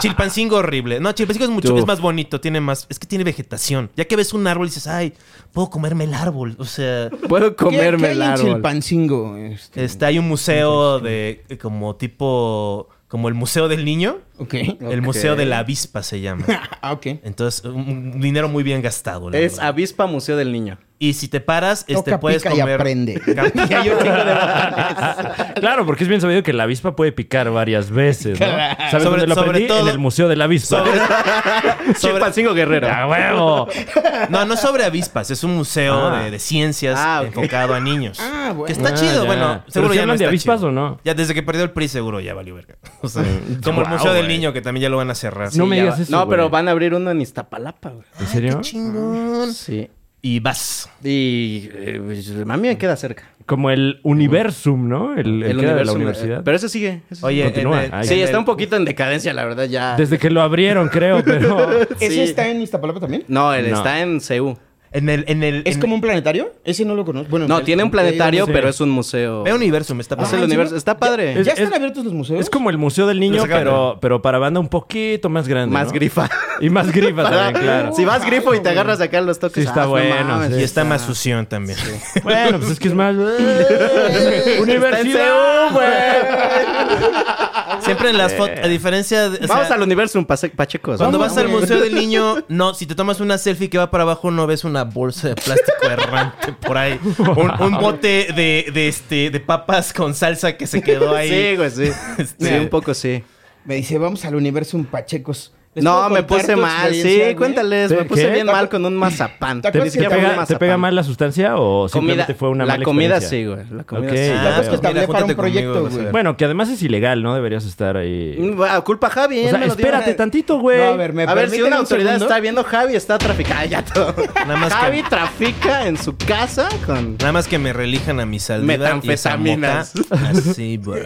[SPEAKER 3] Chilpancingo horrible. No, Chilpancingo es mucho,
[SPEAKER 5] Uf.
[SPEAKER 3] es más bonito, tiene más, es que tiene vegetación. Ya que ves un árbol y dices, ay, puedo comerme el árbol. O sea,
[SPEAKER 4] Puedo
[SPEAKER 2] ¿Qué- qué
[SPEAKER 4] comerme
[SPEAKER 2] hay
[SPEAKER 4] el
[SPEAKER 2] en
[SPEAKER 4] árbol.
[SPEAKER 2] Chilpancingo? Este,
[SPEAKER 3] este, hay un museo de como tipo, como el museo del niño.
[SPEAKER 2] ok.
[SPEAKER 3] El museo de la avispa se llama.
[SPEAKER 2] Ah, ok.
[SPEAKER 3] Entonces, un- un dinero muy bien gastado. la
[SPEAKER 4] Es
[SPEAKER 3] verdad.
[SPEAKER 4] Avispa Museo del Niño.
[SPEAKER 3] Y si te paras, este
[SPEAKER 2] Toca,
[SPEAKER 3] puedes
[SPEAKER 2] pica
[SPEAKER 3] comer.
[SPEAKER 2] y aprende.
[SPEAKER 3] Ca-
[SPEAKER 2] Y hay un chingo de-
[SPEAKER 5] claro, porque es bien sabido que la avispa puede picar varias veces, ¿no? ¿Sabes
[SPEAKER 3] Sobre-
[SPEAKER 5] dónde lo
[SPEAKER 3] sobre
[SPEAKER 5] aprendí?
[SPEAKER 3] todo-
[SPEAKER 5] en el Museo de la Avispa.
[SPEAKER 3] sobre-
[SPEAKER 4] Chilpancingo Guerrero.
[SPEAKER 5] ¡A huevo!
[SPEAKER 3] no, no sobre avispas, es un museo
[SPEAKER 5] Ah.
[SPEAKER 3] de, de ciencias
[SPEAKER 4] Ah, ok.
[SPEAKER 3] enfocado a niños.
[SPEAKER 2] Ah, bueno.
[SPEAKER 3] Que está
[SPEAKER 5] Ah,
[SPEAKER 3] chido,
[SPEAKER 5] ya.
[SPEAKER 3] bueno,
[SPEAKER 5] ¿Pero
[SPEAKER 3] seguro
[SPEAKER 5] sí
[SPEAKER 3] ya no
[SPEAKER 5] hablan de
[SPEAKER 3] está
[SPEAKER 5] avispas
[SPEAKER 3] chido.
[SPEAKER 5] o no?
[SPEAKER 3] Ya desde que perdió el PRI seguro ya valió verga. O sea, como el
[SPEAKER 5] Wow,
[SPEAKER 3] Museo del
[SPEAKER 5] güey.
[SPEAKER 3] Niño que también ya lo van a cerrar.
[SPEAKER 5] no
[SPEAKER 4] Sí,
[SPEAKER 5] me
[SPEAKER 4] ya
[SPEAKER 5] digas
[SPEAKER 4] va-
[SPEAKER 5] eso,
[SPEAKER 4] No, pero
[SPEAKER 5] güey.
[SPEAKER 4] van a abrir uno en Iztapalapa, güey.
[SPEAKER 5] ¿En serio?
[SPEAKER 3] Chingón.
[SPEAKER 4] Sí.
[SPEAKER 3] y vas.
[SPEAKER 4] Y eh, pues, a mí me queda cerca.
[SPEAKER 5] Como el universum, ¿no? El, el que era de la
[SPEAKER 3] eh,
[SPEAKER 4] universo me-
[SPEAKER 5] universidad.
[SPEAKER 4] Pero eso sigue. eso sigue.
[SPEAKER 3] Oye,
[SPEAKER 5] Continúa.
[SPEAKER 3] en el-
[SPEAKER 5] Ay,
[SPEAKER 4] sí,
[SPEAKER 3] en
[SPEAKER 4] está
[SPEAKER 3] el-
[SPEAKER 4] un poquito en decadencia, la verdad, ya.
[SPEAKER 5] Desde que lo abrieron, creo, pero...
[SPEAKER 2] ¿Ese
[SPEAKER 4] Sí.
[SPEAKER 2] está en Iztapalapa también?
[SPEAKER 4] No, él
[SPEAKER 5] No.
[SPEAKER 4] está en CU.
[SPEAKER 3] En el, en el,
[SPEAKER 2] ¿Es
[SPEAKER 3] en-
[SPEAKER 2] como un planetario? Ese no lo conozco. Bueno,
[SPEAKER 4] No,
[SPEAKER 2] el-
[SPEAKER 4] tiene un
[SPEAKER 2] el que he ido-
[SPEAKER 4] planetario,
[SPEAKER 5] sí.
[SPEAKER 4] pero es un museo.
[SPEAKER 3] Ve universo, me está
[SPEAKER 4] Es
[SPEAKER 2] Ah,
[SPEAKER 4] el
[SPEAKER 2] ¿en
[SPEAKER 3] pasando.
[SPEAKER 4] universo.
[SPEAKER 2] serio?
[SPEAKER 4] Está padre.
[SPEAKER 2] ¿Ya
[SPEAKER 5] Es-
[SPEAKER 2] están
[SPEAKER 5] es-
[SPEAKER 2] abiertos los museos?
[SPEAKER 5] Es como el Museo del Niño,
[SPEAKER 3] Lo sacaron.
[SPEAKER 5] pero, pero para banda un poquito más grande.
[SPEAKER 4] Más
[SPEAKER 5] ¿no?
[SPEAKER 4] grifa.
[SPEAKER 5] Y más grifa también, claro.
[SPEAKER 4] Si vas grifo y te agarras acá los toques. ah,
[SPEAKER 5] Sí, está
[SPEAKER 4] no
[SPEAKER 5] bueno,
[SPEAKER 4] mames,
[SPEAKER 5] sí.
[SPEAKER 3] Y está más sución también.
[SPEAKER 5] Bueno, pues es que es más. eh,
[SPEAKER 4] Está en
[SPEAKER 5] ¡Universidad!
[SPEAKER 4] CU, güey.
[SPEAKER 3] Siempre en las
[SPEAKER 5] Ah,
[SPEAKER 3] fotos, a diferencia de. o
[SPEAKER 4] Vamos
[SPEAKER 3] sea,
[SPEAKER 4] al universo un pase- pachecos.
[SPEAKER 3] Pues Cuando
[SPEAKER 4] Vamos.
[SPEAKER 3] vas al Museo del Niño, no, si te tomas una selfie que va para abajo, no ves una bolsa de plástico errante por ahí. Un, un bote de, de, este, de papas con salsa que se quedó ahí.
[SPEAKER 4] Sí, güey, sí. Sí, un poco sí.
[SPEAKER 2] Me dice, vamos al universo un pachecos. ¿Les
[SPEAKER 4] No,
[SPEAKER 2] puedo
[SPEAKER 4] me
[SPEAKER 2] contar
[SPEAKER 4] puse
[SPEAKER 2] tu
[SPEAKER 4] mal. Sí,
[SPEAKER 2] experiencia, güey?
[SPEAKER 4] cuéntales.
[SPEAKER 5] ¿Te-
[SPEAKER 4] Me puse
[SPEAKER 5] qué?
[SPEAKER 4] bien
[SPEAKER 2] ¿Te
[SPEAKER 4] mal
[SPEAKER 2] acu-
[SPEAKER 4] con un mazapán.
[SPEAKER 2] ¿Te
[SPEAKER 4] Ni
[SPEAKER 2] acuerdas que
[SPEAKER 5] ¿Te
[SPEAKER 4] siquiera fue un
[SPEAKER 5] pega, ¿Te
[SPEAKER 4] mazapán.
[SPEAKER 5] pega mal la sustancia o
[SPEAKER 4] Comida,
[SPEAKER 5] simplemente fue una
[SPEAKER 4] la
[SPEAKER 5] mala
[SPEAKER 4] comida sí,
[SPEAKER 5] experiencia?
[SPEAKER 4] güey. La comida
[SPEAKER 5] Ok.
[SPEAKER 4] sí.
[SPEAKER 5] Ah,
[SPEAKER 2] La cosa es que
[SPEAKER 5] pero-
[SPEAKER 3] Mira,
[SPEAKER 2] también para un
[SPEAKER 3] júntate conmigo,
[SPEAKER 2] proyecto,
[SPEAKER 3] vas a
[SPEAKER 2] güey.
[SPEAKER 3] ver.
[SPEAKER 5] Bueno, que además es ilegal, ¿no? Deberías estar ahí.
[SPEAKER 4] Mm, va, Culpa Javi,
[SPEAKER 5] O
[SPEAKER 4] él
[SPEAKER 5] sea,
[SPEAKER 4] me lo dio.
[SPEAKER 5] espérate tantito, güey.
[SPEAKER 2] No, a ver, me
[SPEAKER 4] A ver, si
[SPEAKER 2] permiten
[SPEAKER 4] una
[SPEAKER 2] un
[SPEAKER 4] autoridad
[SPEAKER 2] segundo?
[SPEAKER 4] está viendo, Javi está traficando. Ah, ya todo.
[SPEAKER 3] Nada más
[SPEAKER 4] Javi
[SPEAKER 3] que-
[SPEAKER 4] trafica en su casa con.
[SPEAKER 3] Nada más que me relijan a mis almíbar y esa mota.
[SPEAKER 4] Metanfetaminas.
[SPEAKER 3] Así, bro.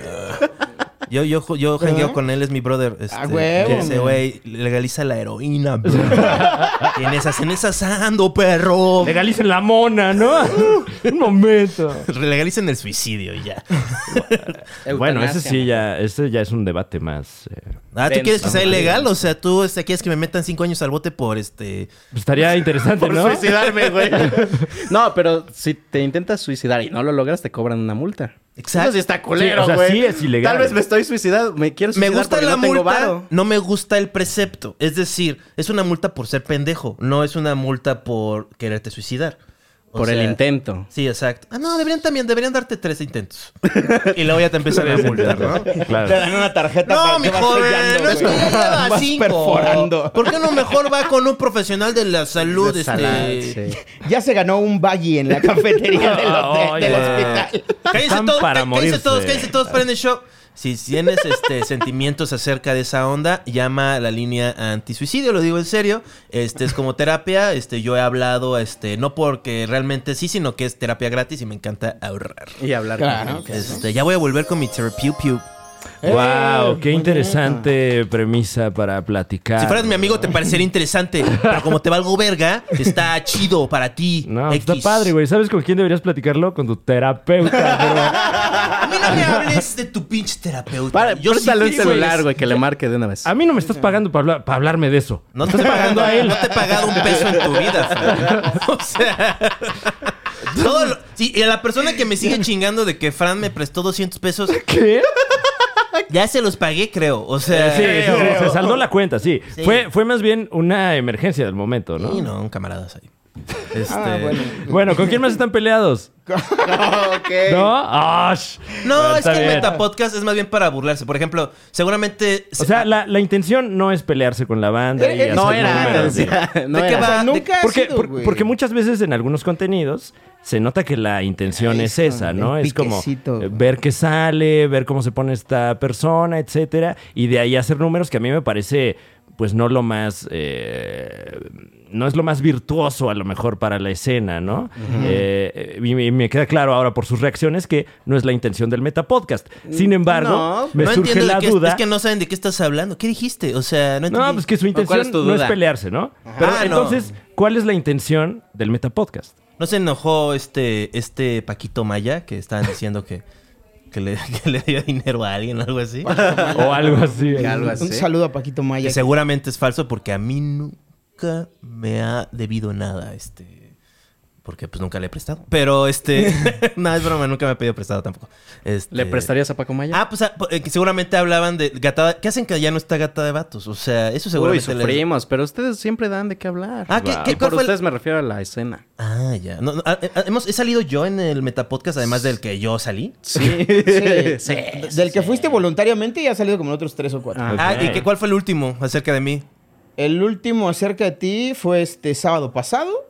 [SPEAKER 3] Yo, yo, ju- yo jangueo con él, es mi brother. Este,
[SPEAKER 2] ¿Eh? Ah, huevo,
[SPEAKER 3] que Ese güey legaliza la heroína, bro. Y en esas, en esas ando, perro.
[SPEAKER 5] Legalicen la mona, ¿no? Un momento.
[SPEAKER 3] Legalicen el suicidio y ya.
[SPEAKER 5] Bueno, ese sí ya, ese ya es un debate más. eh.
[SPEAKER 3] Ah, ¿tú
[SPEAKER 4] Denso.
[SPEAKER 3] quieres que sea ilegal? O sea, tú este, quieres que me metan cinco años al bote por este.
[SPEAKER 5] Pues estaría interesante,
[SPEAKER 4] Por
[SPEAKER 5] ¿no?
[SPEAKER 4] suicidarme, güey. no, pero si te intentas suicidar y no lo logras, te cobran una multa.
[SPEAKER 3] Exacto.
[SPEAKER 4] Eso sí está culero,
[SPEAKER 5] Sí, o sea,
[SPEAKER 4] güey.
[SPEAKER 5] sí es ilegal.
[SPEAKER 4] Tal vez me estoy suicidando, me quiero
[SPEAKER 3] me
[SPEAKER 4] suicidar
[SPEAKER 3] gusta
[SPEAKER 4] porque
[SPEAKER 3] la
[SPEAKER 4] no tengo
[SPEAKER 3] multa,
[SPEAKER 4] varo.
[SPEAKER 3] no me gusta el precepto. Es decir, es una multa por ser pendejo, no es una multa por quererte suicidar. O
[SPEAKER 4] Por el
[SPEAKER 3] sea,
[SPEAKER 4] intento.
[SPEAKER 3] Sí, exacto. Ah, no, deberían también, deberían darte tres intentos. y luego ya te empiezan a multar, ¿no?
[SPEAKER 2] Te
[SPEAKER 5] Claro.
[SPEAKER 2] dan una tarjeta
[SPEAKER 3] No,
[SPEAKER 2] para
[SPEAKER 3] eh,
[SPEAKER 2] que
[SPEAKER 3] mi
[SPEAKER 2] vas
[SPEAKER 3] joven,
[SPEAKER 2] sellando,
[SPEAKER 3] no es que
[SPEAKER 2] güey.
[SPEAKER 3] ya lleva
[SPEAKER 2] Vas
[SPEAKER 3] cinco.
[SPEAKER 2] perforando.
[SPEAKER 3] ¿Por qué no mejor va con un profesional de la salud?
[SPEAKER 4] De
[SPEAKER 3] este?
[SPEAKER 4] salad, sí.
[SPEAKER 2] Ya se ganó un baggy en la cafetería del, hotel-
[SPEAKER 5] Ay,
[SPEAKER 2] del
[SPEAKER 5] güey.
[SPEAKER 2] hospital.
[SPEAKER 3] Cállense
[SPEAKER 5] Están
[SPEAKER 3] todos,
[SPEAKER 5] para
[SPEAKER 3] cá- cállense
[SPEAKER 5] morirse.
[SPEAKER 3] todos, cállense todos, paren el show. Si tienes este, sentimientos acerca de esa onda, llama a la línea antisuicidio, lo digo en serio. Este es como terapia, este yo he hablado, este no porque realmente sí, sino que es terapia gratis y me encanta ahorrar.
[SPEAKER 4] Y hablar
[SPEAKER 2] Claro,
[SPEAKER 4] con
[SPEAKER 2] ok.
[SPEAKER 3] Este, ya voy a volver con mi terapiu piu.
[SPEAKER 5] Wow, qué
[SPEAKER 2] Eh,
[SPEAKER 5] interesante premisa para platicar.
[SPEAKER 3] Si fueras mi amigo te parecería interesante, pero como te valgo verga, está chido para ti.
[SPEAKER 5] No, pues
[SPEAKER 3] X.
[SPEAKER 5] está padre, güey. ¿Sabes con quién deberías platicarlo? Con tu terapeuta.
[SPEAKER 3] A mí no me hables de tu pinche terapeuta.
[SPEAKER 4] Para,
[SPEAKER 3] Yo sí
[SPEAKER 4] préstale un
[SPEAKER 3] fui, güey.
[SPEAKER 4] celular, güey, que le marque de una vez.
[SPEAKER 5] pero a mí no me estás pagando para, hablar- para hablarme de eso.
[SPEAKER 3] No te, he pagado, no te he pagado un peso en tu vida, Fran. O sea. Todo lo- sí, y a la persona que me sigue chingando de que Fran me prestó 200 pesos,
[SPEAKER 5] ¿Qué?
[SPEAKER 3] ya se los pagué, creo. O sea.
[SPEAKER 5] Sí, sí, sí, se saldó la cuenta, sí.
[SPEAKER 3] Sí.
[SPEAKER 5] Fue, fue más bien una emergencia del momento, ¿no?
[SPEAKER 3] Y no, un camarada ahí. Este,
[SPEAKER 2] Ah, bueno.
[SPEAKER 5] Bueno, ¿con quién más están peleados? ¿No? Ah, ¡Ash!
[SPEAKER 3] No,
[SPEAKER 5] Bueno,
[SPEAKER 3] es que
[SPEAKER 5] está bien.
[SPEAKER 3] el metapodcast es más bien para burlarse. Por ejemplo, seguramente.
[SPEAKER 5] O sea, la, la intención no es pelearse con la banda. y
[SPEAKER 2] Eh, eh,
[SPEAKER 4] No
[SPEAKER 5] hacer
[SPEAKER 4] era. o
[SPEAKER 5] números, sí.
[SPEAKER 4] sea, no
[SPEAKER 3] ¿De qué
[SPEAKER 4] era.
[SPEAKER 3] va? ¿De
[SPEAKER 2] Nunca ha
[SPEAKER 5] Porque,
[SPEAKER 2] sido,
[SPEAKER 5] por-
[SPEAKER 2] güey.
[SPEAKER 5] porque muchas veces en algunos contenidos se nota que la intención
[SPEAKER 2] Ahí
[SPEAKER 5] es
[SPEAKER 2] está,
[SPEAKER 5] esa, ¿no?
[SPEAKER 2] el
[SPEAKER 5] Es como
[SPEAKER 2] piquecito,
[SPEAKER 5] eh,
[SPEAKER 2] güey.
[SPEAKER 5] ver qué sale, ver cómo se pone esta persona, etcétera, y de ahí hacer números que a mí me parece, pues no lo más. eh, no es lo más virtuoso a lo mejor para la escena, ¿no? Eh, y, me- y me queda claro ahora por sus reacciones que no es la intención del metapodcast. Sin embargo,
[SPEAKER 4] No,
[SPEAKER 5] me
[SPEAKER 3] no
[SPEAKER 5] surge
[SPEAKER 3] entiendo de
[SPEAKER 5] la
[SPEAKER 3] qué es-
[SPEAKER 5] duda.
[SPEAKER 3] Es que no saben de qué estás hablando. ¿Qué dijiste? O sea, no entendí.
[SPEAKER 5] No, pues que su intención
[SPEAKER 4] ¿Cuál es tu
[SPEAKER 5] no es
[SPEAKER 4] duda?
[SPEAKER 5] pelearse, ¿no? Pero
[SPEAKER 3] Ah, no.
[SPEAKER 5] entonces, ¿cuál es la intención del Metapodcast?
[SPEAKER 3] ¿No se enojó este, este Paquito Maya que estaban diciendo que, que, le, que le dio dinero a alguien o algo así?
[SPEAKER 5] O algo así.
[SPEAKER 4] Algo
[SPEAKER 2] Un
[SPEAKER 4] así.
[SPEAKER 2] saludo a Paquito Maya.
[SPEAKER 3] que seguramente es falso porque a mí nunca me ha debido nada, este. Porque pues nunca le he prestado. Pero este. no, es broma, nunca me ha pedido prestado tampoco. Este,
[SPEAKER 4] ¿Le prestarías a Paco Maya?
[SPEAKER 3] Ah, pues ah, eh, que seguramente hablaban de gatada. ¿Qué hacen que ya no está gata de vatos? O sea, eso
[SPEAKER 4] Uy,
[SPEAKER 3] pues, seguramente. les-
[SPEAKER 4] sufrimos, pero ustedes siempre dan de qué hablar.
[SPEAKER 3] Ah, ¿qué-
[SPEAKER 4] Wow.
[SPEAKER 3] qué-
[SPEAKER 4] Y
[SPEAKER 3] cuál
[SPEAKER 4] por
[SPEAKER 3] fue el-
[SPEAKER 4] ustedes me refiero a la escena.
[SPEAKER 3] Ah, ya. No, no, ah, eh, ah, hemos, he salido yo en el Metapodcast, además del que yo salí.
[SPEAKER 4] Sí.
[SPEAKER 2] Sí, del que fuiste voluntariamente y ha salido como en otros tres o cuatro.
[SPEAKER 4] Ah.
[SPEAKER 3] Ah, ¿y
[SPEAKER 5] Ok.
[SPEAKER 3] que, cuál fue el último acerca de mí?
[SPEAKER 2] El último acerca de ti fue este sábado pasado,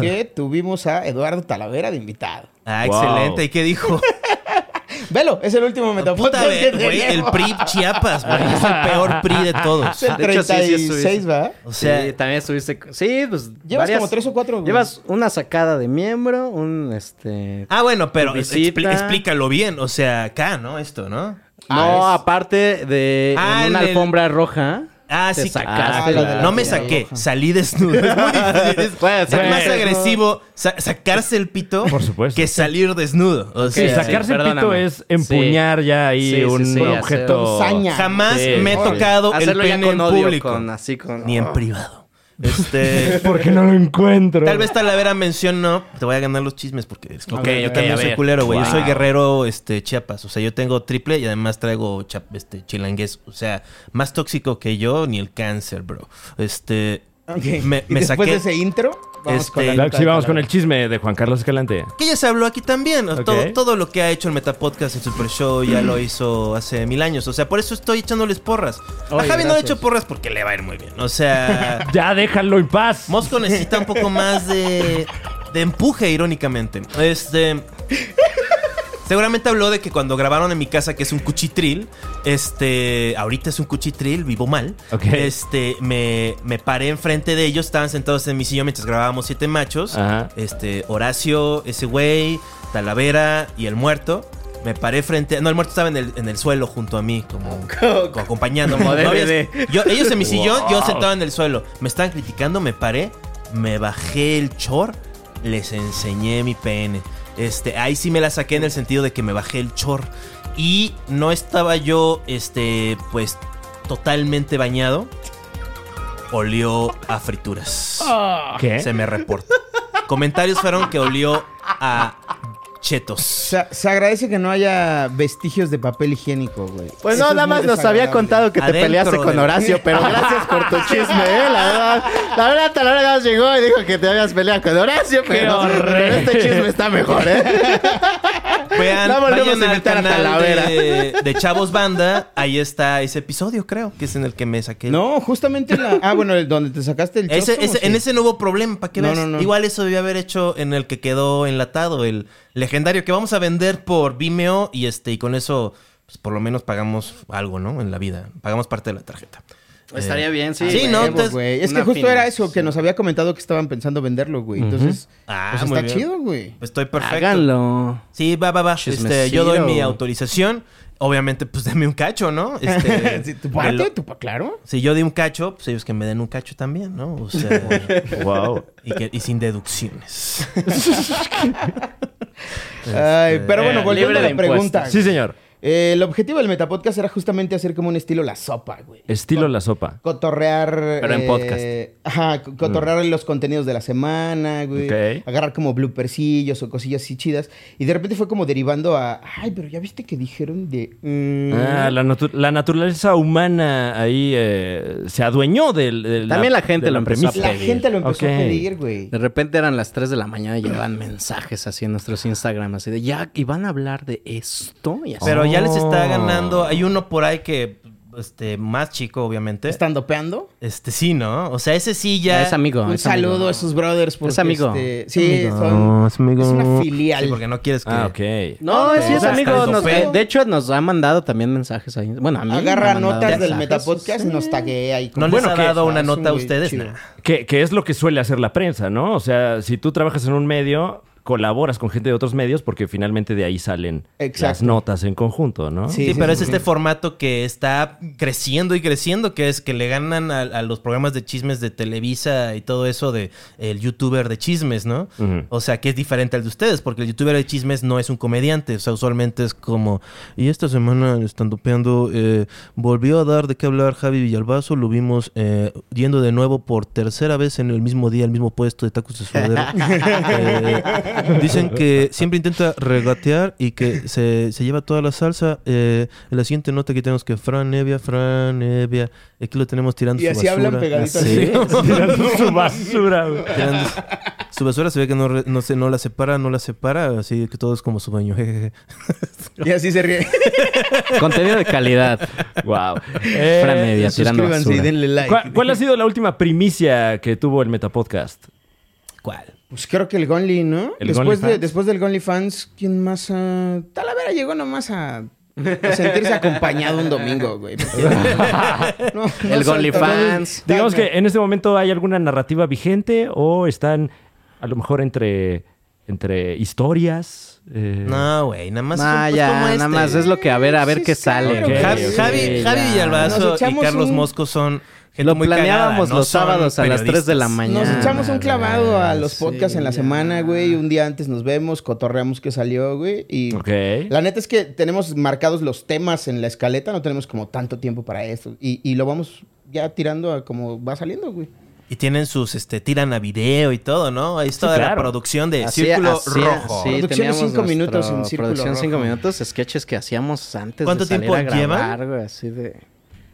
[SPEAKER 2] que tuvimos a Eduardo Talavera de invitado.
[SPEAKER 3] Ah,
[SPEAKER 5] Wow.
[SPEAKER 3] excelente. ¿Y qué dijo?
[SPEAKER 2] Velo, es el último
[SPEAKER 3] Puta,
[SPEAKER 2] metapodcast que
[SPEAKER 3] ver, güey, el
[SPEAKER 2] tenemos.
[SPEAKER 3] PRI Chiapas, güey. Es el peor PRI de todos.
[SPEAKER 2] Es el
[SPEAKER 4] De hecho, sí, sí estuviste.
[SPEAKER 2] 36, ¿va?
[SPEAKER 3] O sea,
[SPEAKER 4] sí, también estuviste. Sí, pues.
[SPEAKER 2] Llevas como tres o cuatro, güey.
[SPEAKER 4] Llevas una sacada de miembro, un este.
[SPEAKER 3] Ah, bueno, pero
[SPEAKER 4] Visita.
[SPEAKER 3] expli- explícalo bien. O sea, acá, ¿no? Esto, ¿no?
[SPEAKER 4] no,
[SPEAKER 2] Ah, es-
[SPEAKER 4] aparte de en
[SPEAKER 3] Ah, en
[SPEAKER 4] una
[SPEAKER 3] el-
[SPEAKER 4] alfombra roja.
[SPEAKER 3] Ah,
[SPEAKER 4] Te
[SPEAKER 3] sí.
[SPEAKER 4] sacaste
[SPEAKER 3] ah,
[SPEAKER 2] la de la
[SPEAKER 3] no me
[SPEAKER 2] tela
[SPEAKER 3] saqué.
[SPEAKER 2] roja.
[SPEAKER 3] Salí desnudo. Es muy diferente. Es
[SPEAKER 4] Bueno, sí,
[SPEAKER 3] más
[SPEAKER 4] bueno.
[SPEAKER 3] agresivo sa- sacarse el pito
[SPEAKER 5] Por supuesto.
[SPEAKER 3] que salir desnudo. O
[SPEAKER 5] Sí,
[SPEAKER 4] Sí,
[SPEAKER 3] sea,
[SPEAKER 5] sacarse el pito
[SPEAKER 4] perdóname.
[SPEAKER 5] es empuñar ya ahí
[SPEAKER 4] Sí, sí,
[SPEAKER 5] un
[SPEAKER 4] sí,
[SPEAKER 5] objeto.
[SPEAKER 2] hacer- Con saña.
[SPEAKER 3] jamás
[SPEAKER 5] Sí,
[SPEAKER 3] me he
[SPEAKER 5] sí.
[SPEAKER 3] tocado el
[SPEAKER 4] Hacerlo ya
[SPEAKER 3] pene
[SPEAKER 4] con
[SPEAKER 3] en
[SPEAKER 4] odio,
[SPEAKER 3] público.
[SPEAKER 4] con así con.
[SPEAKER 3] Ni en privado. Este.
[SPEAKER 5] Porque no lo encuentro.
[SPEAKER 3] Tal vez Talavera mencionó, te voy a ganar los chismes porque es que
[SPEAKER 4] Ok,
[SPEAKER 3] yo
[SPEAKER 4] ok,
[SPEAKER 3] también
[SPEAKER 4] a
[SPEAKER 3] soy
[SPEAKER 4] ver.
[SPEAKER 3] culero, güey. Yo soy
[SPEAKER 4] Wow.
[SPEAKER 3] guerrero este, Chiapas. O sea, yo tengo triple y además traigo cha- este, chilangués. O sea, más tóxico que yo ni el cáncer, bro. Este.
[SPEAKER 2] Ok.
[SPEAKER 3] Me,
[SPEAKER 2] Y
[SPEAKER 3] me
[SPEAKER 2] después
[SPEAKER 3] saqué.
[SPEAKER 2] de ese intro, vamos
[SPEAKER 3] Este,
[SPEAKER 2] con la
[SPEAKER 5] Claro que
[SPEAKER 2] nota
[SPEAKER 5] sí,
[SPEAKER 2] de
[SPEAKER 5] vamos con
[SPEAKER 2] palabra.
[SPEAKER 5] el chisme de Juan Carlos Escalante.
[SPEAKER 3] Que ya se habló aquí también. ¿no?
[SPEAKER 5] Ok.
[SPEAKER 3] Todo, todo lo que ha hecho el Metapodcast, el Super Show, ya lo hizo hace mil años. O sea, por eso estoy echándoles porras. A Javi
[SPEAKER 4] Oye,
[SPEAKER 3] no le
[SPEAKER 4] gracias.
[SPEAKER 3] echo porras porque le va a ir muy bien. O sea,
[SPEAKER 5] Ya déjalo en paz.
[SPEAKER 3] Mosco necesita un poco más de, de empuje, irónicamente. Este. Seguramente habló de que cuando grabaron en mi casa, que es un cuchitril, este. Ahorita es un cuchitril, vivo mal.
[SPEAKER 5] Ok.
[SPEAKER 3] Este, me, me paré enfrente de ellos, estaban sentados en mi sillón mientras grabábamos Siete Machos.
[SPEAKER 5] Ajá.
[SPEAKER 3] Este, Horacio, ese güey, Talavera y el muerto. Me paré frente. No, el muerto estaba en el, en el suelo junto a mí, como, como acompañándome.
[SPEAKER 4] Como
[SPEAKER 3] No había-
[SPEAKER 4] DVD.
[SPEAKER 3] yo- ellos en mi sillón, yo
[SPEAKER 5] Wow.
[SPEAKER 3] sentado en el suelo. Me estaban criticando, me paré, me bajé el chor, les enseñé mi pene. Este, ahí sí me la saqué en el sentido de que me bajé el chor. Y no estaba yo, este, pues, totalmente bañado. Olió a frituras.
[SPEAKER 2] ¿Eh?
[SPEAKER 5] ¿Qué?
[SPEAKER 3] Se me reporta. Comentarios fueron que olió a chetos.
[SPEAKER 2] Se, se agradece que no haya vestigios de papel higiénico, güey.
[SPEAKER 4] Pues
[SPEAKER 2] Eso
[SPEAKER 4] no,
[SPEAKER 2] es
[SPEAKER 4] nada
[SPEAKER 2] muy
[SPEAKER 4] más nos había
[SPEAKER 2] desagradable.
[SPEAKER 4] contado que te
[SPEAKER 3] Adentro
[SPEAKER 4] peleaste con
[SPEAKER 3] del-
[SPEAKER 4] Horacio, pero gracias por tu chisme, ¿eh? La verdad, la verdad, Talavera nada más llegó y dijo que te habías peleado con Horacio, pero, pero este chisme está mejor, ¿eh?
[SPEAKER 3] Vean,
[SPEAKER 4] No volvemos
[SPEAKER 3] vayan
[SPEAKER 4] a
[SPEAKER 3] al
[SPEAKER 4] invitar a
[SPEAKER 3] canal
[SPEAKER 4] Talavera.
[SPEAKER 3] de, de Chavos Banda. Ahí está ese episodio, creo, que es en el que me saqué. el-
[SPEAKER 2] No, justamente en la... Ah, bueno, el- donde te sacaste el
[SPEAKER 3] Ese-
[SPEAKER 2] chóstomo,
[SPEAKER 3] ese-
[SPEAKER 2] sí.
[SPEAKER 3] En ese no hubo problema, ¿para qué
[SPEAKER 2] No,
[SPEAKER 3] ves?
[SPEAKER 2] no, no.
[SPEAKER 3] Igual eso debía haber hecho en el que quedó enlatado, el legendario que vamos a vender por Vimeo y este y con eso, pues por lo menos pagamos algo, ¿no? En la vida. Pagamos parte de la tarjeta.
[SPEAKER 4] Estaría bien, sí.
[SPEAKER 3] Sí,
[SPEAKER 4] güey.
[SPEAKER 3] ¿no?
[SPEAKER 2] Huevo,
[SPEAKER 3] entonces,
[SPEAKER 2] güey. Es que
[SPEAKER 4] una
[SPEAKER 2] justo era eso,
[SPEAKER 4] financiación.
[SPEAKER 2] que nos había comentado que estaban pensando venderlo, güey. Entonces,
[SPEAKER 3] Ah,
[SPEAKER 2] pues
[SPEAKER 3] muy
[SPEAKER 2] está
[SPEAKER 3] bien.
[SPEAKER 2] chido, güey.
[SPEAKER 3] Pues estoy perfecto.
[SPEAKER 4] Háganlo.
[SPEAKER 3] Sí, va, va, va. Este, yo
[SPEAKER 4] Chismecito.
[SPEAKER 3] doy mi autorización. Obviamente, pues dame un cacho, ¿no? Este,
[SPEAKER 2] Sí, ¿Tu
[SPEAKER 3] me
[SPEAKER 2] parte?
[SPEAKER 3] lo-
[SPEAKER 2] ¿Tu pa- claro?
[SPEAKER 3] si yo di un cacho, pues ellos que me den un cacho también, ¿no? O sea,
[SPEAKER 5] Wow.
[SPEAKER 3] y, que- y sin deducciones. Este,
[SPEAKER 2] Ay, pero bueno,
[SPEAKER 4] eh,
[SPEAKER 2] volviendo
[SPEAKER 4] libre
[SPEAKER 2] a
[SPEAKER 4] de
[SPEAKER 2] la pregunta.
[SPEAKER 5] Sí, señor.
[SPEAKER 2] Eh, el objetivo del Metapodcast era justamente hacer como un estilo la sopa, güey.
[SPEAKER 5] Estilo la sopa.
[SPEAKER 2] Cotorrear.
[SPEAKER 4] Pero en
[SPEAKER 2] eh,
[SPEAKER 4] podcast.
[SPEAKER 2] Ajá, co- cotorrear los contenidos de la semana, güey.
[SPEAKER 5] Ok.
[SPEAKER 2] Agarrar como bloopercillos o cosillas así chidas. Y de repente fue como derivando a. Ay, pero ya viste que dijeron de. mm".
[SPEAKER 5] Ah, la, natu- la naturaleza humana ahí eh, se adueñó del. del-
[SPEAKER 4] También la gente
[SPEAKER 5] de
[SPEAKER 4] lo empezó a
[SPEAKER 5] premisa.
[SPEAKER 2] la
[SPEAKER 4] pedir.
[SPEAKER 2] gente lo empezó
[SPEAKER 5] Ok.
[SPEAKER 2] a pedir, güey.
[SPEAKER 4] De repente eran las 3 de la mañana y llegaban mensajes así en nuestros Instagram, así de ya, y van a hablar de esto. Y así.
[SPEAKER 3] Pero ya les está
[SPEAKER 5] Oh.
[SPEAKER 3] ganando. Hay uno por ahí que, este, más chico, obviamente.
[SPEAKER 2] ¿Están dopeando?
[SPEAKER 3] Este, sí, ¿no? O sea, ese sí ya.
[SPEAKER 4] es amigo.
[SPEAKER 2] Un
[SPEAKER 4] es
[SPEAKER 2] saludo
[SPEAKER 4] amigo.
[SPEAKER 2] a esos brothers. Porque,
[SPEAKER 4] Es amigo.
[SPEAKER 2] este, sí,
[SPEAKER 3] Amigo.
[SPEAKER 2] son.
[SPEAKER 5] es amigo.
[SPEAKER 2] Es una
[SPEAKER 3] Sí,
[SPEAKER 2] filial.
[SPEAKER 3] porque no quieres que.
[SPEAKER 5] Ah, ok.
[SPEAKER 4] No, sí
[SPEAKER 2] pero-
[SPEAKER 4] es
[SPEAKER 2] O sea,
[SPEAKER 4] amigo.
[SPEAKER 3] está
[SPEAKER 4] nos-
[SPEAKER 3] feo.
[SPEAKER 4] eh, de hecho, nos ha mandado también mensajes ahí. Bueno, a mí.
[SPEAKER 2] Agarra
[SPEAKER 4] me ha mandado
[SPEAKER 2] notas del
[SPEAKER 4] mensajes.
[SPEAKER 2] Metapodcast y nos taguea ahí.
[SPEAKER 3] No les ha dado
[SPEAKER 5] Ah,
[SPEAKER 3] una nota a ustedes.
[SPEAKER 2] nada.
[SPEAKER 3] Nah.
[SPEAKER 5] Que, que es lo que suele hacer la prensa, ¿no? O sea, si tú trabajas en un medio, colaboras con gente de otros medios porque finalmente de ahí salen
[SPEAKER 2] Exacto.
[SPEAKER 5] las notas en conjunto, ¿no?
[SPEAKER 2] Sí.
[SPEAKER 3] Sí, pero es
[SPEAKER 2] sí,
[SPEAKER 3] este
[SPEAKER 2] sí.
[SPEAKER 3] formato que está creciendo y creciendo, que es que le ganan a, a los programas de chismes de Televisa y todo eso de el youtuber de chismes, ¿no?
[SPEAKER 5] Ujú.
[SPEAKER 3] O sea, que es diferente al de ustedes, porque el youtuber de chismes no es un comediante, o sea, usualmente es como, y esta semana estando peando, volvió a dar de qué hablar Javi Villalbazo, lo vimos eh, yendo de nuevo por tercera vez en el mismo día, al mismo puesto de tacos de sudadera. Eh, dicen que siempre intenta regatear y que se, se lleva toda la salsa. Eh, en la siguiente nota que tenemos que Fran Nevia, Fran Nevia, aquí lo tenemos tirando
[SPEAKER 2] Y
[SPEAKER 3] su
[SPEAKER 2] así
[SPEAKER 3] basura. Ah,
[SPEAKER 2] hablan pegadito
[SPEAKER 3] Sí.
[SPEAKER 2] así.
[SPEAKER 5] Tirando su basura, güey.
[SPEAKER 3] Tirando su- Su basura se ve que no, re- no, se, no la separa, no la separa, así que todo es como su baño. jejeje.
[SPEAKER 2] Y así se ríe.
[SPEAKER 4] Contenido de calidad.
[SPEAKER 5] Wow.
[SPEAKER 4] Fran
[SPEAKER 5] Eh,
[SPEAKER 4] Media, tirando
[SPEAKER 2] Suscríbanse y
[SPEAKER 4] basura.
[SPEAKER 2] denle like.
[SPEAKER 5] ¿Cuál, cuál ha sido la última primicia que tuvo el Metapodcast?
[SPEAKER 3] ¿Cuál?
[SPEAKER 2] Pues creo que el Gonly, ¿no?
[SPEAKER 5] El
[SPEAKER 2] después, de,
[SPEAKER 5] GonlyFans.
[SPEAKER 2] después del Gonly Fans, ¿quién más a. Talavera llegó nomás a. a sentirse acompañado un domingo, güey. porque- No, no
[SPEAKER 4] El
[SPEAKER 2] soltó-
[SPEAKER 4] GonlyFans.
[SPEAKER 5] Digamos que en este momento hay alguna narrativa vigente o están a lo mejor entre, entre historias. eh,
[SPEAKER 3] No, güey, nada más.
[SPEAKER 4] Nah,
[SPEAKER 3] son, pues,
[SPEAKER 4] ya,
[SPEAKER 3] como
[SPEAKER 4] nada
[SPEAKER 3] este.
[SPEAKER 4] más es lo que a ver, a ver
[SPEAKER 2] Sí,
[SPEAKER 4] qué
[SPEAKER 2] está,
[SPEAKER 4] sale.
[SPEAKER 2] claro,
[SPEAKER 4] güey.
[SPEAKER 5] Ok,
[SPEAKER 3] Javi,
[SPEAKER 5] ok,
[SPEAKER 3] Javi,
[SPEAKER 4] ya.
[SPEAKER 3] Javi Villalbazo
[SPEAKER 2] Nos
[SPEAKER 3] y
[SPEAKER 2] echamos
[SPEAKER 3] Carlos
[SPEAKER 2] un-
[SPEAKER 3] Mosco son gente
[SPEAKER 4] Lo
[SPEAKER 3] muy
[SPEAKER 4] planeábamos
[SPEAKER 3] cagada, no
[SPEAKER 4] los
[SPEAKER 3] son
[SPEAKER 4] sábados a las 3 de la
[SPEAKER 3] periodistas.
[SPEAKER 4] mañana.
[SPEAKER 2] Nos echamos un clavado a los
[SPEAKER 4] Sí,
[SPEAKER 2] podcasts en la
[SPEAKER 4] ya.
[SPEAKER 2] semana, güey. Un día antes nos vemos, cotorreamos que salió, güey. Y
[SPEAKER 5] Ok.
[SPEAKER 2] la neta es que tenemos marcados los temas en la escaleta, no tenemos como tanto tiempo para esto. Y, y lo vamos ya tirando a como va saliendo, güey.
[SPEAKER 3] Y tienen sus, este, tiran a video y todo, ¿no? Ahí está la
[SPEAKER 5] claro.
[SPEAKER 3] producción de
[SPEAKER 4] Así-
[SPEAKER 3] Círculo
[SPEAKER 4] así-
[SPEAKER 3] Rojo.
[SPEAKER 4] Sí,
[SPEAKER 2] Producción
[SPEAKER 4] teníamos
[SPEAKER 2] cinco
[SPEAKER 4] nuestro-
[SPEAKER 2] minutos en Círculo
[SPEAKER 4] Producción
[SPEAKER 2] Rojo.
[SPEAKER 4] 5 minutos, sketches que hacíamos antes
[SPEAKER 3] ¿Cuánto
[SPEAKER 4] de salir
[SPEAKER 3] tiempo
[SPEAKER 4] a grabar,
[SPEAKER 3] llevan?
[SPEAKER 4] güey, así de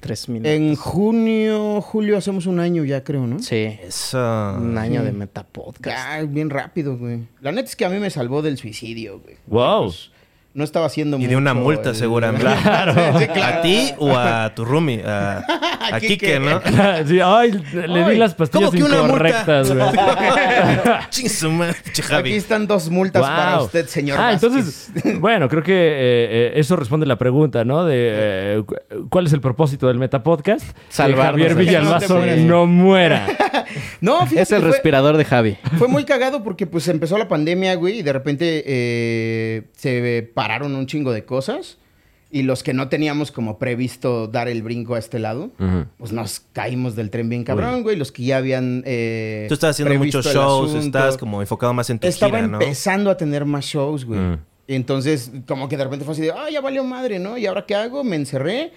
[SPEAKER 4] 3 minutos.
[SPEAKER 2] En junio, julio hacemos un año ya, creo, ¿no?
[SPEAKER 4] Sí,
[SPEAKER 3] Eso.
[SPEAKER 4] un año de metapodcast.
[SPEAKER 2] Ya, bien rápido, güey. La neta es que a mí me salvó del suicidio, güey. Pues,
[SPEAKER 5] Wow.
[SPEAKER 2] No estaba haciendo
[SPEAKER 3] Oh. Y de una
[SPEAKER 2] mucho
[SPEAKER 3] multa,
[SPEAKER 2] el-
[SPEAKER 3] seguramente.
[SPEAKER 2] Sí,
[SPEAKER 3] ¿A ti o a tu roomie? A, a
[SPEAKER 2] A
[SPEAKER 3] Kike,
[SPEAKER 2] Kike.
[SPEAKER 3] ¿no?
[SPEAKER 5] Sí, ay, le di
[SPEAKER 2] Ay,
[SPEAKER 5] las pastillas incorrectas, güey.
[SPEAKER 3] Ching su madre, che,
[SPEAKER 2] Aquí
[SPEAKER 3] Javi.
[SPEAKER 2] están dos multas
[SPEAKER 5] Wow.
[SPEAKER 2] para usted, señor.
[SPEAKER 5] Ah,
[SPEAKER 2] Vázquez.
[SPEAKER 5] entonces, bueno, creo que eh, eh, eso responde la pregunta, ¿no? De eh, cu- cuál es el propósito del Metapodcast. Que
[SPEAKER 4] Salvarnos,
[SPEAKER 5] Javier
[SPEAKER 4] eh.
[SPEAKER 5] Villalbazo
[SPEAKER 2] No te mueras.
[SPEAKER 5] no muera.
[SPEAKER 2] No, fíjate
[SPEAKER 4] Es el
[SPEAKER 2] que fue-
[SPEAKER 4] respirador de Javi.
[SPEAKER 2] Fue muy cagado porque pues empezó la pandemia, güey, y de repente eh, se pararon un chingo de cosas y los que no teníamos como previsto dar el brinco a este lado,
[SPEAKER 3] Mm.
[SPEAKER 5] Ujú.
[SPEAKER 2] pues nos caímos del tren bien cabrón, güey, los que ya habían... eh,
[SPEAKER 3] Tú estás haciendo
[SPEAKER 2] previsto
[SPEAKER 3] muchos
[SPEAKER 2] el
[SPEAKER 3] shows,
[SPEAKER 2] asunto.
[SPEAKER 3] estás como enfocado más en tu
[SPEAKER 2] Estaba
[SPEAKER 3] gira, ¿no?
[SPEAKER 2] empezando a tener más shows, güey.
[SPEAKER 5] Mm.
[SPEAKER 2] Y Entonces, como que de repente fue así de, ah, ya valió madre, ¿no? ¿Y ahora qué hago? Me encerré.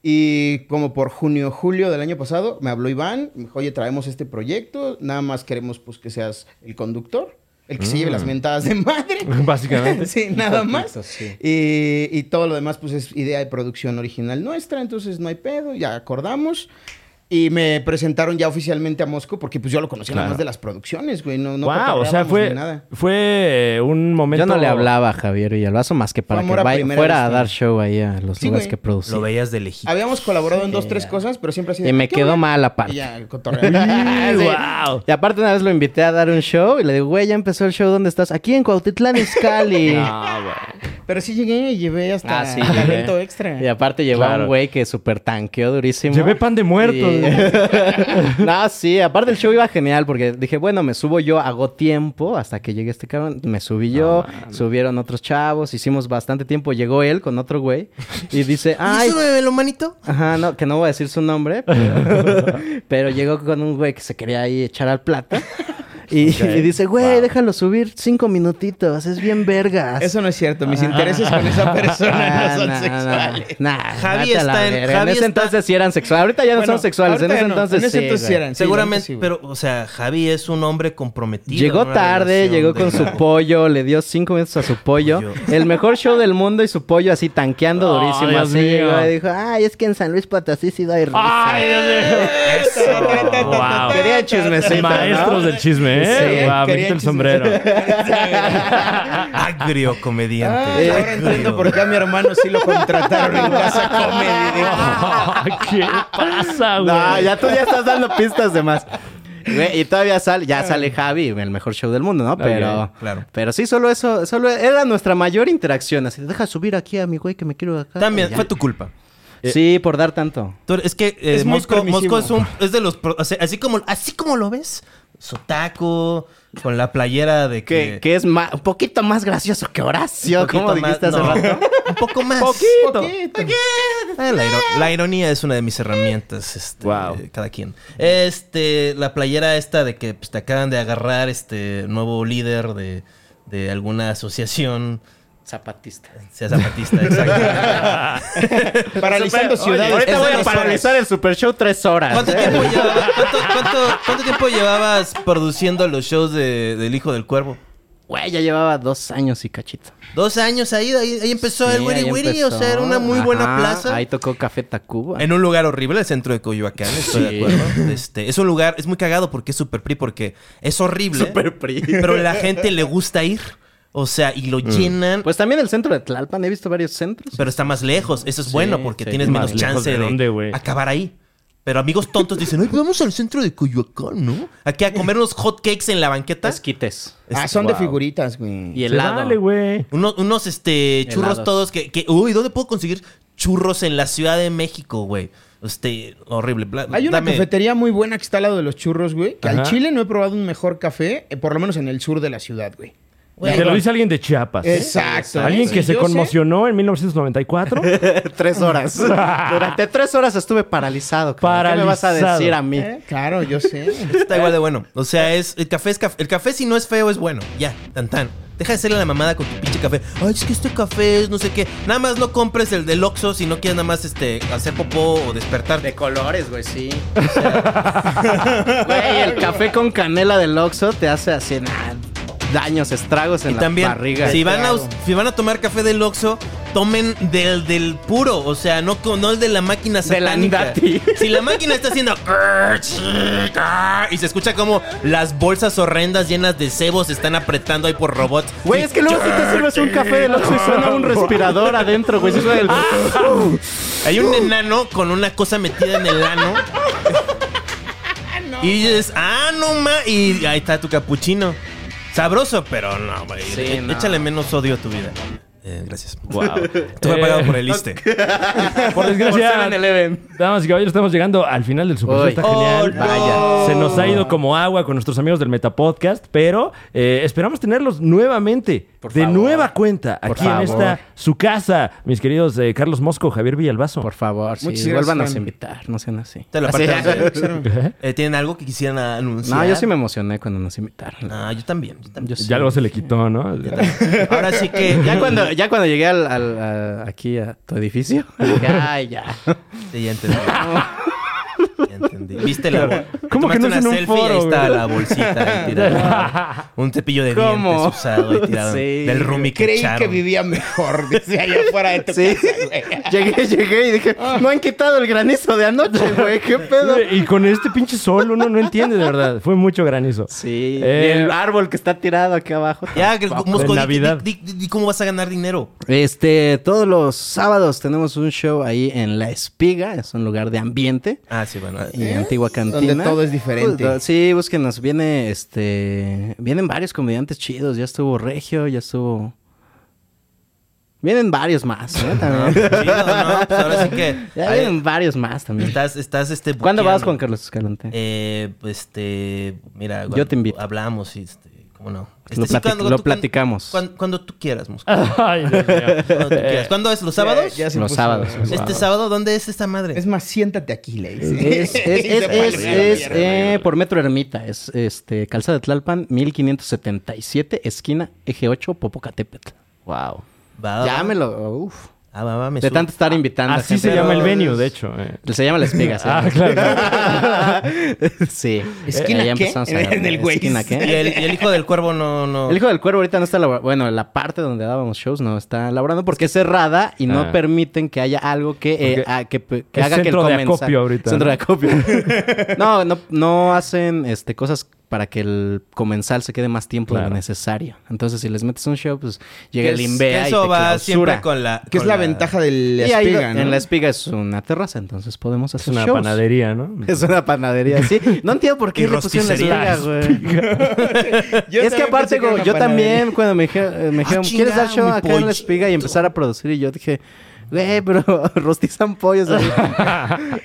[SPEAKER 2] Y como por junio, julio del año pasado, me habló Iván, me dijo, oye, traemos este proyecto, nada más queremos pues que seas el conductor, el que se
[SPEAKER 3] Mm.
[SPEAKER 2] lleve las mentadas de madre.
[SPEAKER 5] Básicamente.
[SPEAKER 2] sí, nada más.
[SPEAKER 4] sí.
[SPEAKER 2] Y, y todo lo demás, pues es idea de producción original nuestra, entonces no hay pedo, ya acordamos. Y me presentaron ya oficialmente a Mosco, porque pues yo lo conocía nada
[SPEAKER 5] Claro.
[SPEAKER 2] más de las producciones, güey. No, no
[SPEAKER 5] wow, o sea,
[SPEAKER 2] cotorreábamos
[SPEAKER 5] fue,
[SPEAKER 2] ni nada.
[SPEAKER 5] fue eh, un momento.
[SPEAKER 4] Yo no le hablaba a Javier Villalbazo más que para que
[SPEAKER 2] amor a
[SPEAKER 4] vaya-
[SPEAKER 2] primera
[SPEAKER 4] fuera a
[SPEAKER 2] vista.
[SPEAKER 4] dar show ahí a los
[SPEAKER 2] Sí,
[SPEAKER 4] lugares
[SPEAKER 2] güey.
[SPEAKER 4] que
[SPEAKER 3] Lo
[SPEAKER 4] producía.
[SPEAKER 3] veías de lejito.
[SPEAKER 2] Habíamos colaborado en
[SPEAKER 4] Sí,
[SPEAKER 2] dos, tres
[SPEAKER 4] ya.
[SPEAKER 2] cosas, pero siempre así de,
[SPEAKER 4] Y me
[SPEAKER 2] "¿Qué
[SPEAKER 4] quedó
[SPEAKER 2] onda?".
[SPEAKER 4] mal aparte.
[SPEAKER 2] Y ya, el cotorreo.
[SPEAKER 4] Sí.
[SPEAKER 5] ¡Wow!
[SPEAKER 4] Y aparte una vez lo invité a dar un show y le digo, güey, ya empezó el show, ¿dónde estás? Aquí en Cuautitlán, Izcalli.
[SPEAKER 5] No, güey.
[SPEAKER 2] pero sí llegué y llevé hasta
[SPEAKER 4] Ah, sí,
[SPEAKER 2] el
[SPEAKER 4] llegué.
[SPEAKER 2] evento extra.
[SPEAKER 4] Y aparte llevó a
[SPEAKER 5] Claro.
[SPEAKER 4] un güey que super tanqueó durísimo.
[SPEAKER 5] Llevé pan de muerto.
[SPEAKER 4] Y- no, sí, aparte el show iba genial porque dije, bueno, me subo yo, hago tiempo hasta que llegue este cabrón. Me subí yo, subieron otros chavos, hicimos bastante tiempo. Llegó él con otro güey y dice, ay,
[SPEAKER 3] de lo manito?
[SPEAKER 4] Ajá, no, que no voy a decir su nombre, pero, pero llegó con un güey que se quería ahí echar al plata. Y,
[SPEAKER 5] Ok.
[SPEAKER 4] y dice, güey,
[SPEAKER 5] Wow.
[SPEAKER 4] déjalo subir cinco minutitos, es bien vergas.
[SPEAKER 2] Eso no es cierto, mis intereses con esa persona
[SPEAKER 4] Ah,
[SPEAKER 2] no son
[SPEAKER 4] nah,
[SPEAKER 2] sexuales.
[SPEAKER 4] nah, nah,
[SPEAKER 3] Javi
[SPEAKER 4] vete a la
[SPEAKER 3] está en-
[SPEAKER 4] verga.
[SPEAKER 3] Javi
[SPEAKER 4] ese
[SPEAKER 3] está-
[SPEAKER 4] entonces sí eran sexuales. Ahorita ya no
[SPEAKER 2] Bueno,
[SPEAKER 4] son sexuales. En
[SPEAKER 2] ahorita
[SPEAKER 4] ese
[SPEAKER 2] ya no.
[SPEAKER 4] entonces
[SPEAKER 2] En ese
[SPEAKER 4] sí,
[SPEAKER 2] entonces sí
[SPEAKER 4] güey.
[SPEAKER 2] eran. Sí,
[SPEAKER 3] Seguramente,
[SPEAKER 2] la neta sí, güey.
[SPEAKER 3] pero, o sea, Javi es un hombre comprometido.
[SPEAKER 4] Llegó
[SPEAKER 3] en una
[SPEAKER 4] tarde,
[SPEAKER 3] relación
[SPEAKER 4] llegó
[SPEAKER 3] de-
[SPEAKER 4] con su pollo, le dio cinco minutos a su pollo.
[SPEAKER 3] Pollo.
[SPEAKER 4] El mejor show del mundo y su pollo así tanqueando
[SPEAKER 5] Oh,
[SPEAKER 4] durísimo.
[SPEAKER 5] Dios
[SPEAKER 4] así,
[SPEAKER 5] mío.
[SPEAKER 4] güey. Dijo, ay, es que en San Luis Potosí sí doy risa.
[SPEAKER 5] ¡Ay, Dios mío!
[SPEAKER 2] Eso.
[SPEAKER 5] Wow.
[SPEAKER 4] Quería chismecito,
[SPEAKER 5] Maestros
[SPEAKER 4] ¿no?
[SPEAKER 5] del chisme, ¿eh?
[SPEAKER 2] Sí,
[SPEAKER 5] Guau,
[SPEAKER 2] quería
[SPEAKER 5] métete el
[SPEAKER 2] chisme.
[SPEAKER 5] sombrero.
[SPEAKER 3] Agrio comediante.
[SPEAKER 2] Ay, Ah, ahora entiendo por qué a mi hermano sí lo contrataron en casa comedy.
[SPEAKER 5] ¿Qué
[SPEAKER 3] Ah,
[SPEAKER 5] pasa, güey?
[SPEAKER 4] No, ya tú ya estás dando pistas de más. Güey, Y todavía sale, ya sale Javi, el mejor show del mundo, ¿no? Pero,
[SPEAKER 3] Ah. claro.
[SPEAKER 4] pero sí, solo eso, solo era nuestra mayor interacción. Así, deja subir aquí a mi güey que me quiero acá.
[SPEAKER 3] También,
[SPEAKER 4] Y ya. Eh,
[SPEAKER 3] fue tu culpa.
[SPEAKER 4] Sí, por dar tanto.
[SPEAKER 3] Tú- es que eh,
[SPEAKER 2] Es muy
[SPEAKER 3] Mosco,
[SPEAKER 2] permisivo.
[SPEAKER 3] Mosco es, un, es de los... pro- o sea, así, como, así como lo ves, su taco, con la playera de
[SPEAKER 4] Que,
[SPEAKER 3] que... eh,
[SPEAKER 4] que es ma- un poquito más gracioso que Horacio,
[SPEAKER 3] poquito
[SPEAKER 4] como dijiste
[SPEAKER 3] más-
[SPEAKER 4] hace
[SPEAKER 3] no,
[SPEAKER 4] rato.
[SPEAKER 3] Un poco más.
[SPEAKER 2] Poquito.
[SPEAKER 3] Ah, la, iro- la ironía es una de mis herramientas. Este,
[SPEAKER 5] Wow.
[SPEAKER 3] eh, Cada quien. Este, la playera esta de que pues, te acaban de agarrar este nuevo líder de, de alguna asociación,
[SPEAKER 4] Zapatista.
[SPEAKER 3] sea zapatista, exacto.
[SPEAKER 2] Paralizando ciudades.
[SPEAKER 3] ahorita
[SPEAKER 4] Ahorita
[SPEAKER 3] Es voy a
[SPEAKER 4] voy a
[SPEAKER 3] de los paralizar
[SPEAKER 4] paralizar el super show tres horas.
[SPEAKER 3] ¿Cuánto tiempo, llevaba- cuánto- cuánto- cuánto tiempo llevabas produciendo los shows de- del Hijo del Cuervo?
[SPEAKER 4] Güey, ya llevaba dos años y cachito.
[SPEAKER 3] Dos años ahí, ahí, ahí empezó el
[SPEAKER 4] Sí,
[SPEAKER 3] Wiri
[SPEAKER 4] ahí
[SPEAKER 3] Wiri, o
[SPEAKER 4] empezó.
[SPEAKER 3] sea, era una muy buena
[SPEAKER 4] Ajá,
[SPEAKER 3] plaza.
[SPEAKER 4] Ahí tocó Café Tacuba.
[SPEAKER 3] En un lugar horrible, el centro de Coyoacán, estoy de acuerdo. Este, es un lugar, es muy cagado porque es super PRI, porque es horrible.
[SPEAKER 4] Super PRI.
[SPEAKER 3] Pero la gente le gusta ir. O sea, y lo llenan.
[SPEAKER 4] Pues también el centro de Tlalpan, he visto varios centros.
[SPEAKER 3] pero está más lejos. Eso es bueno porque
[SPEAKER 4] sí.
[SPEAKER 3] tienes
[SPEAKER 5] Más
[SPEAKER 3] menos
[SPEAKER 5] lejos
[SPEAKER 3] chance
[SPEAKER 5] de
[SPEAKER 3] de,
[SPEAKER 5] dónde, güey.
[SPEAKER 3] acabar ahí. Pero amigos tontos dicen, "Ay, vamos al centro de Coyoacán, ¿no? Aquí a comer unos hot cakes en la banqueta.
[SPEAKER 4] Esquites.
[SPEAKER 2] Ah, son de figuritas, güey.
[SPEAKER 4] Y
[SPEAKER 5] Se
[SPEAKER 4] helado.
[SPEAKER 5] vale, güey.
[SPEAKER 3] Unos, unos este, churros
[SPEAKER 4] Helados.
[SPEAKER 3] todos que, que- Uy, ¿dónde puedo conseguir churros en la Ciudad de México, güey? Este, horrible. Bla-
[SPEAKER 2] Hay una
[SPEAKER 3] dame-
[SPEAKER 2] cafetería muy buena que está al lado de los churros, güey. Que al
[SPEAKER 5] Ajá.
[SPEAKER 2] Chile no he probado un mejor café, eh, por lo menos en el sur de la ciudad, güey.
[SPEAKER 3] Güey,
[SPEAKER 5] Te lo dice alguien de Chiapas. ¿eh?
[SPEAKER 2] Exacto.
[SPEAKER 5] Alguien
[SPEAKER 2] Sí,
[SPEAKER 5] que se
[SPEAKER 2] yo
[SPEAKER 5] conmocionó en 1994.
[SPEAKER 4] tres horas. Durante tres horas estuve paralizado. cabrón. ¿Qué me vas a
[SPEAKER 5] Paralizado.
[SPEAKER 4] decir a
[SPEAKER 2] sé.
[SPEAKER 4] mí?
[SPEAKER 2] Eh, Claro, yo sé.
[SPEAKER 3] Está igual de bueno. O sea,
[SPEAKER 4] Eh.
[SPEAKER 3] es el café es café. El café si no es feo es bueno. Ya, tan tan. Deja de hacerle la mamada con tu pinche café. Ay, es que este café es no sé qué. Nada más no compres el del Oxxo si no quieres nada más este hacer popó o despertarte.
[SPEAKER 4] De colores, güey, sí. Güey, el café con canela del Oxxo te hace así nah, daños, estragos en
[SPEAKER 3] Y
[SPEAKER 4] la
[SPEAKER 3] también,
[SPEAKER 4] barriga.
[SPEAKER 3] si van, a, us- si van a tomar café del Oxxo, tomen del, del puro. O sea, no, con- no el de la máquina
[SPEAKER 4] Del
[SPEAKER 3] satánica.
[SPEAKER 4] Andati.
[SPEAKER 3] Si la máquina está haciendo... Y se escucha como las bolsas horrendas llenas de cebos se están apretando ahí por robots.
[SPEAKER 4] Güey, es que luego si te sirves un café del Oxxo y suena un respirador adentro, güey. sí suena el-
[SPEAKER 3] Hay un enano con una cosa metida en el ano. Y dices, ah, no ma. Y ahí está tu capuchino. Sabroso, pero no, güey.
[SPEAKER 4] Sí,
[SPEAKER 3] E-
[SPEAKER 4] no.
[SPEAKER 3] Échale menos odio a tu vida. Eh, gracias.
[SPEAKER 5] wow.
[SPEAKER 3] Esto fue pagado por
[SPEAKER 4] Eh,
[SPEAKER 3] el ISTE.
[SPEAKER 5] Por
[SPEAKER 4] Por
[SPEAKER 5] desgracia,
[SPEAKER 4] 7-Eleven.
[SPEAKER 5] damas y caballeros, estamos llegando al final del Super Show.
[SPEAKER 4] Uy.
[SPEAKER 5] Está
[SPEAKER 4] Oh,
[SPEAKER 5] genial.
[SPEAKER 4] no. Vaya.
[SPEAKER 5] Se nos ha ido como agua con nuestros amigos del Metapodcast, pero eh, esperamos tenerlos nuevamente,
[SPEAKER 4] Por
[SPEAKER 5] de
[SPEAKER 4] favor.
[SPEAKER 5] nueva cuenta,
[SPEAKER 4] Por
[SPEAKER 5] aquí en
[SPEAKER 4] favor.
[SPEAKER 5] esta su casa, mis queridos eh, Carlos Mosco, Javier Villalbazo.
[SPEAKER 4] Por favor,
[SPEAKER 2] Muchas
[SPEAKER 4] sí,
[SPEAKER 2] gracias,
[SPEAKER 4] vuélvanos
[SPEAKER 2] Juan.
[SPEAKER 4] a invitar, no sean así.
[SPEAKER 3] Esta es la parte
[SPEAKER 4] Así.
[SPEAKER 3] donde- Eh, ¿Tienen algo que quisieran anunciar?
[SPEAKER 4] No, yo sí me emocioné cuando nos invitaron.
[SPEAKER 3] Ah, yo también. yo también.
[SPEAKER 4] Yo sí.
[SPEAKER 5] Ya luego se le quitó, ¿no?
[SPEAKER 3] Ahora sí que.
[SPEAKER 4] Ya cuando, ya cuando llegué al, al- a- aquí a tu edificio, dije, ay, ya.
[SPEAKER 3] Sí, ya entendí. Ya entendí. ¿Viste la
[SPEAKER 5] ¿Cómo
[SPEAKER 3] ¿Cómo
[SPEAKER 5] que no
[SPEAKER 3] una
[SPEAKER 5] es en un
[SPEAKER 3] selfie y
[SPEAKER 5] foro,
[SPEAKER 3] ahí está
[SPEAKER 5] güey?
[SPEAKER 3] la bolsita ahí tirada. Un cepillo de
[SPEAKER 4] ¿Cómo?
[SPEAKER 3] dientes usado y tirado
[SPEAKER 4] Sí.
[SPEAKER 3] del roomie que
[SPEAKER 2] Creí
[SPEAKER 3] echaron.
[SPEAKER 2] que vivía mejor, decía allá afuera de tu
[SPEAKER 4] Sí.
[SPEAKER 2] casa, güey.
[SPEAKER 4] Llegué, llegué y dije, no han quitado el granizo de anoche, güey, qué pedo.
[SPEAKER 5] Y con este pinche sol uno no entiende, de verdad. Fue mucho granizo.
[SPEAKER 4] Sí,
[SPEAKER 5] Eh,
[SPEAKER 4] y el árbol que está tirado aquí abajo.
[SPEAKER 3] Ya, que- Mosco, di-
[SPEAKER 5] Navidad.
[SPEAKER 3] di- di- di cómo vas a ganar dinero.
[SPEAKER 4] Este, todos los sábados tenemos un show ahí en La Espiga, es un lugar de ambiente.
[SPEAKER 3] Ah, sí, bueno.
[SPEAKER 4] Y antigua cantina.
[SPEAKER 2] Donde todo es diferente.
[SPEAKER 4] Pues, sí, búsquenos. Viene este. Vienen varios comediantes chidos. Ya estuvo Regio, ya estuvo. Vienen varios más, ¿eh?
[SPEAKER 3] No,
[SPEAKER 4] También.
[SPEAKER 3] chido, no, Ah, pues ahora sí que.
[SPEAKER 4] ya
[SPEAKER 3] ahí
[SPEAKER 4] vienen varios más también.
[SPEAKER 3] estás, estás este.
[SPEAKER 4] ¿Cuándo vas, Juan
[SPEAKER 3] buqueando.
[SPEAKER 4] Carlos Escalante?
[SPEAKER 3] Eh, pues, este. Mira,
[SPEAKER 4] Yo te invito.
[SPEAKER 3] Hablamos y este. ¿Cómo no? Este,
[SPEAKER 4] Lo platic- lo
[SPEAKER 3] tú-
[SPEAKER 4] platicamos.
[SPEAKER 3] Cuando, cuando tú quieras, Mosco.
[SPEAKER 5] Ay, Dios mío.
[SPEAKER 3] Cuando tú quieras. ¿Cuándo es? ¿Los sábados?
[SPEAKER 2] Ya- ya se
[SPEAKER 4] Los
[SPEAKER 2] puso-
[SPEAKER 4] sábados.
[SPEAKER 3] ¿Este sábado dónde es esta madre?
[SPEAKER 2] Es más, siéntate aquí, le dice.
[SPEAKER 4] Es, es, es,
[SPEAKER 2] Y
[SPEAKER 4] es,
[SPEAKER 2] se fue a la
[SPEAKER 4] es,
[SPEAKER 2] mierda.
[SPEAKER 4] eh, por Metro Ermita, es este, Calzada de Tlalpan, 1577, esquina Eje 8, Popocatépetl.
[SPEAKER 5] Wow.
[SPEAKER 3] Va, va, va.
[SPEAKER 4] Llámelo, uf.
[SPEAKER 3] Ah, va, va, me
[SPEAKER 4] De
[SPEAKER 3] subo.
[SPEAKER 4] tanto estar invitando. a
[SPEAKER 5] Así
[SPEAKER 4] gente.
[SPEAKER 5] se llama el venue, de hecho. eh.
[SPEAKER 4] Se llama La Espiga, sí.
[SPEAKER 5] Ah, claro.
[SPEAKER 4] sí. Eh,
[SPEAKER 2] ¿Esquina
[SPEAKER 4] Ahí
[SPEAKER 2] qué?
[SPEAKER 4] empezamos a-
[SPEAKER 2] En el Waze.
[SPEAKER 4] ¿Esquina
[SPEAKER 3] Y
[SPEAKER 4] qué?
[SPEAKER 3] el, y el hijo del cuervo no, no.
[SPEAKER 4] El hijo del cuervo ahorita no está laborando. Bueno, la parte donde dábamos shows no está laborando porque es cerrada y no
[SPEAKER 5] Ah.
[SPEAKER 4] permiten que haya algo que, eh,
[SPEAKER 5] Porque
[SPEAKER 4] a- que, pe- que
[SPEAKER 5] es
[SPEAKER 4] haga que el
[SPEAKER 5] centro de
[SPEAKER 4] comensal-
[SPEAKER 5] acopio ahorita,
[SPEAKER 4] Centro
[SPEAKER 5] ¿no?
[SPEAKER 4] de acopio. no, no, no hacen este, cosas para que el comensal se quede más tiempo de
[SPEAKER 5] Claro.
[SPEAKER 4] lo necesario. Entonces, si les metes un show, pues
[SPEAKER 2] Que
[SPEAKER 4] llega el
[SPEAKER 2] es-
[SPEAKER 4] INVEA y
[SPEAKER 3] eso
[SPEAKER 4] te
[SPEAKER 3] va
[SPEAKER 4] clausura.
[SPEAKER 3] siempre con la.
[SPEAKER 2] Que es
[SPEAKER 3] con
[SPEAKER 2] la ventaja del
[SPEAKER 4] Y
[SPEAKER 2] la
[SPEAKER 4] ahí
[SPEAKER 2] espiga,
[SPEAKER 4] lo-
[SPEAKER 2] ¿no?
[SPEAKER 4] en la espiga es una terraza, entonces podemos
[SPEAKER 5] Es
[SPEAKER 4] hacer
[SPEAKER 5] una
[SPEAKER 4] shows.
[SPEAKER 5] panadería, ¿no?
[SPEAKER 4] Es una panadería, sí. No entiendo por
[SPEAKER 3] Y
[SPEAKER 4] qué le pusieron
[SPEAKER 3] rosticería.
[SPEAKER 4] la espiga, güey.
[SPEAKER 2] Yo
[SPEAKER 4] es que
[SPEAKER 2] también
[SPEAKER 4] aparte,
[SPEAKER 2] pensé que
[SPEAKER 4] como-
[SPEAKER 2] era
[SPEAKER 4] yo
[SPEAKER 2] una
[SPEAKER 4] también, cuando me dijeron, eh, me dijeron, ¿quieres dar
[SPEAKER 3] chingado,
[SPEAKER 4] show
[SPEAKER 3] Ah, mi
[SPEAKER 4] acá en la espiga y
[SPEAKER 3] pollito.
[SPEAKER 4] empezar a producir? Y yo dije, güey, pero rostizan pollos. ahí".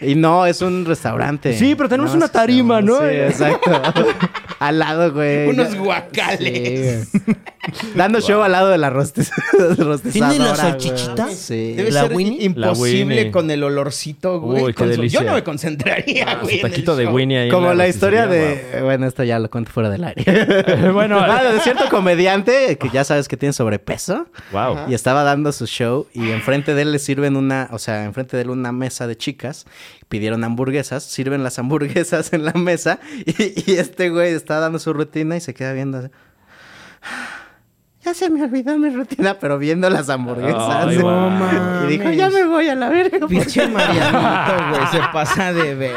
[SPEAKER 4] y no, es un restaurante.
[SPEAKER 5] Sí, pero tenemos una
[SPEAKER 4] es-
[SPEAKER 5] tarima, ¿no?
[SPEAKER 4] Sí, exacto. al lado, güey.
[SPEAKER 2] Unos
[SPEAKER 4] Yo-
[SPEAKER 2] guacales.
[SPEAKER 4] eh, Sí, güey. Dando show al lado de la rostiz rostizadora.
[SPEAKER 3] ¿Tienen la
[SPEAKER 4] güey.
[SPEAKER 3] salchichita?
[SPEAKER 4] Sí.
[SPEAKER 2] Debe
[SPEAKER 3] ¿La
[SPEAKER 2] ser
[SPEAKER 3] Winnie?
[SPEAKER 2] imposible
[SPEAKER 5] La Winnie.
[SPEAKER 2] con el olorcito, güey.
[SPEAKER 5] Uy, qué
[SPEAKER 2] Con su-
[SPEAKER 5] delicia. Ah,
[SPEAKER 2] Yo no me concentraría, güey.
[SPEAKER 5] Su
[SPEAKER 2] en el
[SPEAKER 5] taquito de
[SPEAKER 2] show.
[SPEAKER 5] Winnie ahí en
[SPEAKER 4] Como la historia
[SPEAKER 5] rosticería,
[SPEAKER 4] de... Bueno, esto ya lo cuento fuera del aire.
[SPEAKER 5] guau. bueno,
[SPEAKER 4] Ah, de cierto comediante que ya sabes que tiene sobrepeso.
[SPEAKER 5] wow.
[SPEAKER 4] Y estaba dando su show y enfrente de él le sirven una, o sea, enfrente de él una mesa de chicas, pidieron hamburguesas, sirven las hamburguesas en la mesa y, y este güey está dando su rutina y se queda viendo. así. Ya se me olvidó mi rutina, pero viendo las hamburguesas.
[SPEAKER 5] Ay, guau.
[SPEAKER 4] y dijo, ya me voy a la verga.
[SPEAKER 2] Pinche Marianito, güey. Se pasa de ver.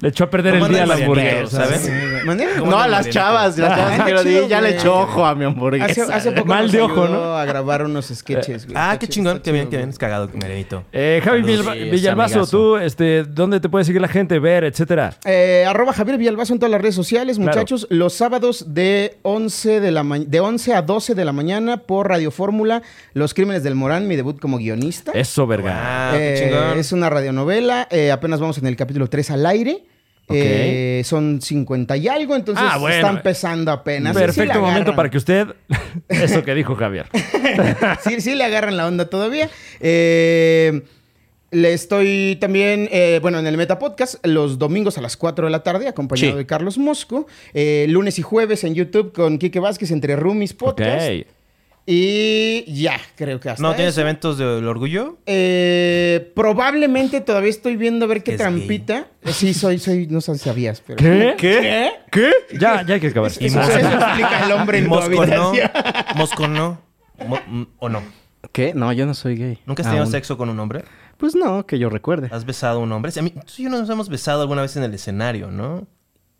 [SPEAKER 5] Le echó a perder
[SPEAKER 3] Como
[SPEAKER 5] el día a la
[SPEAKER 3] andan
[SPEAKER 5] hamburguesa.
[SPEAKER 3] marianeros, ¿sabes?
[SPEAKER 2] ¿Mande?
[SPEAKER 4] No, a las chavas. Las chavas
[SPEAKER 2] Ah,
[SPEAKER 4] quiero
[SPEAKER 2] chido,
[SPEAKER 4] decir, ya le
[SPEAKER 2] güey.
[SPEAKER 4] echó ojo a mi hamburguesa.
[SPEAKER 2] Hace, hace poco
[SPEAKER 5] Mal
[SPEAKER 2] nos
[SPEAKER 5] de ojo,
[SPEAKER 2] ayudó
[SPEAKER 5] ¿no?
[SPEAKER 2] a grabar unos sketches, güey.
[SPEAKER 3] Ah,
[SPEAKER 2] Está
[SPEAKER 3] qué
[SPEAKER 2] chido,
[SPEAKER 3] chingón.
[SPEAKER 2] está
[SPEAKER 3] Qué bien,
[SPEAKER 2] chido,
[SPEAKER 3] qué bien.
[SPEAKER 2] güey.
[SPEAKER 3] Es cagado, Merito.
[SPEAKER 5] Eh, Javi
[SPEAKER 3] Saludos,
[SPEAKER 5] Villalba-
[SPEAKER 3] sí, es
[SPEAKER 5] Villalbazo,
[SPEAKER 3] amigazo.
[SPEAKER 5] tú, este, ¿dónde te puede seguir la gente, ver, etcétera?
[SPEAKER 2] Eh, arroba Javier Villalbazo en todas las redes sociales,
[SPEAKER 5] Claro.
[SPEAKER 2] muchachos. Los sábados de 11, de, la ma- de 11 a 12 de la mañana por Radio Fórmula, Los Crímenes del Morán, mi debut como guionista.
[SPEAKER 5] Eso, verga.
[SPEAKER 3] Ah, qué
[SPEAKER 2] Eh,
[SPEAKER 3] chingón.
[SPEAKER 2] es una radionovela. eh, apenas vamos en el capítulo 3 al aire. Eh, son 50 y algo, entonces
[SPEAKER 5] Ah, bueno.
[SPEAKER 2] está empezando apenas. Sí, sí
[SPEAKER 5] Perfecto
[SPEAKER 2] le
[SPEAKER 5] momento
[SPEAKER 2] agarran.
[SPEAKER 5] para que usted... Eso que dijo Javier.
[SPEAKER 2] sí, sí le agarran la onda todavía. Eh, le estoy también, eh, bueno, en el Meta Podcast, los domingos a las 4 de la tarde, acompañado
[SPEAKER 5] Sí.
[SPEAKER 2] de Carlos Mosco. Eh, lunes y jueves en YouTube con Quique Vázquez, entre Rumis
[SPEAKER 5] Ok.
[SPEAKER 2] Podcast. Y ya, creo que hasta
[SPEAKER 3] ¿No tienes
[SPEAKER 2] eso.
[SPEAKER 3] eventos del orgullo?
[SPEAKER 2] Eh, probablemente todavía estoy viendo a ver qué
[SPEAKER 3] Es
[SPEAKER 2] trampita. Eh, Sí, soy, soy, no sé si sabías, pero.
[SPEAKER 5] ¿Qué?
[SPEAKER 2] ¿Qué?
[SPEAKER 5] ¿Qué? Ya, ya hay que acabar.
[SPEAKER 2] Eso, eso explica el hombre en tu
[SPEAKER 3] Mosco no.
[SPEAKER 2] habitación.
[SPEAKER 3] Mosco no. Mo- mm, ¿O no?
[SPEAKER 4] ¿Qué? No, yo no soy gay.
[SPEAKER 3] ¿Nunca has tenido
[SPEAKER 4] Aún.
[SPEAKER 3] sexo Ah, con un hombre?
[SPEAKER 4] Pues no, que yo recuerde.
[SPEAKER 3] ¿Has besado a un hombre? A mí, tú y yo nos hemos besado alguna vez en el escenario, ¿no?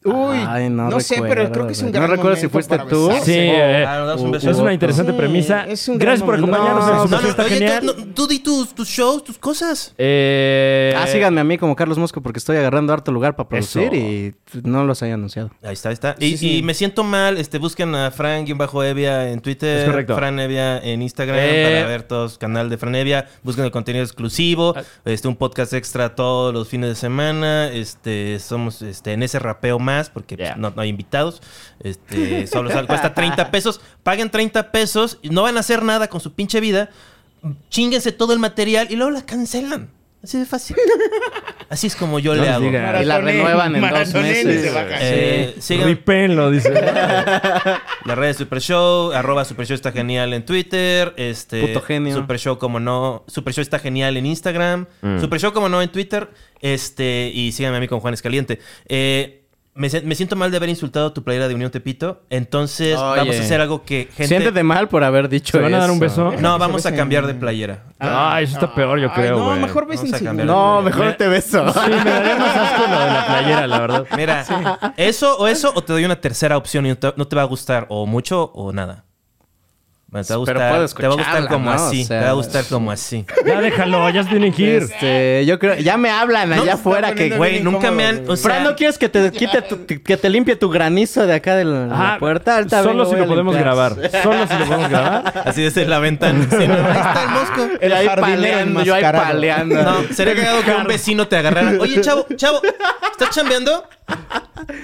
[SPEAKER 2] Uy,
[SPEAKER 4] Ay,
[SPEAKER 2] no,
[SPEAKER 4] no
[SPEAKER 2] sé, pero creo que es un
[SPEAKER 4] recuerdo.
[SPEAKER 2] gran
[SPEAKER 4] No recuerdo si
[SPEAKER 2] momento
[SPEAKER 4] fuiste
[SPEAKER 2] para
[SPEAKER 4] tú.
[SPEAKER 2] besarse.
[SPEAKER 5] Sí, eh,
[SPEAKER 3] Ah, nos damos un beso.
[SPEAKER 5] es una
[SPEAKER 4] Hubo-
[SPEAKER 5] interesante
[SPEAKER 2] Sí,
[SPEAKER 5] premisa.
[SPEAKER 2] es un gran
[SPEAKER 5] Gracias por
[SPEAKER 2] momento.
[SPEAKER 5] acompañarnos
[SPEAKER 4] No,
[SPEAKER 5] en su
[SPEAKER 4] no,
[SPEAKER 5] fiesta
[SPEAKER 3] oye,
[SPEAKER 5] genial.
[SPEAKER 3] tú- no, tú di tus, tus shows, tus cosas.
[SPEAKER 5] Eh,
[SPEAKER 4] Ah, síganme a mí como Carlos Mosco porque estoy agarrando harto lugar para producir
[SPEAKER 5] Eso.
[SPEAKER 4] y no los había anunciado.
[SPEAKER 3] Ahí está, ahí está. Y,
[SPEAKER 2] Sí, sí.
[SPEAKER 3] y me siento mal, este, busquen a Fran-Evia en Twitter,
[SPEAKER 5] Es correcto.
[SPEAKER 3] Fran Evia en Instagram
[SPEAKER 5] Eh.
[SPEAKER 3] para ver todos canal de Fran Evia, busquen el contenido exclusivo,
[SPEAKER 5] Ah.
[SPEAKER 3] este, un podcast extra todos los fines de semana, este, somos este, en ese rapeo más, porque pues,
[SPEAKER 5] Yeah.
[SPEAKER 3] no, no hay invitados, este, solo sal- cuesta 30 pesos, paguen 30 pesos, y no van a hacer nada con su pinche vida, chinguense todo el material y luego la cancelan. Así de fácil. Así es como yo
[SPEAKER 5] No
[SPEAKER 3] le
[SPEAKER 5] les
[SPEAKER 3] hago.
[SPEAKER 5] diga.
[SPEAKER 4] Y la renuevan en dos
[SPEAKER 2] Maratonenes
[SPEAKER 4] meses.
[SPEAKER 2] de vacaciones.
[SPEAKER 3] Eh, sigan-
[SPEAKER 5] Ripenlo, dice.
[SPEAKER 3] La red de Super Show, arroba Super Show está genial en Twitter, este
[SPEAKER 4] Puto genio.
[SPEAKER 3] Super Show como no, Super Show está genial en Instagram,
[SPEAKER 5] Mm.
[SPEAKER 3] Super Show como no en Twitter, este y síganme a mí con Juanes Caliente. Eh, me, se- me siento mal de haber insultado tu playera de Unión Tepito, entonces
[SPEAKER 4] Oye.
[SPEAKER 3] vamos a hacer algo que gente
[SPEAKER 4] Siéntete mal por haber dicho
[SPEAKER 5] ¿Se van a dar un
[SPEAKER 4] eso.
[SPEAKER 5] beso?
[SPEAKER 3] No, vamos a cambiar de playera.
[SPEAKER 5] Ay, eso está peor, yo
[SPEAKER 2] Ay,
[SPEAKER 5] creo,
[SPEAKER 2] no,
[SPEAKER 5] güey.
[SPEAKER 2] mejor
[SPEAKER 3] Vamos a
[SPEAKER 2] besen
[SPEAKER 3] cambiar.
[SPEAKER 4] No, mejor te beso.
[SPEAKER 5] Sí, me daría más asco lo de la playera, la verdad.
[SPEAKER 3] Mira, eso o eso o te doy una tercera opción y no te, no te va a gustar o mucho o nada. Te va a
[SPEAKER 4] Pero
[SPEAKER 3] gustar,
[SPEAKER 4] puedes
[SPEAKER 3] te va a gustar
[SPEAKER 4] escucharla,
[SPEAKER 3] como
[SPEAKER 4] ¿no? O
[SPEAKER 3] así,
[SPEAKER 4] sea,
[SPEAKER 3] te va a gustar como así.
[SPEAKER 5] Ya déjalo, ya se tienen que ir.
[SPEAKER 4] Este, yo creo, ya me hablan allá afuera que
[SPEAKER 2] poniendo-
[SPEAKER 3] Güey,
[SPEAKER 2] bien
[SPEAKER 3] nunca
[SPEAKER 2] incómodo,
[SPEAKER 3] me han.
[SPEAKER 2] güey.
[SPEAKER 3] O sea,
[SPEAKER 4] Fran, ¿no quieres que te quite tu- que te limpie tu granizo de acá de la, la
[SPEAKER 5] Ah,
[SPEAKER 4] puerta? Ahorita
[SPEAKER 5] solo
[SPEAKER 4] vengo,
[SPEAKER 5] si
[SPEAKER 4] voy
[SPEAKER 5] lo
[SPEAKER 4] a
[SPEAKER 5] podemos
[SPEAKER 4] limpiar.
[SPEAKER 5] grabar. Solo si lo podemos grabar.
[SPEAKER 3] así desde la ventana. Sí, no, ahí está el mosco.
[SPEAKER 4] Yo ahí
[SPEAKER 2] jardinero
[SPEAKER 4] paleando, yo ahí
[SPEAKER 2] enmascarado.
[SPEAKER 4] paleando.
[SPEAKER 3] No, sería cagado que un vecino te agarrara. Oye, chavo, chavo, ¿estás chambeando?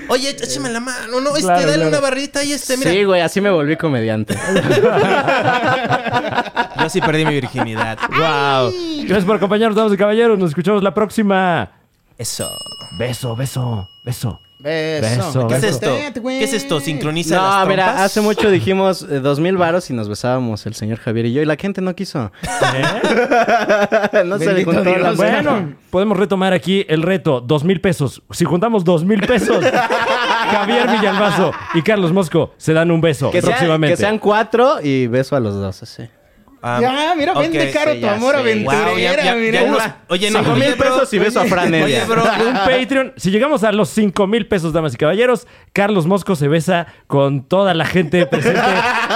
[SPEAKER 3] Oye, échame la mano. No, este,
[SPEAKER 5] Claro,
[SPEAKER 3] dale
[SPEAKER 5] claro.
[SPEAKER 3] una barrita y este, mira.
[SPEAKER 4] Sí, güey, así me volví comediante.
[SPEAKER 3] Yo sí perdí mi virginidad.
[SPEAKER 5] Wow. Gracias por acompañarnos, damas y caballeros. Nos escuchamos la próxima.
[SPEAKER 3] Eso.
[SPEAKER 5] Beso, beso, beso. Beso,
[SPEAKER 2] Beso.
[SPEAKER 3] ¿Qué es
[SPEAKER 5] beso.
[SPEAKER 3] esto?
[SPEAKER 2] Contente, güey.
[SPEAKER 3] ¿Qué es esto? ¿Sincroniza
[SPEAKER 4] No,
[SPEAKER 3] las
[SPEAKER 4] mira,
[SPEAKER 3] trompas?
[SPEAKER 4] hace mucho dijimos eh, dos mil varos y nos besábamos el señor Javier y yo y la gente no quiso. no se le
[SPEAKER 2] ¿Eh? Bendito
[SPEAKER 4] juntó
[SPEAKER 2] Dios.
[SPEAKER 4] la
[SPEAKER 5] Bueno, podemos retomar aquí el reto. Dos mil pesos. Si juntamos dos mil pesos, Javier Villalbazo y Carlos Mosco se dan un beso
[SPEAKER 4] Que, sea-
[SPEAKER 5] próximamente.
[SPEAKER 4] que sean cuatro y beso a los dos, así.
[SPEAKER 3] Ah,
[SPEAKER 2] Ya, mira, vende
[SPEAKER 3] ok,
[SPEAKER 2] caro
[SPEAKER 4] sí,
[SPEAKER 2] tu
[SPEAKER 4] ya
[SPEAKER 2] amor
[SPEAKER 4] sé.
[SPEAKER 2] aventurera,
[SPEAKER 3] Wow, ya- ya-
[SPEAKER 2] mira.
[SPEAKER 3] ya unos- Oye, no,
[SPEAKER 4] Cinco
[SPEAKER 3] oye,
[SPEAKER 4] mil
[SPEAKER 3] bro,
[SPEAKER 4] pesos y beso a Fran
[SPEAKER 3] Oye,
[SPEAKER 4] Evia.
[SPEAKER 3] bro,
[SPEAKER 5] Un Patreon. Si llegamos a los 5 mil pesos, damas y caballeros, Carlos Mosco se besa con toda la gente presente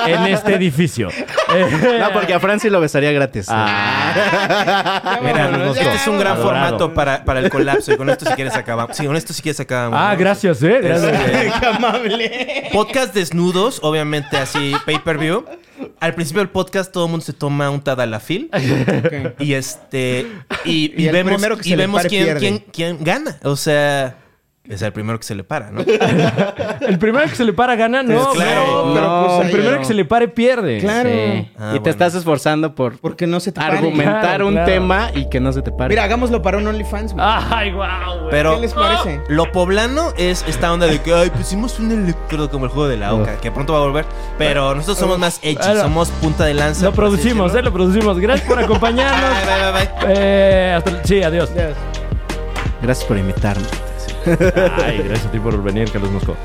[SPEAKER 5] en este edificio. Eh,
[SPEAKER 4] No, porque a Fran sí lo besaría gratis.
[SPEAKER 3] Ah, Mira,
[SPEAKER 5] vámonos,
[SPEAKER 3] este
[SPEAKER 5] ya.
[SPEAKER 3] es un gran
[SPEAKER 5] Adorado.
[SPEAKER 3] formato para, para el colapso. Y con esto si quieres acabamos. Sí, con esto si quieres acabamos.
[SPEAKER 5] ah,
[SPEAKER 3] ¿no?
[SPEAKER 5] gracias, eh. Gracias.
[SPEAKER 3] Este,
[SPEAKER 2] Qué amable.
[SPEAKER 3] podcast desnudos, obviamente así, pay-per-view. Al principio del podcast todo el mundo se toma un tadalafil. Y este... Y, y
[SPEAKER 2] Y el
[SPEAKER 3] vemos,
[SPEAKER 2] primero que
[SPEAKER 3] y
[SPEAKER 2] se le
[SPEAKER 3] vemos
[SPEAKER 2] pare,
[SPEAKER 3] quién,
[SPEAKER 2] pierde.
[SPEAKER 3] quién, quién gana. O sea, es el primero que se le para, ¿no?
[SPEAKER 5] El primero que se le para gana, no.
[SPEAKER 3] Pues claro.
[SPEAKER 5] güey.
[SPEAKER 2] pero pues
[SPEAKER 5] El
[SPEAKER 2] ahí-
[SPEAKER 5] primero que se le pare pierde.
[SPEAKER 2] Claro.
[SPEAKER 4] Sí.
[SPEAKER 3] Ah,
[SPEAKER 4] y te
[SPEAKER 3] bueno.
[SPEAKER 4] estás esforzando por
[SPEAKER 2] Porque no se te pare.
[SPEAKER 4] argumentar
[SPEAKER 5] Claro,
[SPEAKER 4] un
[SPEAKER 5] claro.
[SPEAKER 4] tema y que no se te pare.
[SPEAKER 2] Mira, hagámoslo para un OnlyFans, güey.
[SPEAKER 5] Ay, wow, güey.
[SPEAKER 3] Pero
[SPEAKER 2] ¿Qué les parece?
[SPEAKER 3] lo poblano es esta onda de que ay, pusimos un electrodo como el juego de la oca, que pronto va a volver. Pero nosotros somos más edgy,
[SPEAKER 5] Claro.
[SPEAKER 3] somos punta de lanza.
[SPEAKER 5] Lo
[SPEAKER 3] por así
[SPEAKER 5] producimos, eh,
[SPEAKER 3] decirlo.
[SPEAKER 5] lo producimos. Gracias por acompañarnos.
[SPEAKER 3] Bye, bye, bye, bye.
[SPEAKER 5] Eh, hasta- sí, adiós.
[SPEAKER 2] Dios.
[SPEAKER 4] Gracias por invitarme.
[SPEAKER 5] Ay, gracias a ti por venir, Carlos Mosco.